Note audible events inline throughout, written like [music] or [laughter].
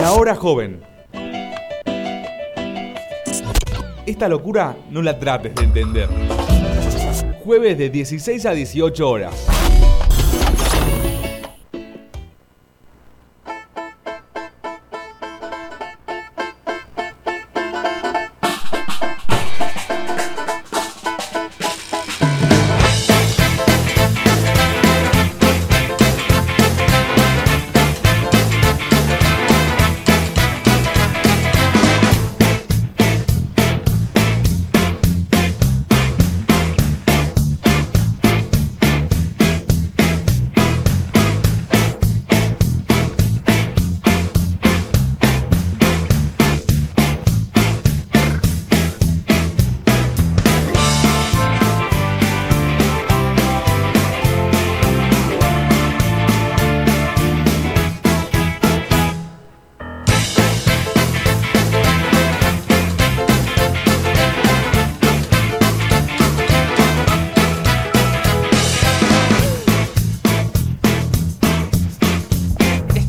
La hora joven. Esta locura no la trates de entender. Jueves de 16 a 18 horas.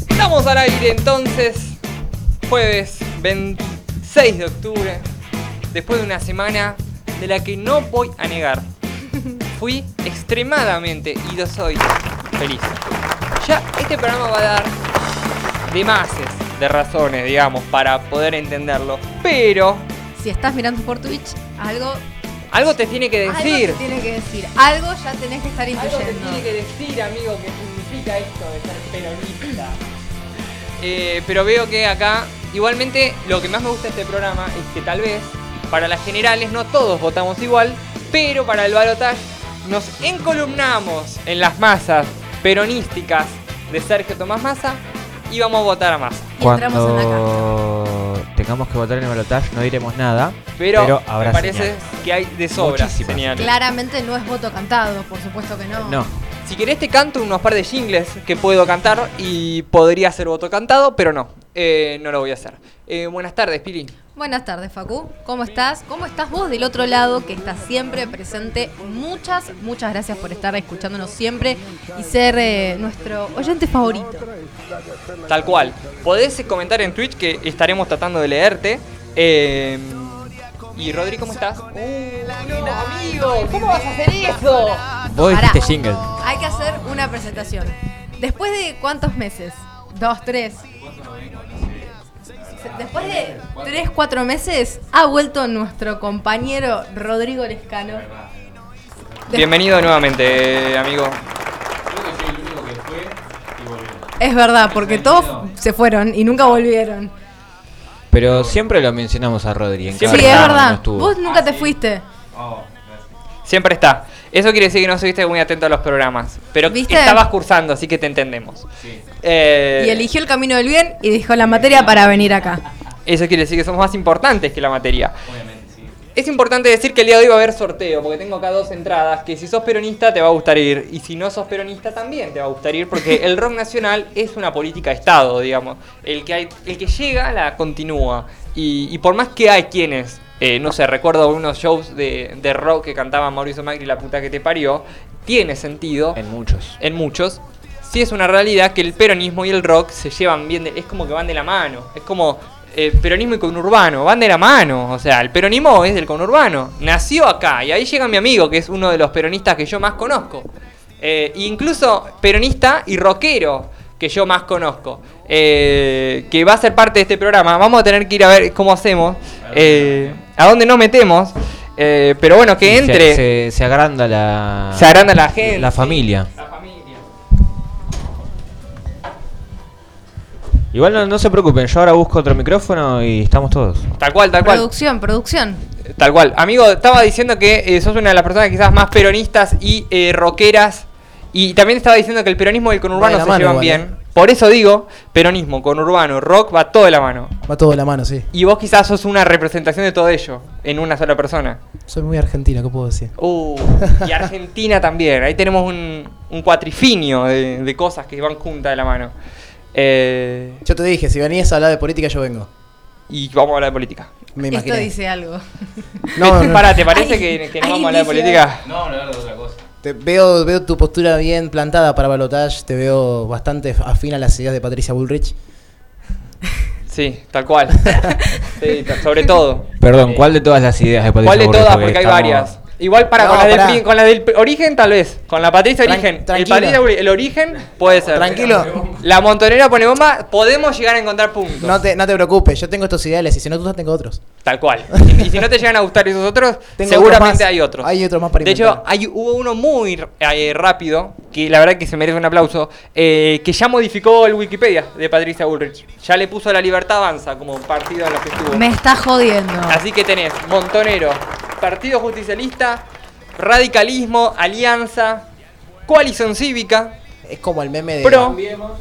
Estamos al aire entonces, jueves 26 de octubre, después de una semana de la que no voy a negar. [laughs] Fui extremadamente y lo soy feliz. Ya este programa va a dar de mases de razones, digamos, para poder entenderlo. Pero Si estás mirando por Twitch, algo, algo te tiene que algo decir. te tiene que decir. Algo ya tenés que estar Algo te intuyendo. tiene que decir, amigo, que significa esto de ser peronista. Eh, pero veo que acá, igualmente, lo que más me gusta de este programa es que tal vez para las generales no todos votamos igual, pero para el balotaje nos encolumnamos en las masas peronísticas de Sergio Tomás Massa y vamos a votar a Massa. Y entramos en la carta. Cuando tengamos que votar en el balotaje no diremos nada. Pero, Pero me habrá parece señales. que hay de sobra Muchísimas. señales. Claramente no es voto cantado, por supuesto que no. No. Si querés te canto unos par de jingles que puedo cantar y podría ser voto cantado, pero no, eh, no lo voy a hacer. Eh, buenas tardes, Pili. Buenas tardes, Facu. ¿Cómo estás? ¿Cómo estás vos del otro lado que estás siempre presente? Muchas, muchas gracias por estar escuchándonos siempre y ser eh, nuestro oyente favorito. Tal cual. Podés comentar en Twitch que estaremos tratando de leerte. Eh, y Rodri, ¿cómo estás? no, amigo, ¿cómo vas a hacer eso? Vos Pará. dijiste este jingle. Hay que hacer una presentación. ¿Después de cuántos meses? ¿Dos, tres? Después de tres, cuatro meses, ha vuelto nuestro compañero Rodrigo Lescano. De- Bienvenido nuevamente, eh, amigo. Es verdad, porque todos se fueron y nunca volvieron. Pero siempre lo mencionamos a Rodri. en Sí, cada Siempre es programa que no verdad. estuvo. Vos nunca Ah, te fuiste. Siempre está. Eso quiere decir que no estuviste muy atento a los programas. Pero ¿Viste? estabas cursando, así que te entendemos. Eh, Y eligió el camino del bien y dejó la materia para venir acá. Eso quiere decir que somos más importantes que la materia. Es importante decir que el día de hoy va a haber sorteo, porque tengo acá dos entradas, que si sos peronista te va a gustar ir, y si no sos peronista también te va a gustar ir, porque el rock nacional es una política de Estado, digamos. El que, hay- el que llega la continúa, y, y por más que hay quienes, eh, no sé, recuerdo unos shows de, de rock que cantaba Mauricio Macri, la puta que te parió, tiene sentido En muchos. en muchos, sí es una realidad que el peronismo y el rock se llevan bien, de- es como que van de la mano, es como eh, peronismo y conurbano, van de la mano, o sea, el peronismo es del conurbano, nació acá y ahí llega mi amigo, que es uno de los peronistas que yo más conozco, Eh, incluso peronista y rockero que yo más conozco, eh, que va a ser parte de este programa, vamos a tener que ir a ver cómo hacemos, eh, a dónde nos metemos, eh, pero bueno, que Y se- entre... Se, se agranda la. Se agranda la gente. La familia. La familia. Igual no, no se preocupen, yo ahora busco otro micrófono y estamos todos. Tal cual, tal cual. Producción, producción. Tal cual. Amigo, estaba diciendo que eh, sos una de las personas quizás más peronistas y eh, rockeras. Y también estaba diciendo que el peronismo y el conurbano Va de la se mano llevan igual, bien. ¿eh? Por eso digo, peronismo, conurbano, rock, va todo de la mano. Va todo de la mano, sí. Y vos quizás sos una representación de todo ello, en una sola persona. Soy muy argentino, ¿qué puedo decir? [laughs] Uh, [laughs] y Argentina también. Ahí tenemos un, un cuatrifinio de, de cosas que van juntas de la mano. Eh, Yo te dije, si venías a hablar de política, yo vengo. y vamos a hablar de política. Me Esto imaginé. dice algo. No, no, no. [laughs] Pará, ¿te parece Ay, que, que no ay, vamos a hablar de Guille. política? Te veo, veo tu postura bien plantada para Balotage. Te veo bastante afín a las ideas de Patricia Bullrich. Sí, tal [laughs] cual. Sí, ta- sobre todo. Perdón, ¿cuál de todas las ideas después ¿Cuál de Saborio? todas? Porque hay estamos- varias. Igual para No, con, la del, pará. pri- con la del pri- origen tal vez. Con la Patricia Tran- origen. El, tranquilo. Patricia Ori- el origen puede ser. Tranquilo. La montonera pone bomba, podemos llegar a encontrar puntos. No te, no te preocupes, yo tengo estos ideales y si no tú tengo otros. Tal cual. Y, y si no te llegan a gustar esos otros, [laughs] Tengo seguramente otros más. hay otros. Hay otros más para De hecho, inventar. hay, hubo uno muy r- eh, rápido, que la verdad que se merece un aplauso, eh, que ya modificó el Wikipedia de Patricia Bullrich. Ya le puso la libertad avanza como partido en los que estuvo. Me está jodiendo. Así que tenés Montonero, Partido Justicialista, Radicalismo, Alianza, Coalición Cívica, Es como el meme de. Pro,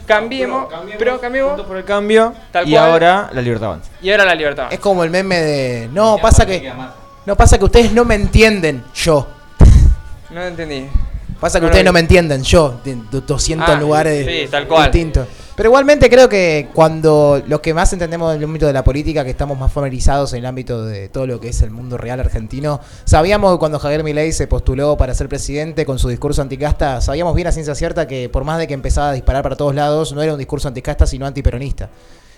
Cambiemos, Pro, Cambiemos, Juntos por el cambio. Tal y cual. ahora la libertad avanza. y ahora la libertad. Es como el meme de. No, pasa que. No pasa que ustedes no me entienden, yo. No entendí. Pasa que No, no, ustedes no y- me entienden, yo, de de 200 Ah, lugares sí, tal cual. distintos. Pero igualmente creo que cuando los que más entendemos del ámbito de la política, que estamos más familiarizados en el ámbito de todo lo que es el mundo real argentino, sabíamos que cuando Javier Milei se postuló para ser presidente con su discurso anticasta, sabíamos bien a ciencia cierta que por más de que empezaba a disparar para todos lados, no era un discurso anticasta, sino antiperonista.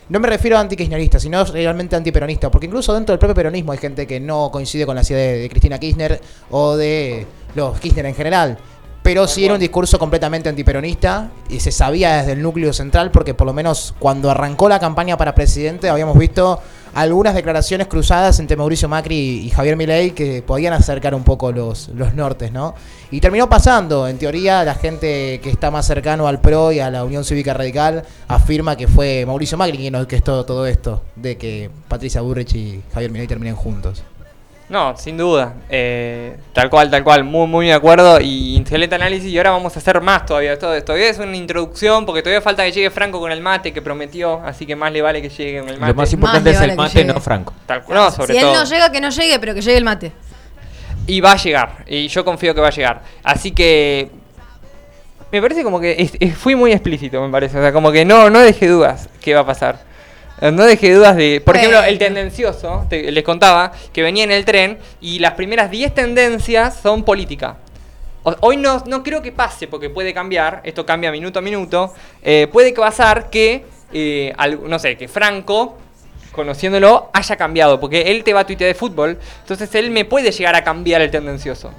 No me refiero a antikirchnerista, sino realmente antiperonista, porque incluso dentro del propio peronismo hay gente que no coincide con la idea de, de Cristina Kirchner o de los Kirchner en general. Pero sí era un discurso completamente antiperonista y se sabía desde el núcleo central porque por lo menos cuando arrancó la campaña para presidente habíamos visto algunas declaraciones cruzadas entre Mauricio Macri y Javier Milei que podían acercar un poco los, los nortes, ¿no? Y terminó pasando. En teoría la gente que está más cercano al PRO y a la Unión Cívica Radical afirma que fue Mauricio Macri quien orquestó todo esto de que Patricia Burrich y Javier Milei terminen juntos. No, sin duda. Eh, tal cual, tal cual. Muy, muy de acuerdo. Y excelente análisis. Y ahora vamos a hacer más todavía. de Todo esto todavía es una introducción porque todavía falta que llegue Franco con el mate que prometió. Así que más le vale que llegue con el mate. Lo más Más importante le es vale el que mate, llegue. no Franco. Tal cual. No, sobre si él todo. no llega, que no llegue, pero que llegue el mate. Y va a llegar. Y yo confío que va a llegar. Así que. Me parece como que es- es- fui muy explícito, me parece. O sea, como que no, no dejé dudas que va a pasar. Eh, No dejé dudas de. Por ejemplo, el tendencioso, te- les contaba, que venía en el tren y las primeras 10 tendencias son política. O- Hoy no, no creo que pase, porque puede cambiar, esto cambia minuto a minuto, eh, puede que pasar que, eh, al- no sé, que Franco, conociéndolo, haya cambiado, porque él te va a tuitear de fútbol, entonces él me puede llegar a cambiar el tendencioso.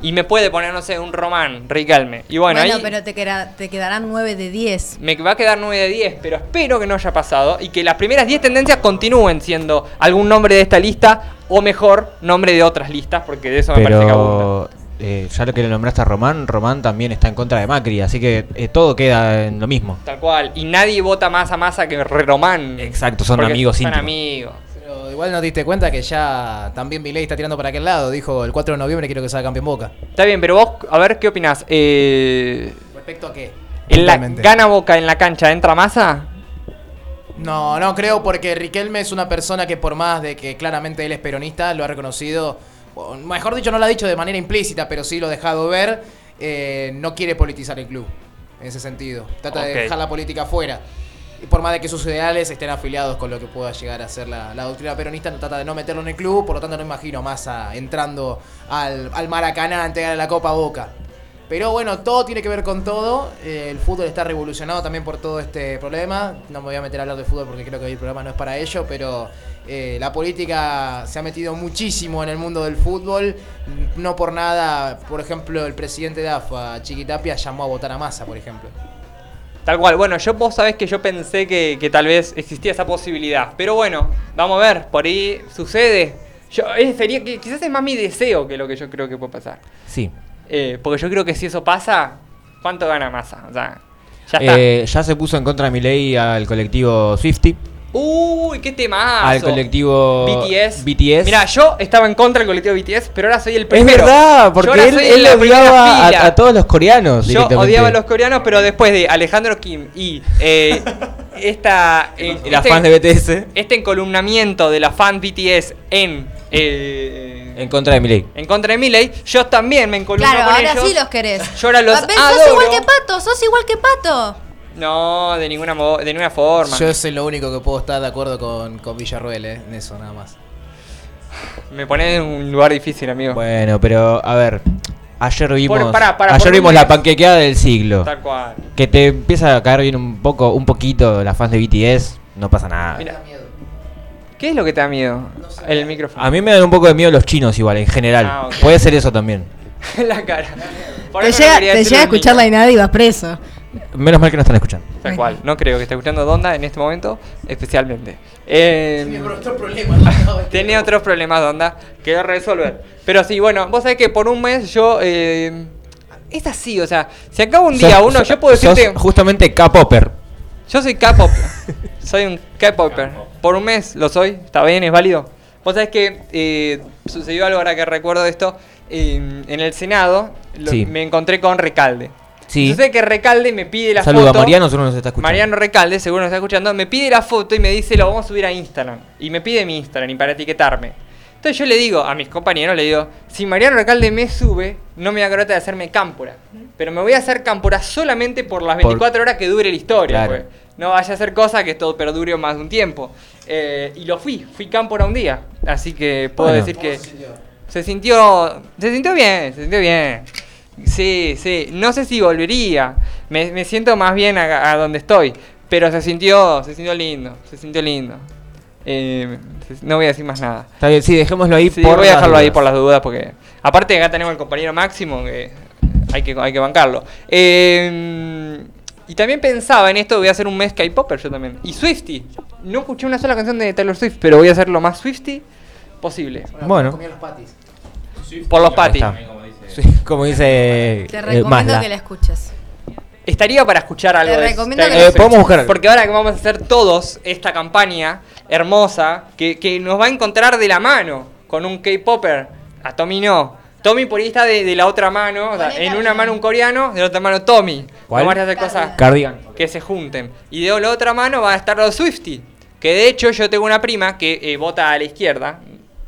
Y me puede poner, no sé, un Román, Riquelme. Y bueno, Bueno, ahí pero te, queda- te quedarán 9 de 10. me va a quedar 9 de 10, pero espero que no haya pasado y que las primeras 10 tendencias continúen siendo algún nombre de esta lista o mejor, nombre de otras listas, porque de eso me parece que abunda. Pero eh, ya lo que le nombraste a Román, Román también está en contra de Macri, así que eh, todo queda en lo mismo. Tal cual. Y nadie vota más a masa que Re Román. Exacto, son Porque amigos Son íntimos. amigos. Pero igual no te diste cuenta que ya también Milei está tirando para aquel lado. Dijo el 4 de noviembre quiero que sea campeón Boca. Está bien, pero vos, a ver, ¿qué opinás? Eh, ¿Respecto a qué? en la, ¿Gana Boca en la cancha? ¿Entra masa? No, no creo porque Riquelme es una persona que por más de que claramente él es peronista, lo ha reconocido, o mejor dicho, no lo ha dicho de manera implícita, pero sí lo ha dejado ver, eh, no quiere politizar el club, en ese sentido. Trata Ok. de dejar la política fuera. Y por más de que sus ideales estén afiliados con lo que pueda llegar a ser la, la doctrina peronista, no trata de no meterlo en el club, por lo tanto no imagino a Massa entrando al, al Maracaná a entregar la Copa a Boca. Pero bueno, todo tiene que ver con todo. Eh, el fútbol está revolucionado también por todo este problema. No me voy a meter a hablar de fútbol porque creo que hoy el programa no es para ello, pero eh, la política se ha metido muchísimo en el mundo del fútbol. No por nada, por ejemplo, el presidente de AFA, Chiquitapia, llamó a votar a Massa, por ejemplo. Tal cual. Bueno, yo vos sabés que yo pensé que, que tal vez existía esa posibilidad. Pero bueno, vamos a ver, por ahí sucede. Yo, eh, sería, que- quizás es más mi deseo que lo que yo creo que puede pasar. Sí. Eh, porque yo creo que si eso pasa, ¿cuánto gana masa? O sea, ya está. Eh, ya se puso en contra de Milei al colectivo Swifty, Uy, qué tema. al colectivo BTS. BTS. Mira, yo estaba en contra del colectivo BTS, pero ahora soy el es primero. verdad, Yo ahora porque él, soy él la primera odiaba fila. a, a todos los coreanos. Yo directamente. odiaba a los coreanos, pero después de Alejandro Kim y eh, esta. eh, Y las este- fans de BTS Este encolumnamiento de la fan BTS en. eh, en contra de Milei. en contra de Miley, yo también me encolumno Claro, con ahora ellos. sí los querés. Yo ahora los Papel, sos adoro. igual que Pato, sos igual que Pato. No, de ninguna, mo- de ninguna forma. Yo soy lo único que puedo estar de acuerdo con, con Villarruel, eh, en eso nada más. Me pones en un lugar difícil, amigo. Bueno, pero a ver, ayer vimos, pará, pará, ayer por vimos un- la panquequeada del siglo. Tal cual. Que te empieza a caer bien un poco, un poquito las fans de BTS. No pasa nada. Mira. ¿Qué es lo que te da miedo? El micrófono. [laughs] A mí me dan un poco de miedo los chinos igual, en general. Ah, ok. Puede ser eso también. la cara. Por Te eso no llega, quería te llega decirlo a en mi escuchar la cara. nada y vas preso. Menos mal que no están escuchando. Tal cual. No creo que esté escuchando Donda en este momento, especialmente. Eh, [laughs] Tenía otros problemas, Donda, que resolver. Pero sí, bueno, vos sabés que por un mes yo... eh, es así, o sea, si acaba un día Sos- uno, sos- yo puedo sos decirte... justamente K-Popper. Yo soy K-pop. [laughs] soy un K-popper. Por un mes lo soy. Está bien, es válido. Vos sabés que eh, sucedió algo ahora que recuerdo de esto. eh, en el Senado lo- Sí. me encontré con Recalde. Sí. Yo sé que Recalde me pide la Saluda foto. a Mariano, seguro nos está escuchando. Mariano Recalde, seguro nos está escuchando. Me pide la foto y me dice, lo vamos a subir a Instagram. Y me pide mi Instagram y para etiquetarme. Entonces yo le digo a mis compañeros, le digo, si Mariano Recalde me sube, no me voy a acordar de hacerme cámpora. Pero me voy a hacer cámpora solamente por las Por- 24 horas que dure la historia. Claro. pues. No vaya a hacer cosa que esto perdure más de un tiempo. Eh, y lo fui, fui cámpora un día. Así que puedo Bueno. decir que... Se sintió. Se sintió bien, se sintió bien. Sí, sí. No sé si volvería. Me, me siento más bien a, a donde estoy. Pero se sintió. Se sintió lindo. Se sintió lindo. Eh, se- no voy a decir más nada. Está bien, sí, dejémoslo ahí Sí, por voy a las dejarlo ahí dudas. por las dudas porque. Aparte acá tenemos el compañero Máximo que hay que, hay que bancarlo. Eh, y también pensaba en esto, voy a hacer un mes K-Popper yo también. Y Swifty. No escuché una sola canción de Taylor Swift, pero voy a hacer lo más Swifty posible. Bueno, Por los patis. está. Sí, como dice Te eh, recomiendo Mazda. que la escuches. Estaría para escuchar algo Te de recomiendo Taylor que- Eh, Swift. podemos buscar. Porque ahora que vamos a hacer todos esta campaña hermosa que, que nos va a encontrar de la mano con un K-Popper. A Tommy no. Tommy por ahí está de, de la otra mano. o sea, Poné en una Cardigan. mano un coreano, de la otra mano Tommy. ¿Cuál? Vamos a hacer cosas Cardigan. que se junten. Y de la otra mano van a estar los Swifty. Que de hecho yo tengo una prima que eh, vota a la izquierda.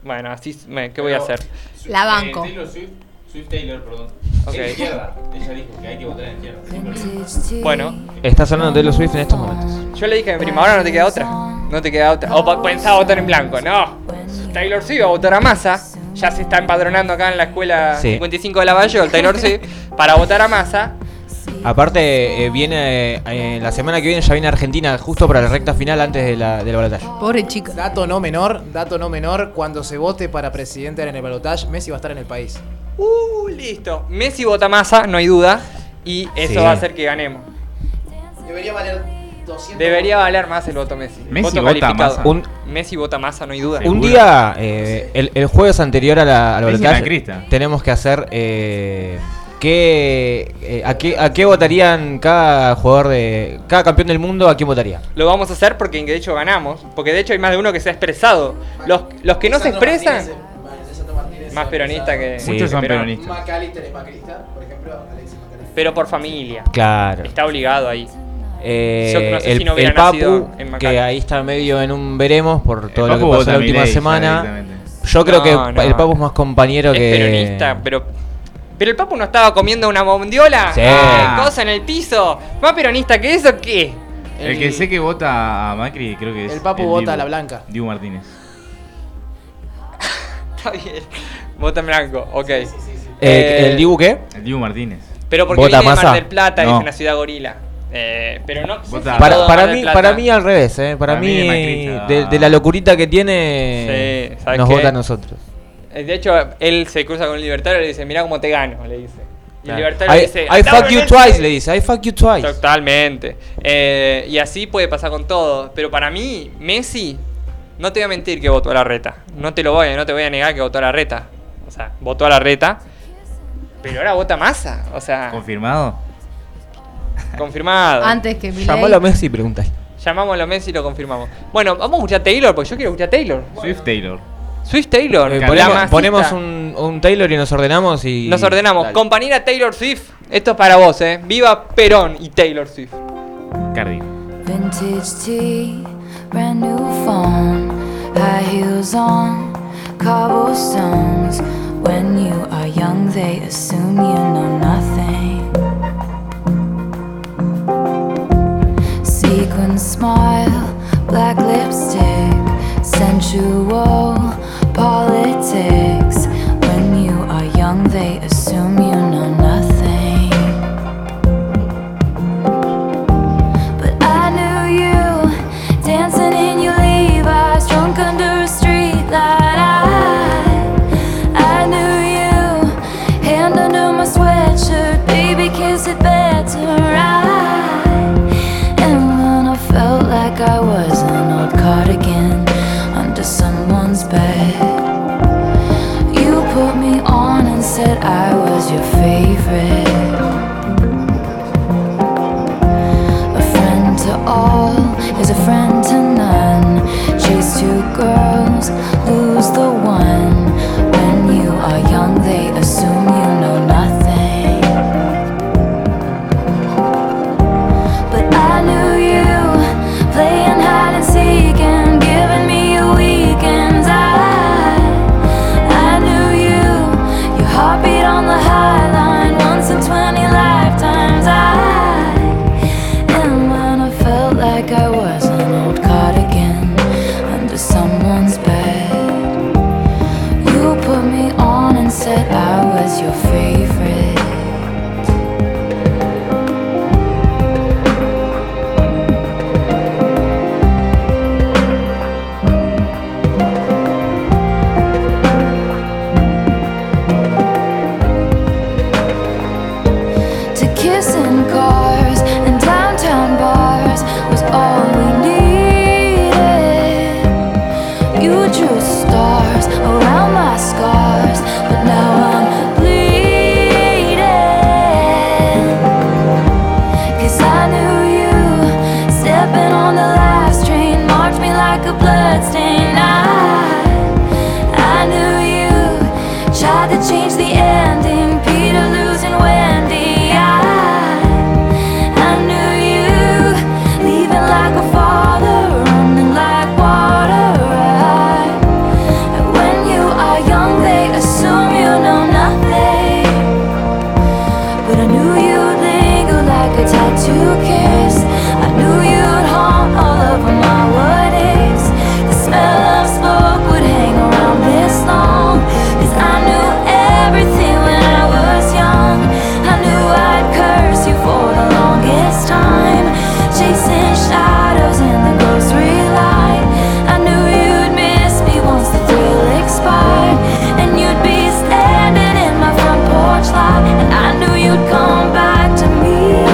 Bueno, así, me- ¿qué voy a hacer? La banco. Taylor Swift, Swift Taylor, perdón. Ok. Es de izquierda. Ella dijo que hay que votar en izquierda. Bueno, Está sonando Taylor Swift en estos momentos. Yo le dije a mi prima, ahora no te queda otra. No te queda otra. O pa- pensaba votar en blanco. No. Taylor Swift va a votar a masa. Ya se está empadronando acá en la escuela Sí. 55 de Lavallol, Taylor [laughs] Swift, para votar a masa. Aparte, eh, viene eh, eh, la semana que viene ya viene Argentina justo para la recta final antes de la, del balotaje. Pobre chica. Dato no menor, dato no menor, cuando se vote para presidente en el balotaje, Messi va a estar en el país. Uh, listo. Messi vota a masa, no hay duda. Y eso Sí. va a hacer que ganemos. Debería valer 200. Debería valer más el voto Messi. Messi voto vota a calificado. Massa. Un- Messi vota a masa, no hay duda. Un Seguro. día, eh, el, el jueves anterior a la, al Es balotaje, ancrista. tenemos que hacer eh, qué, eh, a, qué, a qué votarían cada jugador de. cada campeón del mundo, a quién votaría. Lo vamos a hacer porque de hecho ganamos. Porque de hecho hay más de uno que se ha expresado. Los, los que no se expresan, más peronista que. Sí. Muchos son que peron- peronistas. Macaliter es macrista, por ejemplo, Alexis Macaliter. Pero por familia. Claro. Está obligado ahí. Eh, Yo no sé el, si no el hubiera nacido Papu, en Macal. que ahí está medio en un veremos por todo lo Papu que pasó vota la a última Milei, ya, semana. directamente. Yo creo No, que no. el Papu es más compañero Es que. peronista, pero. Pero el Papu no estaba comiendo una mondiola. Sí. Ah, cosa en el piso. ¿Más peronista que eso qué? El Eh, que sé que vota a Macri creo que es. El Papu Dibu- vota a la blanca. Dibu Martínez. Está bien. Vota en blanco, ok. Eh, Eh, ¿El Dibu qué? El Dibu Martínez. Pero porque ¿Vota viene de Massa? Mar del Plata y No. es una ciudad gorila. Eh, pero no. sé Vota- si todo Para, para Mar del mí, Plata- para mí al revés, ¿eh? Para, Para mí mí, es macrista. de, de la locurita que tiene, Sí, ¿sabes nos qué? vota a nosotros. Eh, De hecho, él se cruza con un libertario y le dice: Mirá cómo te gano, le dice. Y el libertario I, le dice: I fuck you "Laura, twice, le dice, I fuck you twice. Totalmente. Eh, y así puede pasar con todo. Pero para mí, Messi, no te voy a mentir que votó a la reta. No te lo voy, a- no te voy a negar que votó a la reta. O sea, votó a la reta. Pero ahora vota Massa. O [laughs] sea, ¿Confirmado? Ah. confirmado. Antes que Milei. Llamalo a Messi y preguntale. Llamámoslo a Messi y lo confirmamos. Bueno, vamos a escuchar a Taylor, porque yo quiero escuchar a Taylor. Swift Taylor. Swift Taylor. Eh, la ponemos masista. ponemos un, un Taylor y nos ordenamos y... Nos ordenamos. Dale. Compañera Taylor Swift, esto es para vos, ¿eh? Viva Perón y Taylor Swift. Cardi. Vintage tea, brand new phone, high heels on, cobblestones. When you are young, they assume you know nothing. Sequin smile, black lipstick, sensual politics. When you are young, they assume you know nothing. But I knew you dancing I was an old cardigan under someone's bed. You put me on and said I was your favorite. A friend to all is a friend to none. Chase two girls, lose the one. When you are young, they assume you know nothing. But I knew you playing hide and seek and giving me your weekends. I, I knew you, your heartbeat on the high line, once in 20 lifetimes. I, and when I felt like I was an old cardigan under someone's bed, you put me on and said I was your favorite. to kissing cars and downtown bars was all we needed. You drew stars around my scars, but now I'm bleeding. Cause I knew you stepping on the last train marked me like a bloodstain. I I knew you tried to change the ending. Peter losing Wendy. I, I knew you leaving like a father, running like water. I, and when you are young, they assume you know nothing. But I knew you'd linger like a tattoo kiss. I knew you'd haunt all over my what ifs. The smell of smoke would hang around this long. Cause I knew everything when I was young. I knew I'd curse you for the longest time. Chasing shadows in the grocery line. I knew you'd miss me once the thrill expired. And you'd be standing in my front porch lot. And I knew you'd come back to me.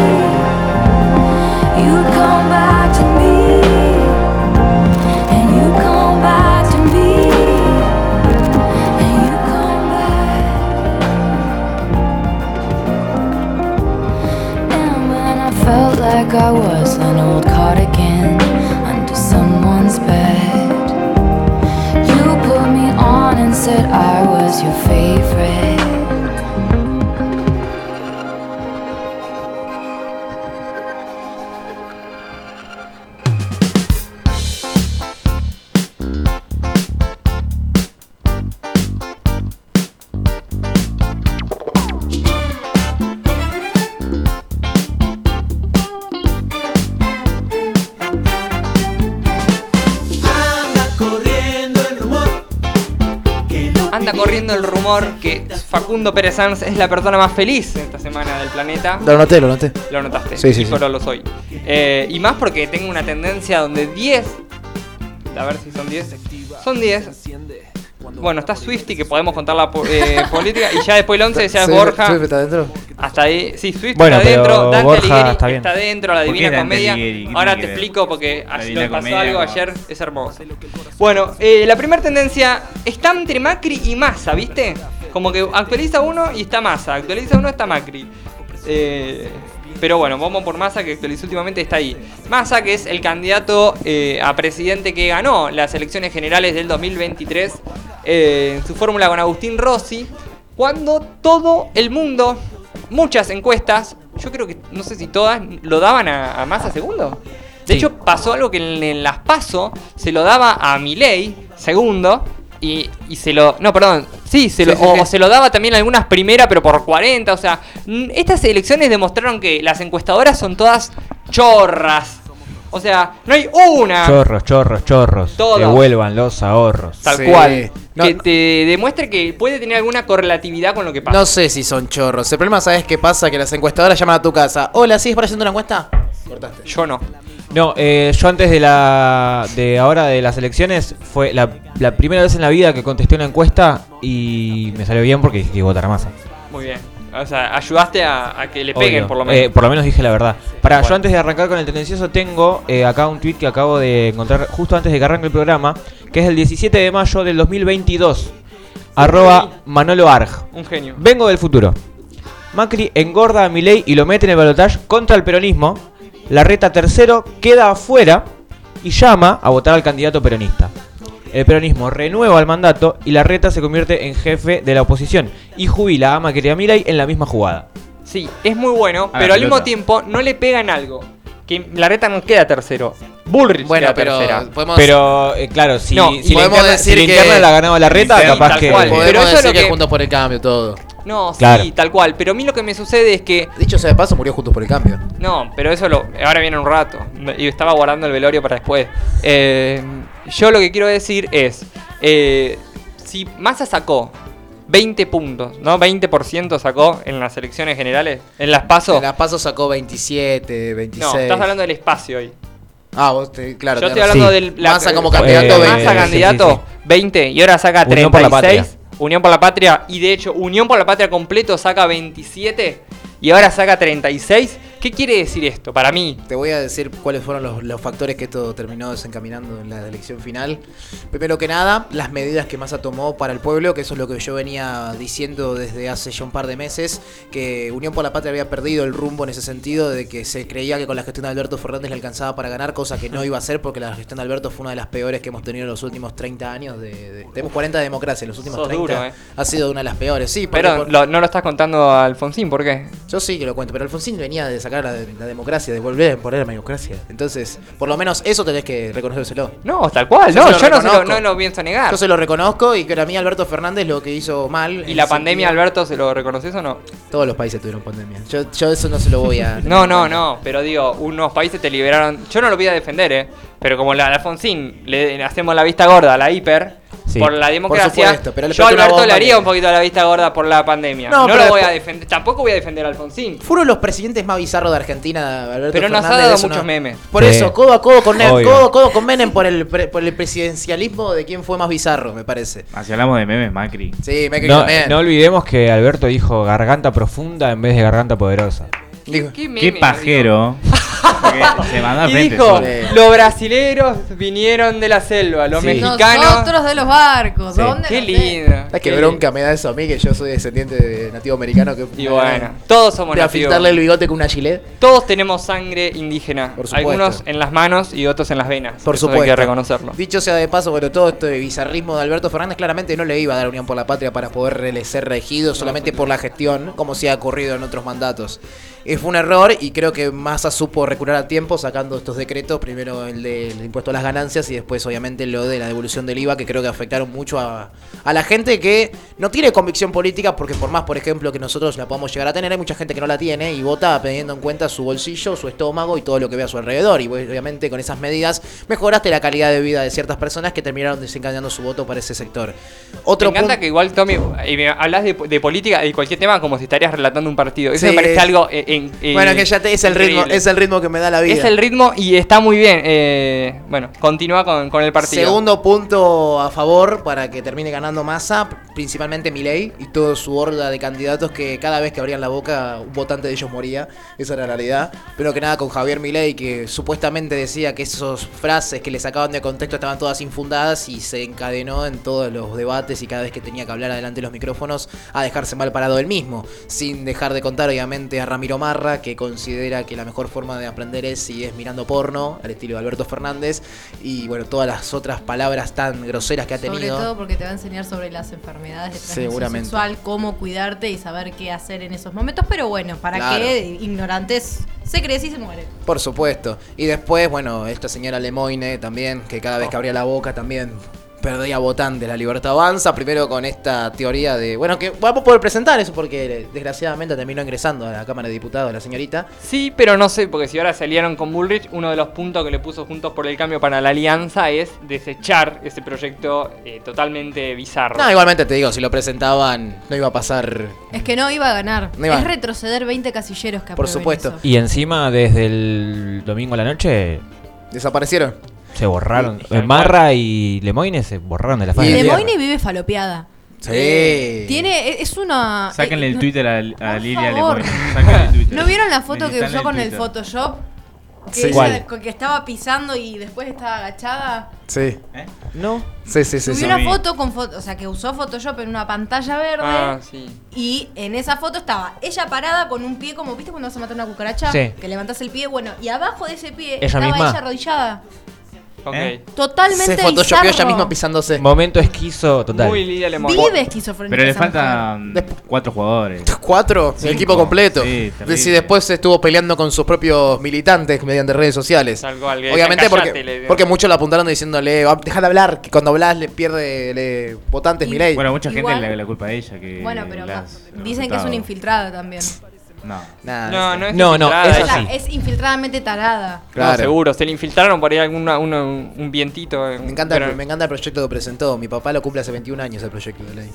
You'd come back to me. And you'd come back to me. And you'd come back. And when I felt like I was an old cardigan under someone's bed, you put me on and said I was your favorite. Anda corriendo el rumor que Facundo Pérez Sanz es la persona más feliz esta semana del planeta. Lo noté, lo noté. Lo notaste. Sí, sí, y sí. solo lo soy. Eh, y más porque tengo una tendencia donde 10. A ver si son 10. Son 10. Bueno, está Swifty, que podemos contar la [laughs] po- eh, política. Y ya después el 11 ya es Sí, Borja. sí, está adentro. Hasta ahí. Sí, Swifty Bueno, está pero dentro. Dante Borja Alighieri está bien. dentro. La ¿Por qué Divina Dante Comedia. Alighieri? ¿Qué Ahora tiene te que ver? explico porque La ayer Divina nos pasó Comedia, algo no. ayer. Es hermoso. Bueno, eh, la primera tendencia está entre Macri y Massa, ¿viste? Como que actualiza uno y está Massa. Actualiza uno, está Macri. Eh, pero bueno, vamos por Massa que actualizó últimamente, está ahí. Massa que es el candidato eh, a presidente que ganó las elecciones generales del 2023 eh, en su fórmula con Agustín Rossi, cuando todo el mundo, muchas encuestas, yo creo que no sé si todas, lo daban a, a Massa segundo. De Sí. hecho, pasó algo que en, en las PASO se lo daba a Milei segundo y, y se lo... No, perdón. Sí, se lo, Sí, sí, o sí. se lo daba también algunas primera, pero por 40. O sea, mm, estas elecciones demostraron que las encuestadoras son todas chorras. O sea, no hay una Chorros, chorros, chorros. Todo. Devuelvan los ahorros. tal Sí. cual No, que no. te demuestre que puede tener alguna correlatividad con lo que pasa. No sé si son chorros. El problema, ¿sabes qué pasa? Que las encuestadoras llaman a tu casa. Hola, ¿sí es para haciendo una encuesta? Cortaste. Yo no. No, eh, yo antes de la de ahora de las elecciones fue la, la primera vez en la vida que contesté una encuesta y me salió bien porque dije que iba a votar a Massa. Muy bien. O sea, ayudaste a, a que le Obvio. peguen por lo Eh, menos. por lo menos dije la verdad. Para yo Bueno. antes de arrancar con el tendencioso tengo eh, acá un tweet que acabo de encontrar justo antes de que arranque el programa, que es el 17 de mayo del 2022. Arroba Manolo Arg. Un genio. Vengo del futuro. Macri engorda a Milei y lo mete en el balotaje contra el peronismo. La reta tercero queda afuera y llama a votar al candidato peronista. El peronismo renueva el mandato y la reta se convierte en jefe de la oposición y jubila a Macri y a Milei en la misma jugada. Sí, es muy bueno, la pero al pelota. mismo tiempo no le pegan algo. Que la reta no queda tercero. Bullrich Bueno, queda pero tercera. podemos, Pero eh, claro, si, No, si la podemos interna, decir si la que- interna la ganaba la reta, Interna, capaz tal que. cual. podemos pero eso es decir lo que... que- Juntos por el Cambio todo. No, sí, Claro. tal cual. Pero a mí lo que me sucede es que. Dicho sea de paso, murió Juntos por el Cambio. No, pero eso lo. Ahora viene un rato. Y estaba guardando el velorio para después. Eh, yo lo que quiero decir es. eh, si Massa sacó 20 puntos, ¿no? 20% sacó en las elecciones generales. En las PASO. En las PASO sacó 27, 26. No, estás hablando del espacio hoy. Ah, vos, te, claro. Yo tenés estoy razón. hablando Sí. del. la- Massa como eh, candidato, Massa 20. candidato, Sí, sí, 20. Y ahora saca Unión por la 36. Unión por la Patria. Y de hecho, Unión por la Patria completo saca 27. Y ahora saca 36. ¿Qué quiere decir esto para mí? Te voy a decir cuáles fueron los, los factores que esto terminó desencaminando en la elección final. Primero que nada, las medidas que Massa tomó para el pueblo, que eso es lo que yo venía diciendo desde hace ya un par de meses, que Unión por la Patria había perdido el rumbo en ese sentido, de que se creía que con la gestión de Alberto Fernández le alcanzaba para ganar, cosa que no iba a ser porque la gestión de Alberto fue una de las peores que hemos tenido en los últimos 30 años. De, de- tenemos 40 de democracia, en los últimos Sos 30 duro, eh. ha sido una de las peores. Sí, porque- Pero por- lo- no lo estás contando a Alfonsín, ¿por qué? yo sí que lo cuento, pero Alfonsín venía de sacar la, la democracia, de volver a poner la democracia. Entonces, por lo menos eso tenés que reconocérselo. No, tal cual. Yo No, se lo yo no, se lo, reconozco. no lo pienso negar. Yo se lo reconozco y que para mí Alberto Fernández lo que hizo mal. ¿Y en la el pandemia, sentido- Alberto, se lo reconoces o no? Todos los países tuvieron pandemia. Yo, yo eso no se lo [laughs] voy a. No, no, no, pero digo, unos países te liberaron. Yo no lo voy a defender, ¿eh? Pero como la de Alfonsín le hacemos la vista gorda a la hiper Sí. por la democracia, supuesto, pero le yo a pegó una Alberto le bomba haría que- un poquito la vista gorda por la pandemia. No, No, pero lo voy a después- defender, tampoco voy a defender a [laughs] Alfonsín. Fue uno de los presidentes más bizarros de Argentina, Alberto Pero nos ha Fernández. dado eso no- muchos memes. Por Sí. eso, codo a codo con, Ne- Obvio. codo a codo con Menem por el, pre- por el presidencialismo de quién fue más bizarro, me parece. Así hablamos de memes, Macri. Sí, me No, no olvidemos que Alberto dijo garganta profunda en vez de garganta poderosa. meme, Qué ¿no? pajero. [laughs] Porque se mandó al Y frente. dijo, solo. solo. los brasileros vinieron de la selva, los Sí. mexicanos... Nosotros de los barcos. Sí. ¿dónde? Qué No sé. lindo. ¿Sabes qué qué bronca me da eso a mí? Que yo soy descendiente de nativo americano. Que lindo. Y bueno, todos somos De nativos. afiltarle el bigote con una gilet. Todos tenemos sangre indígena. Por supuesto. Algunos en las manos y otros en las venas. Por Eso supuesto. Hay que reconocerlo. Dicho sea de paso, bueno, todo este bizarrismo de Alberto Fernández claramente no le iba a dar Unión por la Patria para poder re- ser regido solamente por la gestión, como se ha ocurrido en otros mandatos. Eh, fue un error y creo que Massa supo recular a tiempo sacando estos decretos, primero el del impuesto a las ganancias y después obviamente lo de la devolución del IVA, que creo que afectaron mucho a, a la gente que no tiene convicción política, porque por más, por ejemplo, que nosotros la podamos llegar a tener, hay mucha gente que no la tiene y vota teniendo en cuenta su bolsillo, su estómago y todo lo que ve a su alrededor. Y vos, obviamente con esas medidas mejoraste la calidad de vida de ciertas personas que terminaron desencadenando su voto para ese sector. Me Otro encanta punto- que igual, Tommy, y me hablas de, de política y cualquier tema como si estarías relatando un partido. Eso Sí. me parece algo. eh, en- eh, Bueno, que ya te- es el ritmo, increíble. es el ritmo que me da la vida. Es el ritmo y está muy bien. eh, bueno, continúa con, con el partido. Segundo punto a favor para que termine ganando masa, principalmente Milei y toda su horda de candidatos que cada vez que abrían la boca un votante de ellos moría, esa era la realidad. Pero que nada con Javier Milei que supuestamente decía que esas frases que le sacaban de contexto estaban todas infundadas y se encadenó en todos los debates y cada vez que tenía que hablar adelante de los micrófonos a dejarse mal parado él mismo, sin dejar de contar obviamente a Ramiro Marra que considera que la mejor forma de aprender es si es mirando porno, al estilo de Alberto Fernández y bueno, todas las otras palabras tan groseras que ha Sobre todo tenido. porque te va a enseñar sobre las enfermedades de transmisión Seguramente. sexual, cómo cuidarte y saber qué hacer en esos momentos. Pero bueno, para Claro. que ignorantes se crece y se muere. Por supuesto. Y después, bueno, esta señora Lemoine también, que cada vez que abría la boca también perdía votantes. La libertad avanza, primero con esta teoría de... Bueno, que vamos a poder presentar eso porque desgraciadamente terminó ingresando a la Cámara de Diputados la señorita. Sí, pero no sé, porque si ahora se aliaron con Bullrich, uno de los puntos que le puso Juntos por el Cambio para la alianza es desechar ese proyecto eh, totalmente bizarro. No, igualmente te digo, si lo presentaban no iba a pasar... Es que no iba a ganar. No iba a- Es retroceder 20 casilleros Por que aprueben supuesto. eso. Y encima, desde el domingo a la noche, Desaparecieron. se borraron. Sí, tal Marra y Lemoine se borraron de la faz Y de la Y de tierra. Lemoine- Lemoyne vive falopeada. Eh, Sí. Tiene, e, es una... Sáquenle eh, el no- Twitter a, a por Lilia favor. [laughs] le ponen. Sáquenle el Twitter. ¿No vieron la foto que Militanle usó con el Twitter. Photoshop? Que, Sí. ella ¿Cuál? co- que estaba pisando y después estaba agachada. Sí. ¿Eh? No. Sí, sí, sí. Subió sí. una vi. foto con foto, o sea, que usó Photoshop en una pantalla verde. Ah, sí. Y en esa foto estaba ella parada con un pie, como viste cuando vas a matar una cucaracha, Sí. que levantás el pie, bueno, y abajo de ese pie Ella estaba misma. ella arrodillada. Ok. ¿Eh? Totalmente Se photoshopeó ella bizarro. misma pisándose. Momento esquizo total. Muy Lilia Lemón. Vive esquizofrenia. Pero le esa faltan Después- cuatro jugadores. Cuatro, el equipo completo. Sí, terrible. si después se estuvo peleando con sus propios militantes mediante redes sociales. Tal cual, que Obviamente decían, porque, "Cállate", le- porque muchos la apuntaron diciéndole, "Ah, deja de hablar, que cuando hablas le pierde le- votantes Y- mi ley. Bueno, mucha gente Igual- le la culpa a ella. Que mujer. Bueno, pero las- ma- los dicen que es una resultados. infiltrada también. No. No, no es No, no, infiltrada, es ella- así. Ella es infiltradamente tarada. Claro. No, seguro, se le infiltraron por ahí alguna, uno- un vientito. eh, Me encanta, pero- me encanta el proyecto que presentó. Mi papá lo cumple hace 21 años el proyecto de ley.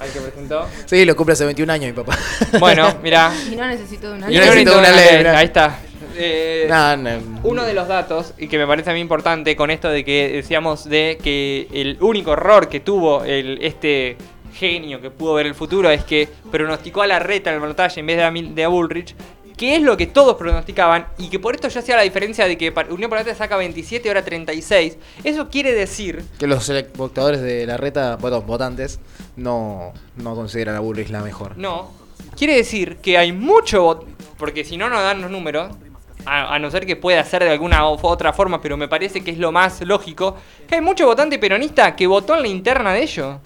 al que presentó. Sí, lo cumple hace 21 años mi papá. [laughs] [laughs] Bueno, mirá. Y no necesito de una Y Yo no necesito necesito una una ley, ley, mirá. Ahí está. Eh, No, no. Uno de los datos, y que me parece a mí importante con esto de que decíamos de que el único error que tuvo el, este genio que pudo ver el futuro es que pronosticó a la reta en el balotaje en vez de a, Mil- de a Bullrich, que es lo que todos pronosticaban, y que por esto ya sea la diferencia de que pa- Unión Patriota saca 27 y ahora 36. Eso quiere decir Que los select- votadores de la reta, bueno, votantes, no, no consideran a Bullrich la mejor. No. Quiere decir que hay mucho vot- Porque si no nos dan los números, a, a no ser que pueda ser de alguna u otra forma, pero me parece que es lo más lógico, que hay mucho votante peronista que votó en la interna de ellos.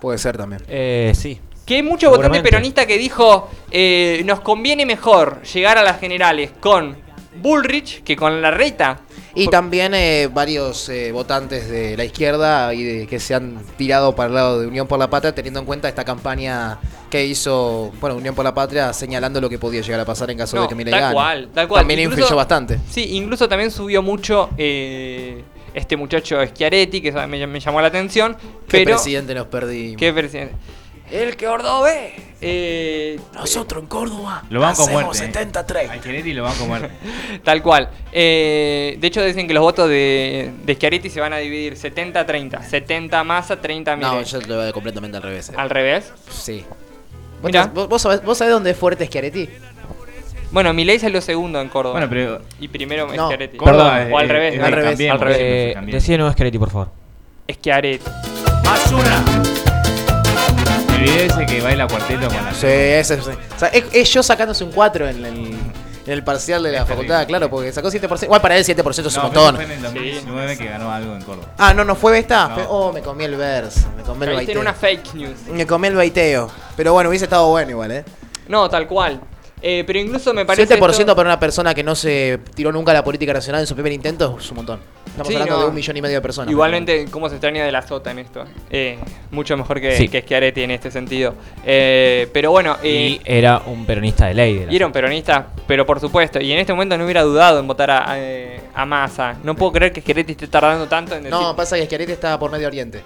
Puede ser también. Eh, sí. Que hay mucho votante Seguramente. peronista que dijo, eh, nos conviene mejor llegar a las generales con Bullrich que con la reta. Y también eh, varios eh, votantes de la izquierda y de, que se han tirado para el lado de Unión por la Patria, teniendo en cuenta esta campaña que hizo bueno Unión por la Patria, señalando lo que podía llegar a pasar en caso No, de que Milei tal gane. cual, tal cual. También Incluso- influyó bastante. Sí, incluso también subió mucho eh, este muchacho Schiaretti, que me, me llamó la atención. ¿Qué pero presidente nos perdimos? ¿Qué presidente? El que ordo ve. Eh, Nosotros en Córdoba Lo banco hacemos muerte. eh. 73. A Chinetti lo van a comer. [laughs] tal cual. Eh, de hecho, dicen que los votos de, de Schiaretti se van a dividir 70-30. 70 masa, 30 mil. No, yo lo veo completamente al revés. eh. Al revés. Sí. ¿Vos Mirá. te- ¿Vos, vos sabés, ¿Vos sabés dónde es fuerte Schiaretti? Bueno, Milei salió segundo en Córdoba. Bueno, pero. y primero es No, Schiaretti. Córdoba o al es- revés. es ¿no? al revés. Cambiemos, Al revés. siempre Eh, es Cambiemos. decide nuevo Schiaretti, por favor. Schiaretti. Más una. El video ese que baila cuarteto con la Sí, ese es, o sea, es- es yo sacándose un 4 en el, en el parcial de la Es facultad, terrible. claro, porque sacó 7%. Igual para él 7% es un Este No, pero Fue montón. en el 2009 que ganó algo en Córdoba. Ah, no, no fue esta. No. Fue- Oh, me comí el verso, me comí el Caíste en baiteo. una fake news. Me comí el baiteo. Pero bueno, hubiese estado bueno igual, ¿eh? No, tal cual. Eh, pero incluso me parece. 7% esto- para una persona que no se tiró nunca a la política nacional en su primer intento es un montón. Estamos Sí, hablando no. de un millón y medio de personas. Igualmente, ¿cómo se extraña de la sota en esto? Eh, mucho mejor que, Sí. que Schiaretti en este sentido. Eh, pero bueno. eh, y era un peronista de ley. de la- Y era un peronista, pero por supuesto. Y en este momento no hubiera dudado en votar a, a, eh, a Massa. No puedo creer que Schiaretti esté tardando tanto en decir... No, pasa que Schiaretti está por Medio Oriente.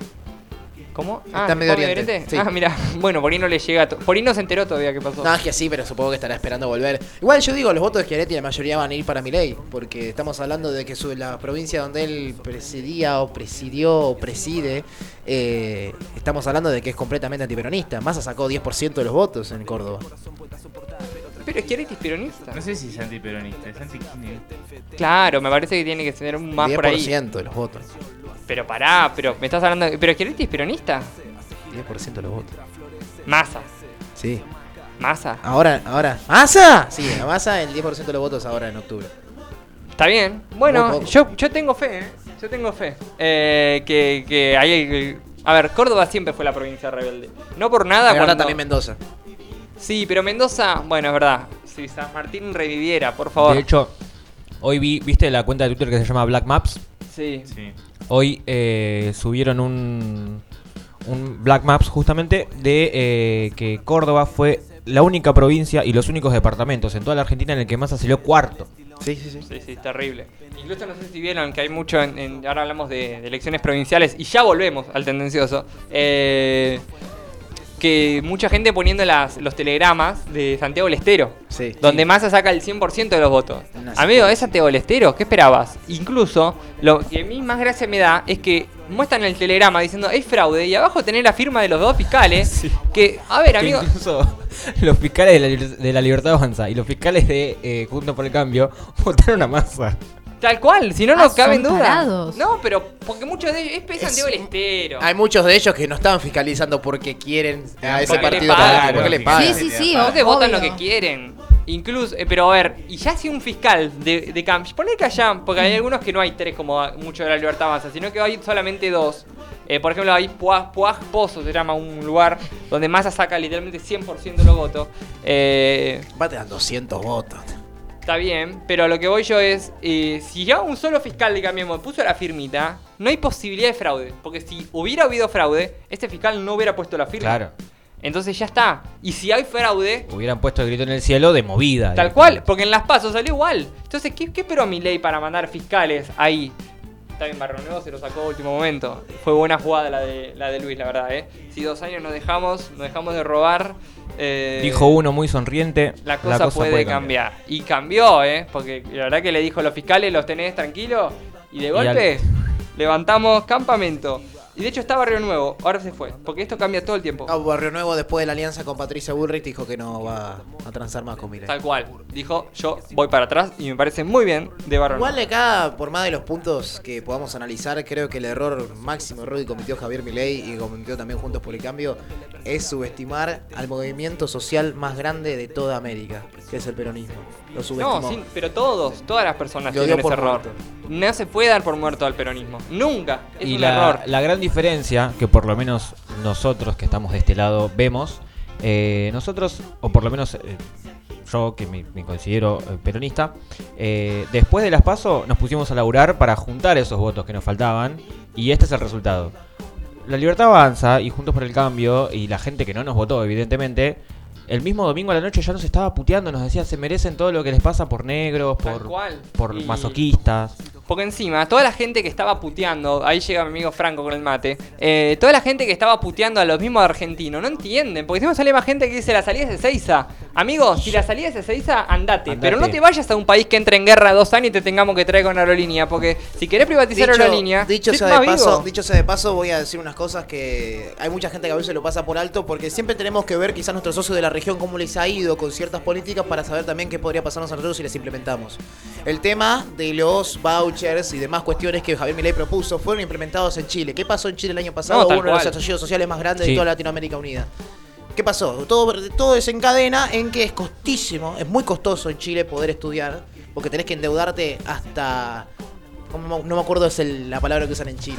¿Cómo? está en Medio ¿fue a Oriente, sí. Ah, mira. [laughs] Bueno, por ahí no le llega... to- Por ahí no se enteró todavía qué pasó. No, es que sí, pero supongo que estará esperando volver. Igual yo digo, los votos de Schiaretti la mayoría van a ir para Milei, porque estamos hablando de que su, la provincia donde él presidía o presidió o preside, eh, estamos hablando de que es completamente antiperonista. Massa sacó 10% de los votos en Córdoba. Pero Schiaretti es peronista. No sé si es antiperonista, es anti Claro, me parece que tiene que tener un más por ahí. 10% de los votos. Pero pará, pero me estás hablando... de- ¿Pero Schiaretti es peronista? 10% de los votos. Massa. Sí. Massa. Ahora, ahora. ¿Masa? Sí, la masa el 10% de los votos ahora en octubre. Está bien. Muy Bueno, poco. yo, yo tengo fe, ¿eh? Yo tengo fe. Eh, que, que ahí... hay- A ver, Córdoba siempre fue la provincia rebelde. No por nada Pero ahora cuando- también Mendoza. Sí, pero Mendoza, bueno, es verdad. Si San Martín reviviera, por favor. De hecho, hoy vi, viste la cuenta de Twitter que se llama Black Maps. sí. Sí. Hoy eh, subieron un, un Black Maps justamente de eh, que Córdoba fue la única provincia y los únicos departamentos en toda la Argentina en el que Massa salió cuarto. [laughs] Sí, sí, sí. Sí, sí, terrible. Incluso no sé si vieron que hay mucho, en, en- ahora hablamos de, de elecciones provinciales y ya volvemos al tendencioso. Eh, que mucha gente poniendo las, los telegramas de Santiago del Estero, Sí. donde Massa saca el 100% de los votos. Una Amigo, [laughs] sorpresa. ¿es Santiago del Estero? ¿Qué esperabas? Incluso, lo que a mí más gracia me da es que muestran el telegrama diciendo es fraude y abajo tenés la firma de los dos fiscales que, a ver, Que amigo, incluso los fiscales de la, liber- de la Libertad Avanza y los fiscales de eh, Juntos por el Cambio [laughs] votaron a masa. tal cual, si no, no Ah, son caben dudas. tarados. No, pero porque muchos de ellos es pesan Es- Santiago del Estero. Hay muchos de ellos que no están fiscalizando porque quieren Ah, a ese Porque le partido pagan. político, porque le pagan. Sí, sí, sí. Aparte obvio. votan lo que quieren. Incluso, eh, pero a ver, y ya si un fiscal de, de Camps, poner que allá, porque hay algunos que no hay tres como a- mucho de la libertad avanza, sino que hay solamente dos. Eh, por ejemplo, hay Puaj, Puaj Pozo, se llama un lugar donde Massa saca literalmente 100% de los votos. Eh, Va a tener 200 votos. está bien, pero a lo que voy yo es, eh, si ya un solo fiscal de Cambiemos puso la firmita, no hay posibilidad de fraude, porque si hubiera habido fraude, este fiscal no hubiera puesto la firma. Claro. Entonces ya está. Y si hay fraude, Hubieran puesto el grito en el cielo de movida. eh. Tal cual, porque en las pasos salió igual. Entonces, ¿qué, qué esperó ley para mandar fiscales ahí? Está bien, Barroneo se lo sacó a último momento. Fue buena jugada la de, la de Luis, la verdad, ¿eh? Si dos años nos dejamos, nos dejamos de robar. eh, Dijo uno muy sonriente. La cosa, puede, cambiar. Y cambió, ¿eh? Porque la verdad que le dijo a los fiscales, los tenés tranquilos. Y de golpe, levantamos campamento. Y de hecho está Barrio Nuevo, ahora se fue. Porque esto cambia todo el tiempo. Ah, Barrio Nuevo, después de la alianza con Patricia Bullrich, dijo que no va a transar más con Milei. Tal cual. Dijo, yo voy para atrás y me parece muy bien de Barrio Nuevo. Igual acá, por más de los puntos que podamos analizar, creo que el error máximo error que cometió Javier Milei y que cometió también Juntos por el Cambio es subestimar al movimiento social más grande de toda América, que es el peronismo. Lo subestimó. No, sí, pero todos, todas las personas Lo tienen dio ese por error. muerto. No se puede dar por muerto al peronismo. Nunca. Es y un la, error. la gran diferencia que por lo menos nosotros que estamos de este lado vemos, eh, nosotros, o por lo menos eh, yo que me, me considero eh, peronista, eh, después de las PASO nos pusimos a laburar para juntar esos votos que nos faltaban y este es el resultado. La libertad avanza y Juntos por el Cambio y la gente que no nos votó evidentemente, el mismo domingo a la noche ya nos estaba puteando, nos decía se merecen todo lo que les pasa por negros, Tal por, cual. por Y- masoquistas. Porque encima, toda la gente que estaba puteando, ahí llega mi amigo Franco con el mate, eh, toda la gente que estaba puteando a los mismos argentinos, no entienden, porque encima sale más gente que dice la salida es de Seiza. Amigo, si la salida es de Seiza, andate, Andate. pero no te vayas a un país que entre en guerra dos años y te tengamos que traer con aerolínea, porque si querés privatizar aerolínea, dicho sé sea más de paso, vivo. dicho sea de paso, voy a decir unas cosas que hay mucha gente que a veces lo pasa por alto porque siempre tenemos que ver quizás nuestros socios de la región cómo les ha ido con ciertas políticas para saber también qué podría pasarnos a nosotros si las implementamos. El tema de los vouchers y demás cuestiones que Javier Milei propuso fueron implementados en Chile. ¿Qué pasó en Chile el año pasado? No, tal Hubo uno de cual. los estallidos sociales más grandes Sí. de toda Latinoamérica Unida. ¿Qué pasó? Todo, todo desencadena en que es costísimo, es muy costoso en Chile poder estudiar, porque tenés que endeudarte hasta. No, me- no me acuerdo es el- la palabra que usan en Chile.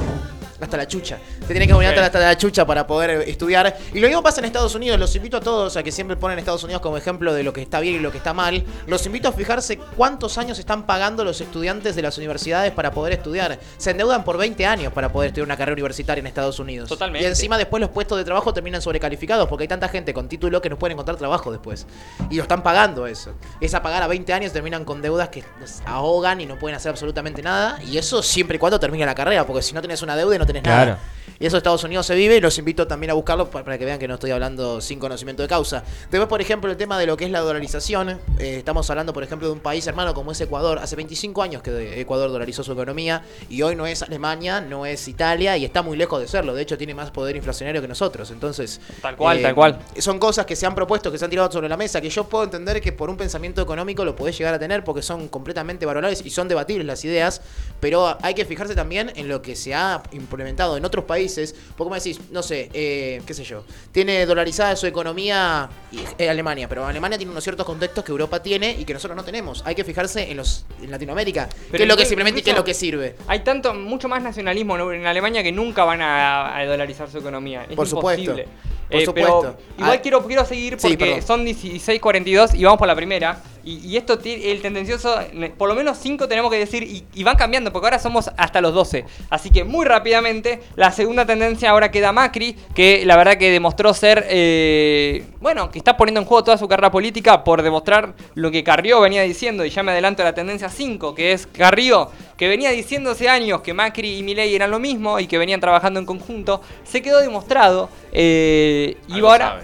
Hasta la chucha. Te tenés que abonar hasta la chucha para poder eh, estudiar. Y lo mismo pasa en Estados Unidos. Los invito a todos a que siempre ponen Estados Unidos como ejemplo de lo que está bien y lo que está mal. Los invito a fijarse cuántos años están pagando los estudiantes de las universidades para poder estudiar. Se endeudan por 20 años para poder estudiar una carrera universitaria en Estados Unidos. Totalmente. Y encima después los puestos de trabajo terminan sobrecalificados porque hay tanta gente con título que no pueden encontrar trabajo después. Y lo están pagando eso. Es a pagar a 20 años terminan con deudas que los ahogan y no pueden hacer absolutamente nada. Y eso siempre y cuando termine la carrera, porque si no tenés una deuda no tenés Claro. nada. Y eso en Estados Unidos se vive y los invito también a buscarlo pa- para que vean que no estoy hablando sin conocimiento de causa. Después, por ejemplo, el tema de lo que es la dolarización. Eh, estamos hablando, por ejemplo, de un país hermano como es Ecuador. Hace 25 años que Ecuador dolarizó su economía y hoy no es Alemania, no es Italia y está muy lejos de serlo. De hecho, tiene más poder inflacionario que nosotros. Entonces, Tal cual, tal cual. Eh, son cosas que se han propuesto, que se han tirado sobre la mesa, que yo puedo entender que por un pensamiento económico lo podés llegar a tener porque son completamente valorables y son debatibles las ideas, pero hay que fijarse también en lo que se ha implementado en otros países. Porque me decís, no sé, eh, qué sé yo, tiene dolarizada su economía y- eh, Alemania, pero Alemania tiene unos ciertos contextos que Europa tiene y que nosotros no tenemos. Hay que fijarse en los en Latinoamérica, qué es lo que incluso- se implementa y qué es lo que sirve. Hay tanto, mucho más nacionalismo en en Alemania que nunca van a, a dolarizar su economía. Es Por supuesto. imposible. Eh, Por pero supueesto. igual Ah. quiero, quiero seguir Sí, porque perdón. son 16.42 y vamos por la primera. Y, y esto, ti- el tendencioso, ne- por lo menos 5 tenemos que decir y, y van cambiando porque ahora somos hasta los 12. Así que muy rápidamente, la segunda tendencia ahora queda Macri, que la verdad que demostró ser, eh, bueno, que está poniendo en juego toda su carrera política por demostrar lo que Carrió venía diciendo. Y ya me adelanto a la tendencia 5, que es Carrió, que venía diciendo hace años que Macri y Milei eran lo mismo y que venían trabajando en conjunto. Se quedó demostrado eh, y Algo ahora... sabe.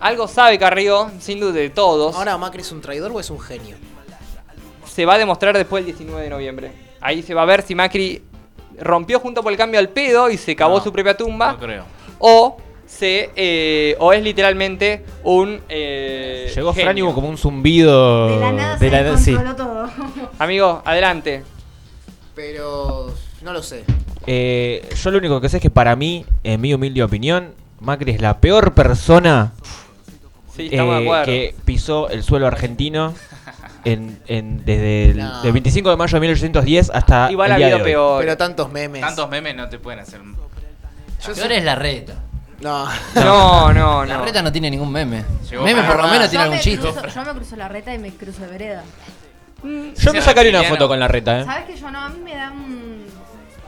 Algo sabe Carrió, sin duda de todos. Ahora, ¿Macri es un traidor o es un genio? Se va a demostrar después del 19 de noviembre. Ahí se va a ver si Macri rompió junto por el cambio al pedo y se cavó No, su propia tumba. No creo. O se eh, o es literalmente un eh, Llegó genio. Fran y hubo como un zumbido. De la nada se de la na- sí. descontroló todo. Amigo, adelante. Pero no lo sé. Eh, yo lo único que sé es que para mí, en mi humilde opinión, Macri es la peor persona Sí, estamos eh, de acuerdo. que pisó el [laughs] suelo argentino en, en- desde el No. del 25 de mayo de 1810 hasta Igual el ha día habido de hoy. peor. Pero tantos memes. Tantos memes no te pueden hacer. un- Yo Peor sé- es la reta. No. [laughs] No, no, La no. reta no tiene ningún meme. Llegó meme para- por lo menos Yo tiene algún me, chiste. cruzo, yo me cruzo la reta y me cruzo de vereda. Mm, Yo me Sea sacaría una reptiliano. foto con la reta, ¿eh? ¿Sabes que yo no? A mí me da un.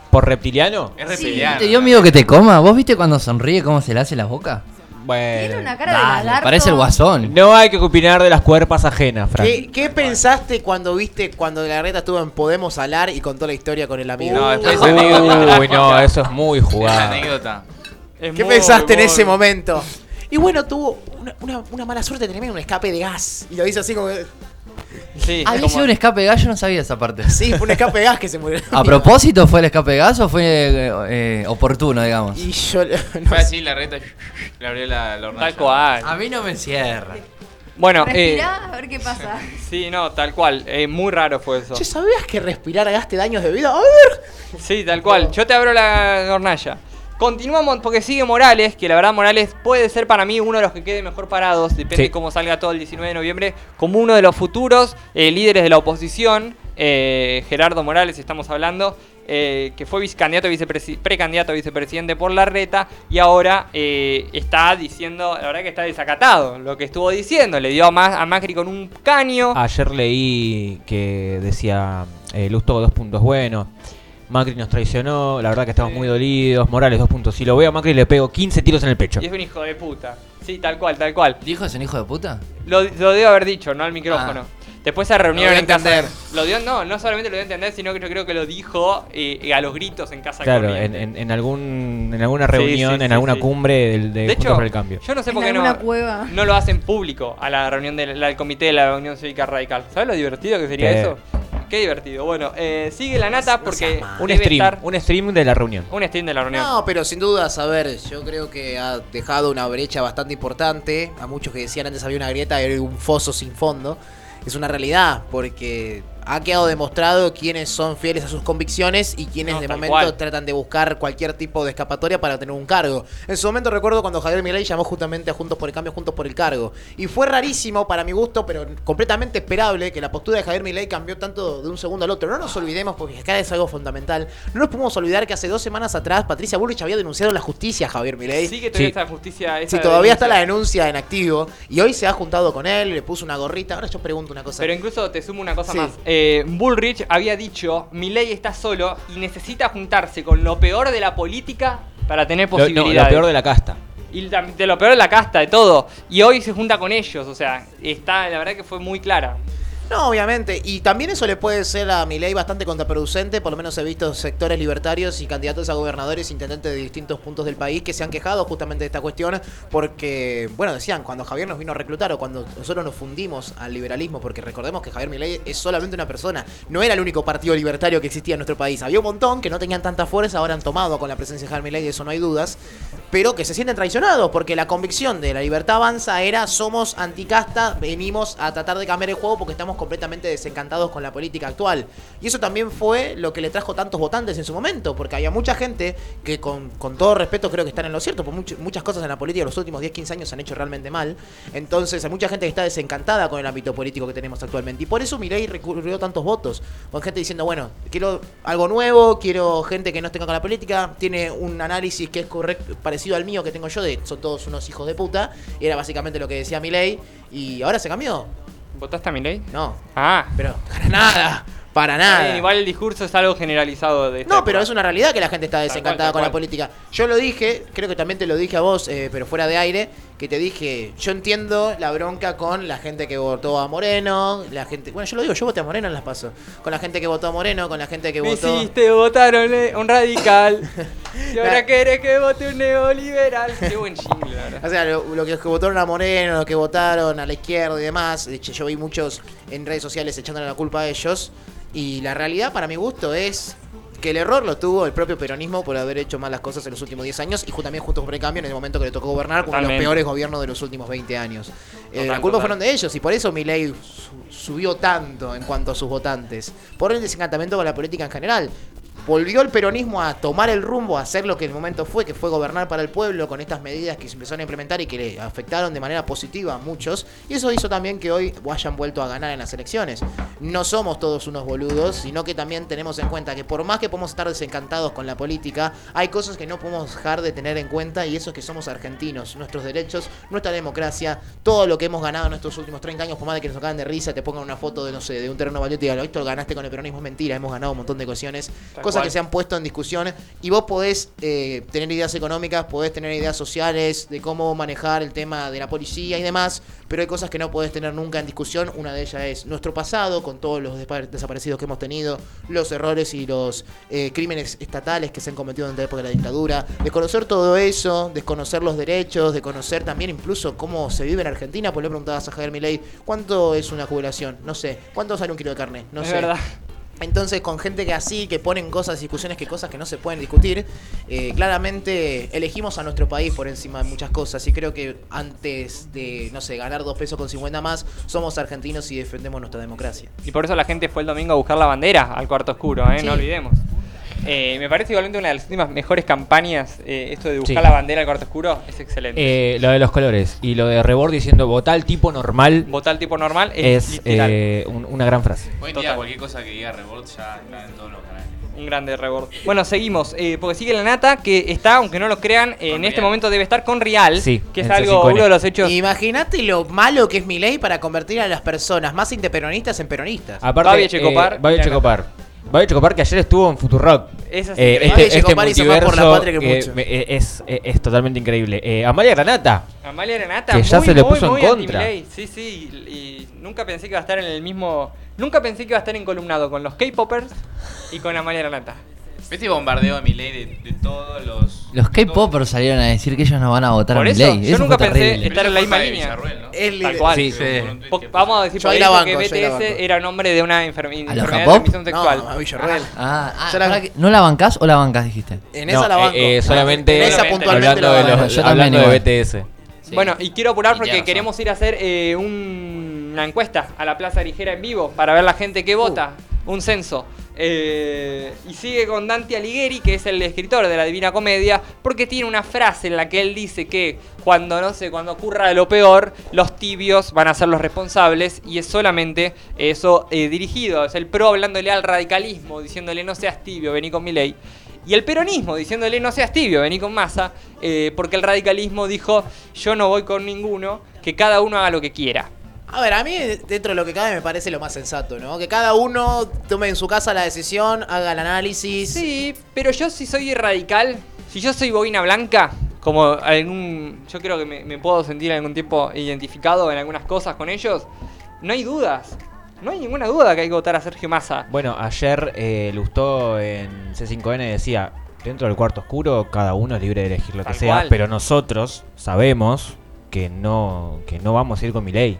¿Por reptiliano? Es Sí, reptiliano. ¿Te dio miedo que te coma? ¿Vos viste cuando sonríe cómo se le hace la boca? Tiene una Bueno. cara Dale, de lagarto. parece el guasón. No hay que opinar de las cuerpas ajenas, Fran. ¿Qué, qué pensaste cuando viste cuando la reta estuvo en Podemos Alar y contó la historia con el amigo? Uh. No, [laughs] después esa anécdota. Uy, no, eso es muy Esa jugado. anécdota. Es ¿Qué muy, pensaste en muy- ese momento? Y bueno, tuvo una, una- una mala suerte tremenda, un escape de gas. Y lo hizo así como. que- Sí, es Ah, Había como- sido un escape de gas, yo no sabía esa parte. Sí, [laughs] fue un escape de gas que se murió. ¿A propósito fue el escape de gas o fue eh, eh, oportuno, digamos? Y yo. no Fue sé. así la reta. Le abrió la, la hornalla. Tal cual. A mí no me cierra. Bueno, eh, Respirá, a ver qué pasa. sí, no, tal cual. Eh, muy raro fue eso. Che, ¿sabías que respirar gas te daños de vida? A ver. Sí, tal cual. Yo te abro la hornalla. Continuamos porque sigue Morales, que la verdad Morales puede ser para mí uno de los que quede mejor parados, depende Sí. cómo salga todo el 19 de noviembre, como uno de los futuros eh, líderes de la oposición, eh, Gerardo Morales estamos hablando, eh, que fue vicecandidato, a vicepresi- precandidato a vicepresidente por la reta y ahora eh, está diciendo, la verdad que está desacatado lo que estuvo diciendo, le dio a, Ma- a Macri con un caño. Ayer leí que decía eh, Luz tuvo dos puntos buenos. Macri nos traicionó, la verdad que estamos muy dolidos. Morales, dos puntos. Si lo veo a Macri, le pego 15 tiros en el pecho. Y es un hijo de puta. Sí, tal cual, tal cual. ¿Dijo es un hijo de puta? Lo, lo debo haber dicho, no al micrófono. Ah. Después se reunieron Lo dio a en casa. entender. Lo dio, no, no solamente lo dio a entender, sino que yo creo que lo dijo eh, eh, a los gritos en casa. Claro, en, corriente. en- en algún, en alguna eh. Sí, reunión, sí, en sí, alguna sí. cumbre del, de, de Juntos hecho, por el Cambio. [laughs] yo no sé En por qué no, alguna cueva. no lo hacen público a la reunión del al comité de la Unión Cívica Radical. ¿Sabes lo divertido que sería Sí. eso? Qué divertido. Bueno, eh, sigue la nata porque Un debe stream, estar un stream de la reunión. un stream de la reunión. No, pero sin dudas, a ver, yo creo que ha dejado una brecha bastante importante. A muchos que decían antes había una grieta, era un foso sin fondo. Es una realidad, porque ha quedado demostrado quiénes son fieles a sus convicciones y quiénes No, de tal momento cual. tratan de buscar cualquier tipo de escapatoria para tener un cargo. En su momento recuerdo cuando Javier Milei llamó justamente a Juntos por el Cambio, Juntos por el Cargo. Y fue rarísimo para mi gusto, pero completamente esperable que la postura de Javier Milei cambió tanto de un segundo al otro. No nos olvidemos, porque acá es algo fundamental, no nos podemos olvidar que hace dos semanas atrás Patricia Bullrich había denunciado la justicia a Javier Milei. Sí que todavía Sí. esa justicia. Si Esa todavía está la denuncia. denuncia en activo y hoy se ha juntado con él, le puso una gorrita. Ahora yo pregunto una cosa. Pero incluso te sumo una cosa Sí. más. Eh, Bullrich había dicho, Milei está solo y necesita juntarse con lo peor de la política para tener Lo, no, posibilidades. lo peor de la casta. Y tam- de lo peor de la casta, de todo. Y hoy se junta con ellos, o sea, está, la verdad que fue muy clara. No, obviamente. Y también eso le puede ser a Milei bastante contraproducente. Por lo menos he visto sectores libertarios y candidatos a gobernadores, intendentes de distintos puntos del país que se han quejado justamente de esta cuestión. Porque, bueno, decían, cuando Javier nos vino a reclutar o cuando nosotros nos fundimos al liberalismo, porque recordemos que Javier Milei es solamente una persona. No era el único partido libertario que existía en nuestro país. Había un montón que no tenían tanta fuerza, ahora han tomado con la presencia de Javier Milei, de eso no hay dudas. Pero que se sienten traicionados porque la convicción de la libertad avanza era somos anticasta, venimos a tratar de cambiar el juego porque estamos completamente desencantados con la política actual. Y eso también fue lo que le trajo tantos votantes en su momento, porque había mucha gente que con, con todo respeto creo que están en lo cierto, porque much- muchas cosas en la política en los últimos 10, 15 años se han hecho realmente mal. Entonces hay mucha gente que está desencantada con el ámbito político que tenemos actualmente. Y por eso Milei recurrió tantos votos, con gente diciendo, bueno, quiero algo nuevo, quiero gente que no tenga con la política, tiene un análisis que es correcto, parecido al mío que tengo yo, de son todos unos hijos de puta, y era básicamente lo que decía Milei, y ahora se cambió. ¿Votaste a Milei? No, Ah. pero para nada, para Está nada. bien, igual el discurso es algo generalizado de este esta No, época. pero es una realidad que la gente está Tal desencantada cual, tal con la cual. política. Yo lo dije, creo que también te lo dije a vos, eh, pero fuera de aire, que te dije, yo entiendo la bronca con la gente que votó a Moreno, la gente, bueno, yo lo digo, yo voté a Moreno en las paso, con la gente que votó a Moreno, con la gente que Me votó... hiciste votar un, le- eh, [laughs] un radical. y ahora La- querés que vote un neoliberal. Qué buen jingle, ¿eh? la verdad. O sea, lo- lo que- los que votaron a Moreno, los que votaron a la izquierda y demás, de hecho, yo vi muchos en redes sociales echándole la culpa a ellos, y la realidad para mi gusto es que el error lo tuvo el propio peronismo por haber hecho malas cosas en los últimos 10 años y ju- también Juntos por el Cambio en el momento que le tocó gobernar con los Totalmente. peores gobiernos de los últimos 20 años. Eh, Total, la culpa total. fueron de ellos y por eso Milei su- subió tanto en cuanto a sus votantes, por el desencantamiento con la política en general. Volvió el peronismo a tomar el rumbo, a hacer lo que el momento fue, que fue gobernar para el pueblo con estas medidas que se empezaron a implementar y que le afectaron de manera positiva a muchos. Y eso hizo también que hoy hayan vuelto a ganar en las elecciones. No somos todos unos boludos, sino que también tenemos en cuenta que por más que podemos estar desencantados con la política, hay cosas que no podemos dejar de tener en cuenta y eso es que somos argentinos, nuestros derechos, nuestra democracia, todo lo que hemos ganado en estos últimos 30 años, por más de que nos acaban de risa, te pongan una foto de, no sé, de un terreno valioso y digan, esto lo ganaste con el peronismo, es mentira, hemos ganado un montón de cuestiones, Tal cosas que cual. se han puesto en discusión y vos podés eh, tener ideas económicas, podés tener ideas sociales de cómo manejar el tema de la policía y demás, pero hay cosas que no podés tener nunca en discusión, una de ellas es nuestro pasado, con todos los despa- desaparecidos que hemos tenido, los errores y los eh, crímenes estatales que se han cometido durante la época de la dictadura, desconocer todo eso, desconocer los derechos, desconocer también incluso cómo se vive en Argentina, pues le preguntabas a Javier Milei, ¿cuánto es una jubilación? No sé, ¿cuánto sale un kilo de carne? No Es sé. verdad. Entonces, con gente que así, que ponen cosas, discusiones, que cosas que no se pueden discutir, eh, claramente elegimos a nuestro país por encima de muchas cosas. Y creo que antes de, no sé, ganar dos pesos con 50 más, somos argentinos y defendemos nuestra democracia. Y por eso la gente fue el domingo a buscar la bandera al cuarto oscuro, ¿eh? Sí. no olvidemos. Eh, me parece igualmente una de las últimas mejores campañas, eh, esto de buscar Sí. la bandera al cuarto oscuro, es excelente. Eh, lo de los colores y lo de Rebord diciendo votá al tipo normal Votar al tipo normal es, es literal. eh, un- una gran frase. Hoy en día cualquier cosa que diga Rebord ya está en todos los canales. Un grande rebord. Bueno, seguimos, eh, porque sigue la nata que está, aunque no lo crean, en este momento debe estar con Real, Sí, que es en algo, C5N. uno de los hechos... Imagínate lo malo que es mi ley para convertir a las personas más interperonistas en peronistas. Aparte, Babi eh, Checopar. Babi Checopar. Babi Checopar que ayer estuvo en Futurock. Esa es Eh, increíble. este, Babi este Checopar hizo más multiverso por la patria que que mucho. me- eh, es, eh, es totalmente increíble. Eh, Amalia Granata. Amalia Granata, Que ya muy, se le muy, puso en muy anti contra. Milei. Sí, sí, y, y nunca pensé que iba a estar en el mismo... Nunca pensé que iba a estar encolumnado con los K-Poppers y con Amalia Granata. Este bombardeo de Milei de, de todos los. Los K-popers salieron a decir que ellos no van a votar a Por eso, Milei. yo Eso nunca fue pensé terrible. estar en la misma línea. Tal cual. Sí, sí. Po- Vamos a decir Yo por ahí la eso que banco, yo ahí la BTS banco. era nombre de una enfermi- los enfermedad de Japón? transmisión sexual. No, a Villarreal. Ah, ah, Yo la- pará que- ¿No la bancás o la bancás, dijiste? En No, esa la eh, banco. eh, solamente En esa puntualmente hablando, la de, banco. los- Yo también hablando de igual. BTS. Bueno, y quiero apurar porque tiene razón. queremos ir a hacer eh, un- una encuesta a la Plaza Ligera en vivo para ver la gente que vota, Uh. un censo. Eh, y sigue con Dante Alighieri, que es el escritor de la Divina Comedia, porque tiene una frase en la que él dice que cuando no sé, cuando ocurra lo peor, los tibios van a ser los responsables y es solamente eso eh, dirigido, es el pro hablándole al radicalismo, diciéndole no seas tibio, vení con mi ley. Y el peronismo diciéndole no seas tibio, vení con masa, porque el radicalismo dijo yo no voy con ninguno, que cada uno haga lo que quiera. A ver, a mí dentro de lo que cabe me parece lo más sensato, ¿no? Que cada uno tome en su casa la decisión, haga el análisis. Sí, pero yo si soy radical, si yo soy boina blanca, como algún, yo creo que me, me puedo sentir algún tiempo identificado en algunas cosas con ellos, no hay dudas, no hay ninguna duda que hay que votar a Sergio Massa. Bueno, ayer eh, Lustó en C5N decía, dentro del cuarto oscuro cada uno es libre de elegir lo que Tal sea, cual. pero nosotros sabemos que no, que no vamos a ir con mi ley.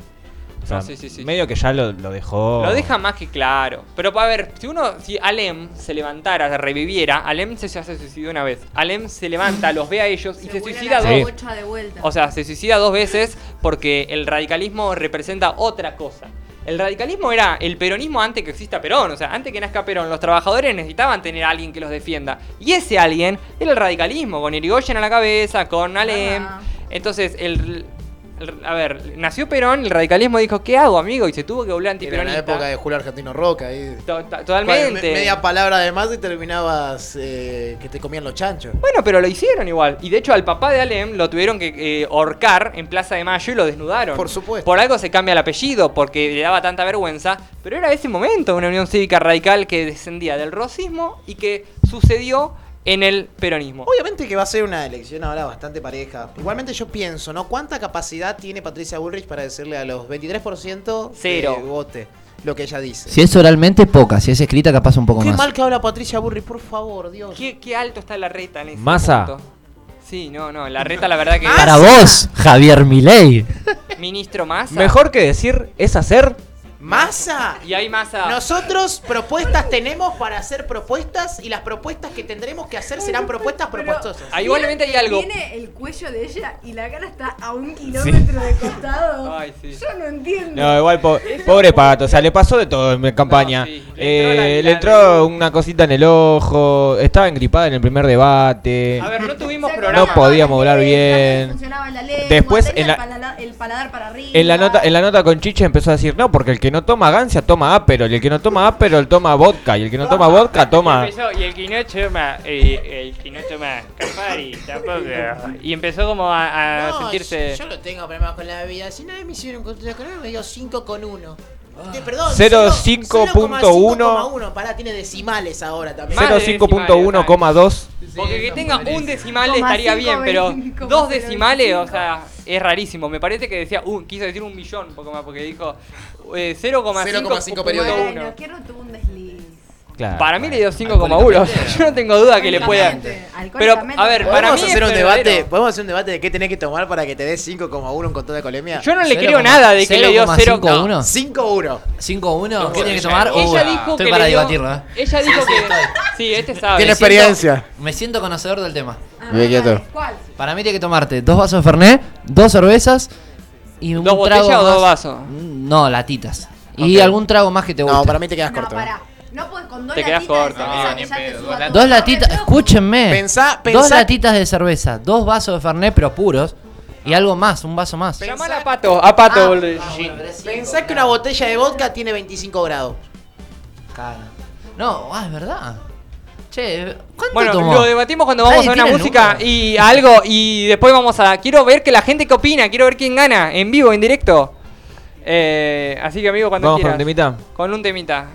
O sea, No, sí, sí, sí. medio que ya lo, lo dejó... Lo deja más que claro. Pero a ver, si uno, si Alem se levantara, se reviviera, Alem se, ya se suicidó una vez. Alem se levanta, los ve a ellos y se suicida la dos. bocha de vuelta. O sea, se suicida dos veces porque el radicalismo representa otra cosa. El radicalismo era el peronismo antes que exista Perón. O sea, antes que nazca Perón, los trabajadores necesitaban tener a alguien que los defienda. Y ese alguien era el radicalismo, con Irigoyen a la cabeza, con Alem. Ah. Entonces, el, el- A ver, nació Perón, el radicalismo dijo, ¿qué hago, amigo? Y se tuvo que volver Era en antiperonista. la época de Julio Argentino Roca. ahí. To- to- Me- Totalmente. Media palabra de más y terminabas eh, que te comían los chanchos. Bueno, pero lo hicieron igual. Y de hecho al papá de Alem lo tuvieron que eh, ahorcar en Plaza de Mayo y lo desnudaron. Por supuesto. Por algo se cambia el apellido, porque le daba tanta vergüenza. Pero era ese momento una unión cívica radical que descendía del rosismo y que sucedió en el peronismo. Obviamente que va a ser una elección ahora bastante pareja. Igualmente yo pienso, ¿no? ¿Cuánta capacidad tiene Patricia Bullrich para decirle a los 23% Cero. que vote lo que ella dice? Si es oralmente, poca. Si es escrita, capaz un poco Qué más. mal que habla Patricia Bullrich, por favor, Dios. ¿Qué, qué alto está la reta en ese Massa. punto. Sí, no, no, la reta la verdad que... Para vos, Javier Milei. [laughs] Ministro Massa. Mejor que decir es hacer, ¿Masa? Y hay masa. Nosotros propuestas tenemos para hacer propuestas y las propuestas que tendremos que hacer serán propuestas propuestosas. Ah, igualmente hay algo. Tiene el cuello de ella y la cara está a un kilómetro de costado. Yo no entiendo. No, igual, po- pobre pato, o sea, le pasó de todo en campaña. Eh, le entró una cosita en el ojo, estaba engripada en el primer debate. A ver, no tuvimos No programa. podíamos hablar bien. Funcionaba la lengua, Después, tenía en la- el, paladar, el paladar para arriba. En la nota, en la nota con Chiche empezó a decir, no, porque el que no toma gancia toma Aperol, y el que no toma Aperol toma vodka, y el que no toma vodka toma... Empezó, y el que no toma, eh, el que no toma Campari, [laughs] tampoco. Y empezó como a, a sentirse. Yo no tengo problemas con la bebida. Si nadie me hicieron contra con me dio 5 con 1. Perdón, Cero cinco punto uno. 0,5.1. Pará, tiene decimales ahora también. 05.1,2. Porque que tenga Ah, un decimal Coma estaría cinco, bien, [laughs] pero veinticinco, dos cero, decimales, o veinticinco. sea, es rarísimo. Me parece que decía, un, quiso decir un millón, poco más, porque dijo eh, 0,5 Bueno, Kierro tuvo un desliz. Ah, Para mí le dio 5,1. [laughs] Yo no tengo duda que le pueda. Alcohólicamente, Pero, alcohólicamente. a ver, para mí. ¿Podemos hacer, es un debate, verdadero. ¿Podemos hacer un debate de qué tenés que tomar para que te dé 5,1 con toda colemia? Yo no le creo nada de que le dio 0,1. 5-1. 5-1, ¿qué Bueno, tiene que ya, tomar? ella Uy, dijo estoy que para le dio- debatirlo, ¿eh? Ella dijo que. Sí, este sabe. Me siento- experiencia. me siento conocedor del tema. Me quieto. Para mí tiene que tomarte dos vasos de Fernet, dos cervezas y un ¿Dos trago botellas o más. Mm, dos vasos? No, latitas. Y algún trago más que te guste. No, para mí te quedas ¿eh? No, pará. No puedes con dos Te quedas latitas de corto, cerveza no, que ni ya te pedo, suba dos todo. Dos latitas, escúchenme. Pensá- Dos pensá- latitas de cerveza, dos vasos de Fernet, pero puros. Y algo más, un vaso más. Llamar a Pato, Ah. a Pato, Ah, boludo. Pensá que una botella de vodka tiene 25 grados. No, ah, es verdad. Che, ¿cuánto Bueno, tomó? lo debatimos cuando vamos Nadie a una tira el música número. y a algo y después vamos a... Quiero ver que la gente que opina, quiero ver quién gana, en vivo, en directo. Eh, así que amigo, cuando Vamos con quieras. un temita. Con un temita.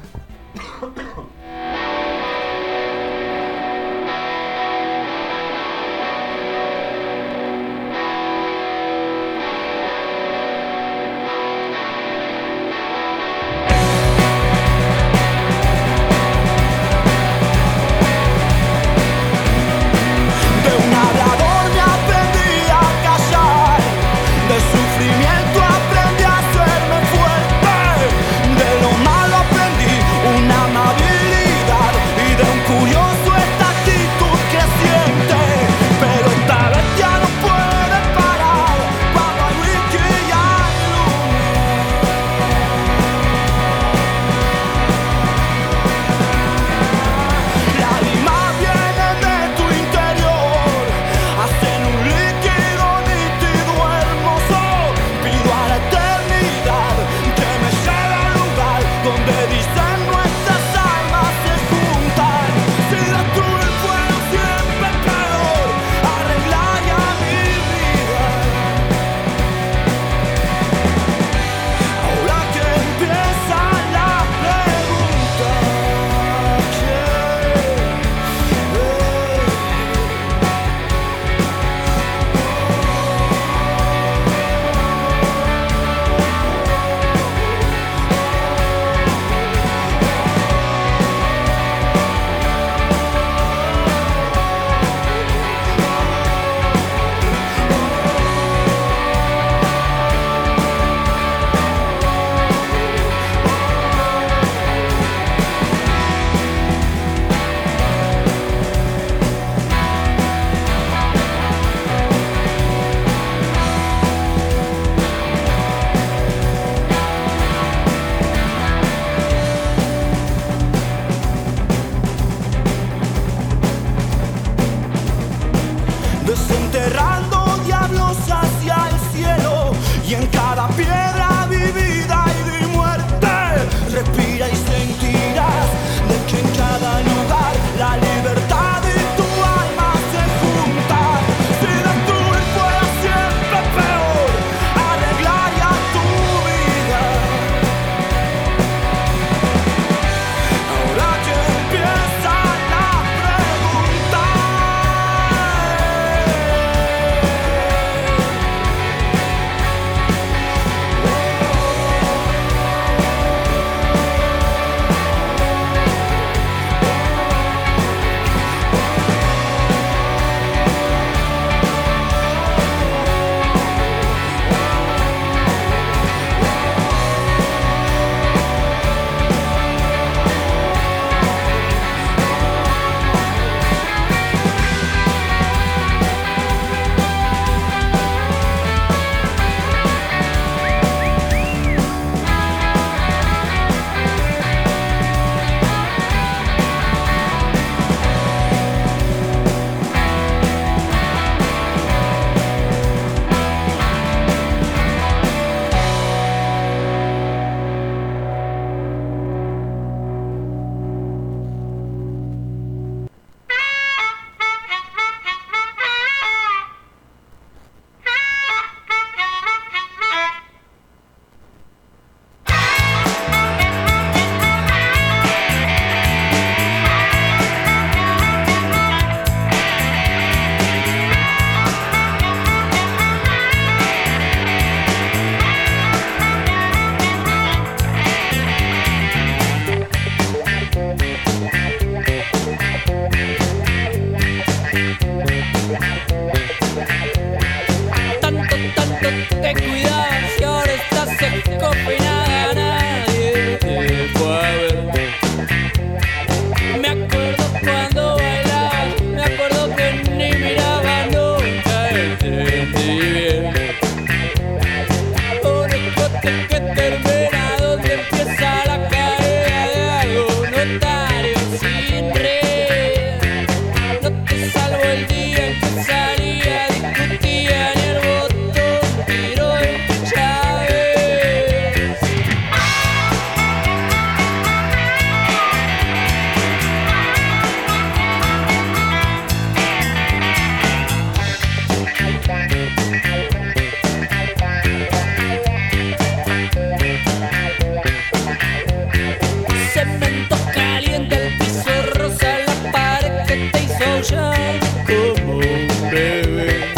De un hablador me aprendí a callar, de sufrimiento aprendí a hacerme fuerte, de lo malo aprendí una amabilidad. Tanto, tanto te cuidabas y ahora estás en Copenhague. Nadie te puede ver. Me acuerdo cuando bailabas, me acuerdo que ni miraba nunca entendí bien. Por el corte que termina donde empieza la carrera de algo notario sin red. No te salvo el día en que salía, discutía en el botón, tiró en Chávez. Cemento caliente, el piso rosa, la pared que te hizo ya como un bebé.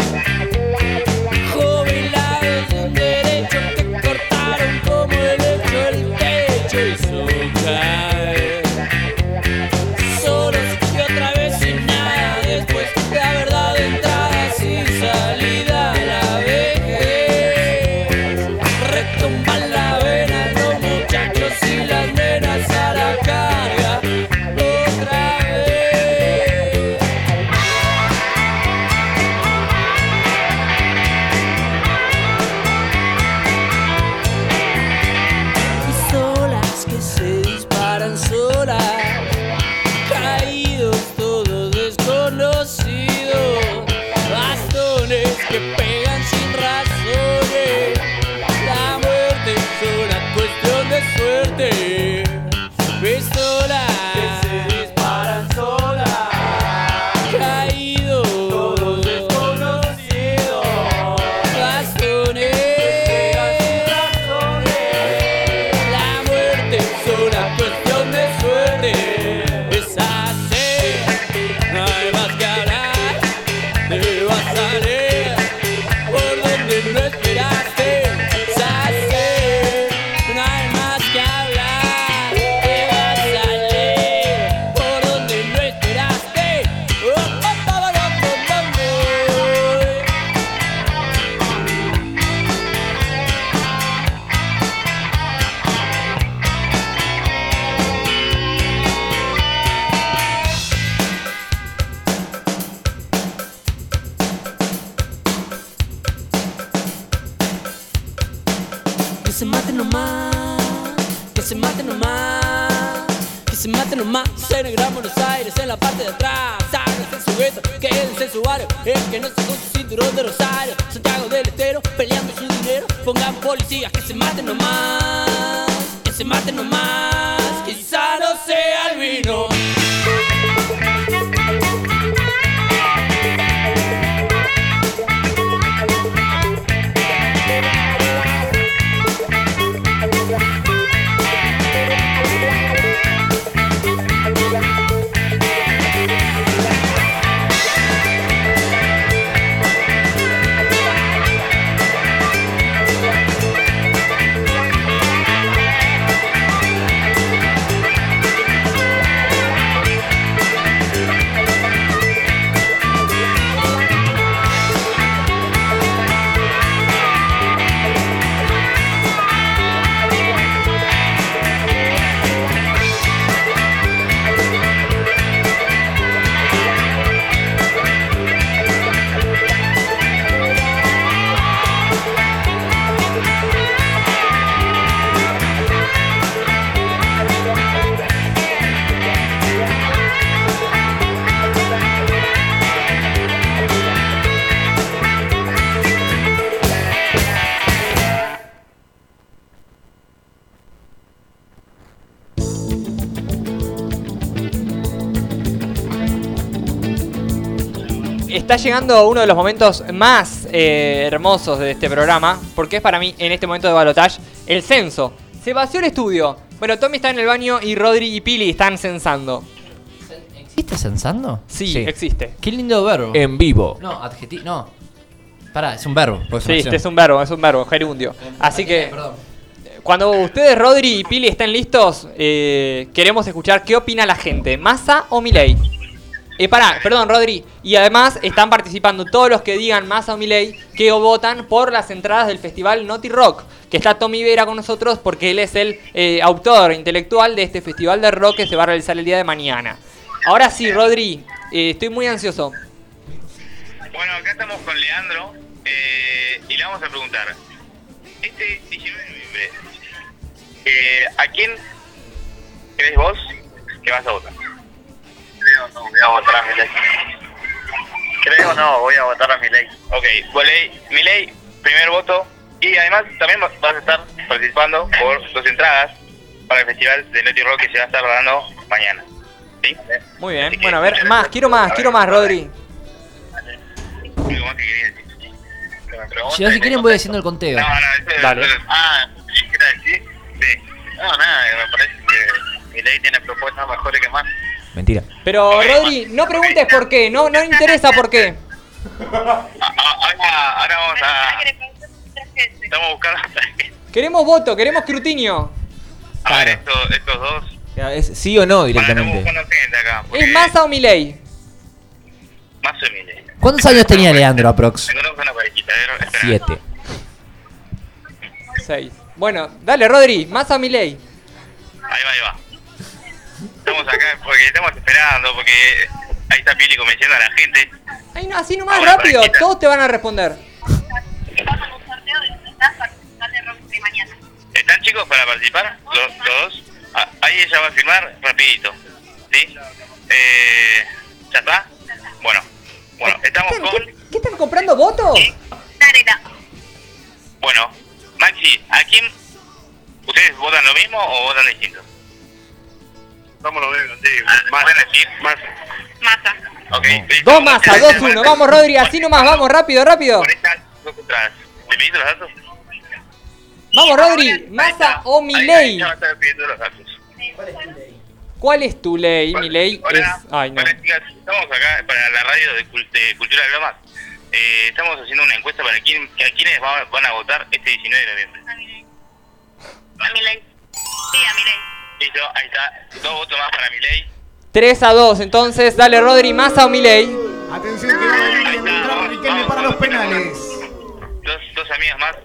Jubilados de un derecho que cortaron como el hecho, el techo hizo caer. Solos y otra vez sin nada, después la verdad de entrada sin salida la vejez. Retumban la vena los muchachos y las nenas a la carga otra vez. Pistolas que se disparan solas, caídos todos desconocidos, bastones que pegan sin razones. La muerte es una cuestión de suerte. Pistolas que se disparan solas, caídos todos desconocidos, bastones que pegan sin la muerte es una cuestión de suerte. Es así, no hay más que hablar. Te vas a salir por donde no esperaste. oh, Es así, no hay más que hablar. Te vas a salir por donde no esperaste. Oh, oh, oh, oh, oh, oh, oh. Que se mate nomás, que se mate nomás, que se mate nomás. En el Gran Buenos Aires, en la parte de atrás, sáquense su gueto, quédense en su barrio. El que no se con su cinturón de Rosario, Santiago del Estero, peleando su dinero. Pongan policías que se maten nomás, que se maten nomás, quizá no sea el vino. Está llegando uno de los momentos más eh, hermosos de este programa, porque es para mí, en este momento de balotage, el censo. Se vació el estudio. Bueno, Tommy está en el baño y Rodri y Pili están censando. ¿Existe censando? Sí, existe. Qué lindo verbo. En vivo. No, adjetivo. No. Pará, es un verbo. porque Sí, una este acción. es un verbo, es un verbo, gerundio. Así que, Perdón. cuando ustedes, Rodri y Pili, estén listos, eh, queremos escuchar qué opina la gente, ¿Massa o Milei? Eh, pará, perdón, Rodri. Y además están participando todos los que digan más a Milei que votan por las entradas del festival Naughty Rock. Que está Tommy Vera con nosotros porque él es el eh, autor intelectual de este festival de rock que se va a realizar el día de mañana. Ahora sí, Rodri, eh, estoy muy ansioso. Bueno, acá estamos con Leandro eh, y le vamos a preguntar. Este 19 de noviembre, eh, ¿a quién crees vos que vas a votar? Creo no, voy a votar a Milei. Creo no, voy a votar a Milei. Ok, Milei, Milei, primer voto. Y además también va- vas a estar participando por dos entradas para el festival de Naughty Rock que se va a estar dando mañana. ¿Sí? Muy bien. Bueno, a ver, más, quiero más, quiero más, Rodri. Si no, si quieren voy haciendo el conteo. Dale. Ah, ¿qué tal? Sí, sí. No, nada, me parece que Milei tiene propuestas mejores que más. Mentira. Pero, Rodri, no preguntes por qué, no, no interesa por qué. Ahora, ahora vamos a. Estamos buscando Queremos voto, queremos escrutinio. a ver estos, estos dos. Ya, es sí o no directamente. Bueno, gente acá. ¿Es Massa o Milei? Más o menos. ¿Cuántos años tenía Leandro aprox? Conozco una ¿eh? parejita, ¿verdad? Siete. Seis. Bueno, dale, Rodri, Massa o Milei. Ahí va, ahí va. Estamos acá porque estamos esperando, porque ahí está Pili convenciendo a la gente. Ay, no, así nomás, rápido, todos te van a responder. ¿Están chicos para participar? ¿Los, los dos? Ah, ahí ella va a firmar rapidito. ¿Sí? Eh, ¿Ya está? Bueno. Bueno, estamos ¿Están- con... ¿Qué, qué están comprando votos? Bueno, Maxi, ¿a quién? ¿Ustedes votan lo mismo o votan distinto? Ah, Vamos lo mismo, sí. más, más. Ok, Dos Massa, dos uno. Vamos, Rodri, así nomás, vamos, rápido, rápido. dos entradas. ¿Me pediste los datos? Vamos, Rodri, Massa o Milei. Ya me estaba pidiendo los datos. ¿Cuál es tu ley? Milei es. Ay, no. Hola, chicas, estamos acá para la radio de, Cul- de Cultura de Lomas. Eh, estamos haciendo una encuesta para quién, a quiénes va- van a votar este 19 de noviembre. A mi ley. Sí, a mi ley. Listo, ahí está. Dos votos más para mi ley. 3 a 2, entonces, dale, Rodri, Massa o Milei. Atención que va a venir a entrar Riquelme para los penales. Dos, dos amigas más.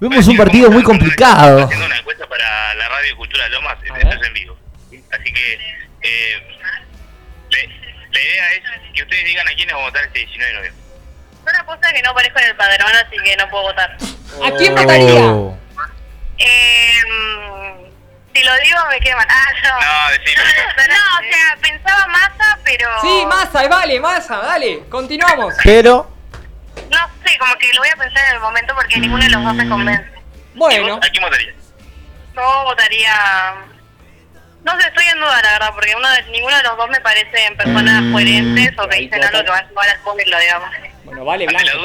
Vemos un partido muy complicado. Haciendo una encuesta para la radio de Cultura de Lomas. Esto es en vivo. Así que eh, le- la idea es que ustedes digan a quiénes van a votar este 19 de noviembre. Yo la cosa que no aparezco en el padrón, así que no puedo votar. ¿A quién votaría? Si lo digo, me queman. Ah, no. No, o sea, pensaba masa, pero. Sí, Massa, vale, Massa, dale, continuamos. Pero No sé, como que lo voy a pensar en el momento porque ninguno de los dos me convence. Bueno. ¿A quién votaría? Yo votaría. No sé, estoy en duda, la verdad, porque uno de, ninguno de los dos me parecen personas coherentes o que dicen algo que va a jugar al pueblo, digamos. Bueno, vale, Blanco.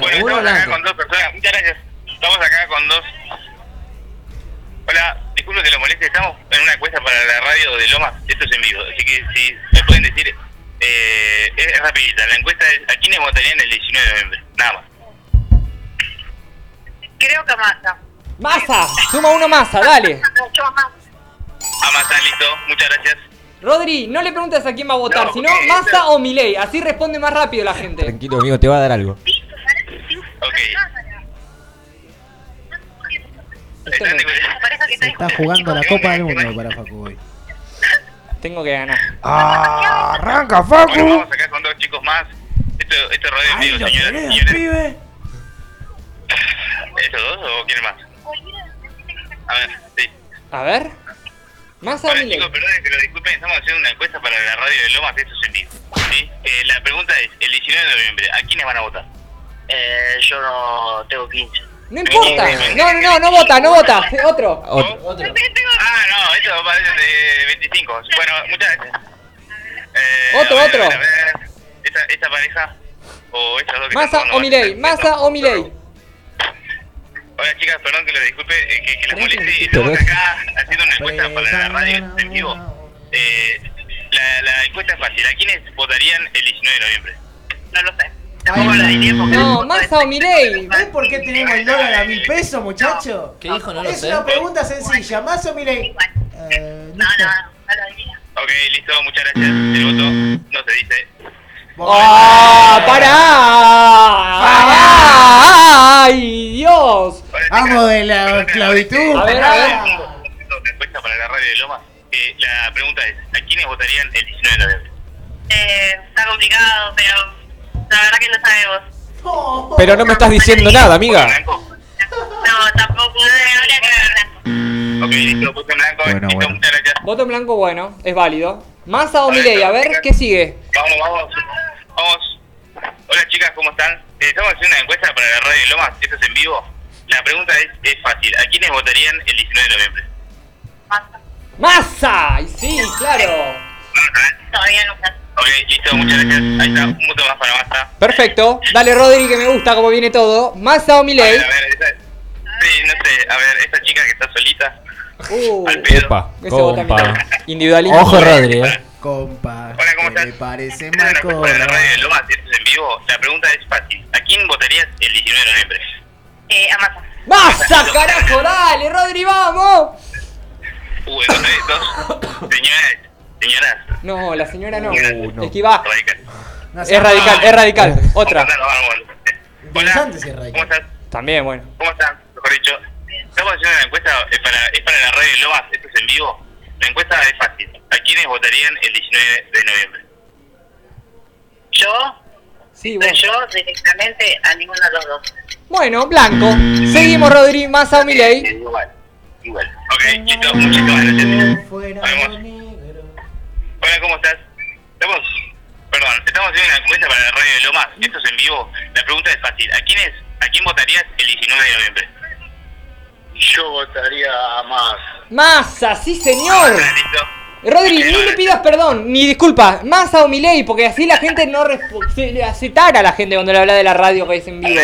Bueno, estamos acá con dos personas. Muchas gracias. Estamos acá con dos. Hola, disculpe que lo moleste. Estamos en una encuesta para la radio de Lomas. Esto es en vivo. Así que si me pueden decir, eh, es rapidita. La encuesta es: ¿a quiénes votarían el 19 de noviembre? Nada más. Creo que masa. Massa, suma uno Massa, dale. Mucho más. A Ah, más, listo. Muchas gracias. Rodri, no le preguntes a quién va a votar, No, sino porque- Massa o Milei, así responde más rápido la gente. tranquilo, amigo, te va a dar algo. Ok. Están de- Se está jugando la Copa del Mundo para Facu hoy. Tengo que ganar. ¡Arranca, Bueno, vamos acá con dos chicos más. Esto, esto es radio en vivo, señoras y señores. ¿Estos dos o quién más? A ver, sí. A ver. Massa o Hola, Milei. chicos, perdón que lo disculpen, estamos haciendo una encuesta para la radio de Lomas, esto es en vivo. ¿sí? Eh, la pregunta es, el 19 de noviembre, ¿a quiénes van a votar? Eh, yo no tengo 15. No importa. No, no, no, no vota, no vota. Otro. Ah, no, esto parece de 25. Bueno, muchas gracias. Eh, Otro, a ver, otro. a ver, esta, esta pareja, o estas dos que Massa están jugando o Milei, Massa o Milei. Hola chicas, perdón que les disculpe, eh, que, que les moleste. Estamos acá haciendo una encuesta para la radio en vivo. Eh, la, la encuesta es fácil. ¿A quiénes votarían el 19 de noviembre? No lo sé. Tampoco lo diría porque... No, Massa o Milei. ¿Ves por qué tenemos el dólar a mil pesos, muchacho? Ah, ¿Qué dijo? No lo es sé. una pregunta sencilla. ¿Más o Milei? Eh, No, no, no lo diría. Ok, listo, muchas gracias. El voto no se dice. ¡Ah, pará! ¡Ay, Dios! Vamos de la esclavitud. A ver, a ver. Respuesta para la radio de Loma. Eh, la pregunta es, ¿a quiénes votarían el 19 de noviembre? Eh, está complicado, pero la verdad que no sabemos. Pero no me estás diciendo nada, amiga. No, tampoco, no habría que ver. Ok, listo, voto en blanco. listo, muchas gracias. Voto en blanco, bueno, es válido. Massa o Milei, a ver, ¿qué sigue? Vamos, vamos. Vamos. Hola chicas, ¿cómo están? Eh, Estamos haciendo una encuesta para la radio de Lomas, esto es en vivo. La pregunta es, es fácil, ¿a quiénes votarían el 19 de noviembre? ¡Massa! Y sí, claro. Todavía no Ok, listo, muchas gracias. Ahí está, un voto más para Massa. Perfecto. Dale, Rodri, que me gusta cómo viene todo. Massa o Milei. A ver, esa- sí, no sé, a ver, esta chica que está solita. Uh, Epa, Ese vota compa. Individualismo. Ojo, Rodri, eh. Compa, Hola, ¿cómo estás? parece Esta es una encuesta para la radio eh, de Lomas, esto es en vivo. La pregunta es fácil, ¿a quién votarías el 19 de noviembre? Eh, a Massa. ¡Massa, carajo! ¡Dale, Rodri, vamos! Uh, el voto de dos. Señoras, señoras. No, la señora no. Uh, no. Esquivá. No, Es radical, es radical. Otra. Vamos, vamos, vamos. Hola, ¿cómo estás? También, bueno. ¿Cómo están? Mejor dicho, estamos haciendo una encuesta, es para, es para la radio de Lomas, esto es en vivo. La encuesta es fácil. ¿A quiénes votarían el 19 de noviembre? Yo, sí, yo directamente a ninguno de los dos. Bueno, blanco. Seguimos, Rodri, Massa o Milei. Eh, Igual, igual. Ok, listo, muchísimas gracias. Nos vemos. Hola, ¿cómo estás? Estamos, perdón, estamos haciendo una encuesta para la radio de Lomas, esto es en vivo. La pregunta es fácil. ¿A quiénes, a quién votarías el 19 de noviembre? Yo votaría a más. Massa, sí, señor. Listo. Rodri, ni le pidas perdón, ni disculpa. Massa o Milei, porque así la gente no resp- se le hace tara a la gente cuando le habla de la radio que es en vivo.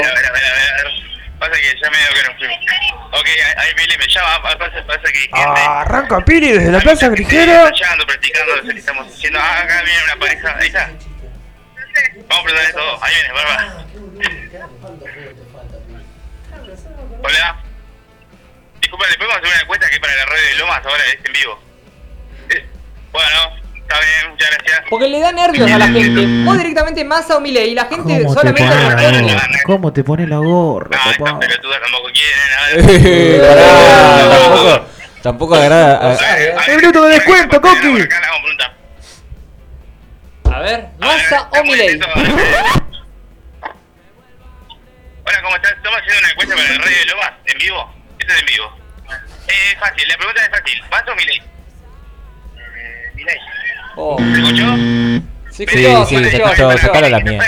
Pasa que ya me dio que no fui. Ok, ahí Billy me llama, pa- pasa, pasa que hay gente. Arranca Piri desde la Plaza Grigera. Está llegando, practicando lo que estamos haciendo. Ah, acá viene una pareja, ahí está. Vamos a preguntar esto, ahí viene, barba. [laughs] Hola. Disculpa, ¿le podemos hacer una encuesta que es para la radio de Lomas ahora es en vivo? Eh, Bueno, está bien, muchas gracias. Porque le da nervios Mm. a la gente. Vos directamente Massa o Milei, y la gente ¿Cómo te solamente pone responde- la gorra? ¿Cómo te pone la gorra, papá? Eh, pará, tampoco, tampoco agrada. ¡El minuto de descuento, Coqui! A ver, Massa o Milei. Hola, ¿cómo estás? Estamos haciendo una encuesta para la radio de Lomas, en vivo. Esto es en vivo. Eh, es fácil, la pregunta es fácil. ¿Más o Milei? Eh, Milei. Oh. ¿Se escuchó? Sí, Sí, escuchó, sí, se se escuchó, escuchó, se escuchó. sacalo a la mierda.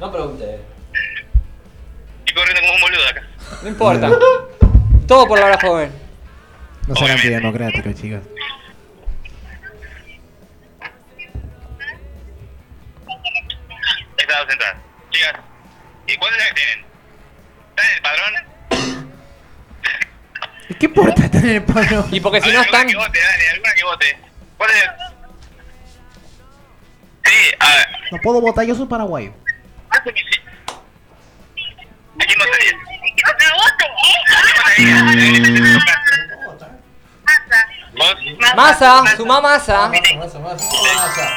No pregunte. Estoy corriendo como un boludo acá. No importa. Todo por la hora joven. No son antidemocráticos, chicos. Estas dos entradas. Chicas, ¿y cuántos años tienen? ¿Están en el padrón? ¿Qué importa estar en el palo? Y porque A ver, alguna que vote, dale, alguna que vote. ¿Cuántos años? Sí, a ver. No puedo votar, yo soy paraguayo. ¿Cuántos años tienen? ¿A quién votarías? Massa, sumá Massa.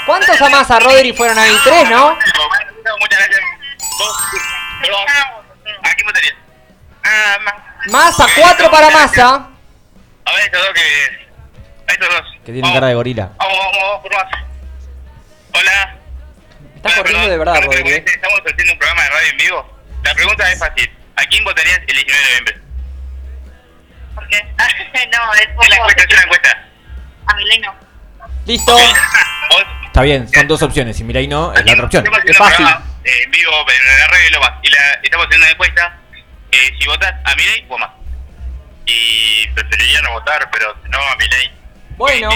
¿Cuántos a Massa, Rodri, fueron ahí? Tres, ¿no? Muchas gracias. ¿Vos? ¿Vos? ¿A quién votarías? Ah, más. Massa, cuatro para Massa. A ver, estos dos que. A estos dos. Que tiene cara de gorila. Vamos, vamos, vamos por más. oh, Hola. este, Estás corriendo de verdad, Rodri. eh. Estamos haciendo un programa de radio en vivo. La pregunta es fácil. ¿A quién votarías el 19 de noviembre? [laughs] no, es por la encuesta, es una encuesta. A Milei no. Listo. Está bien, son dos opciones. Si miráis no, es la otra opción. Estamos haciendo un programa, eh, en vivo en la radio de Lomas. Y la, estamos haciendo una encuesta. Eh, si votas a Milei o a más. Y preferiría no votar, pero no a Milei. Bueno,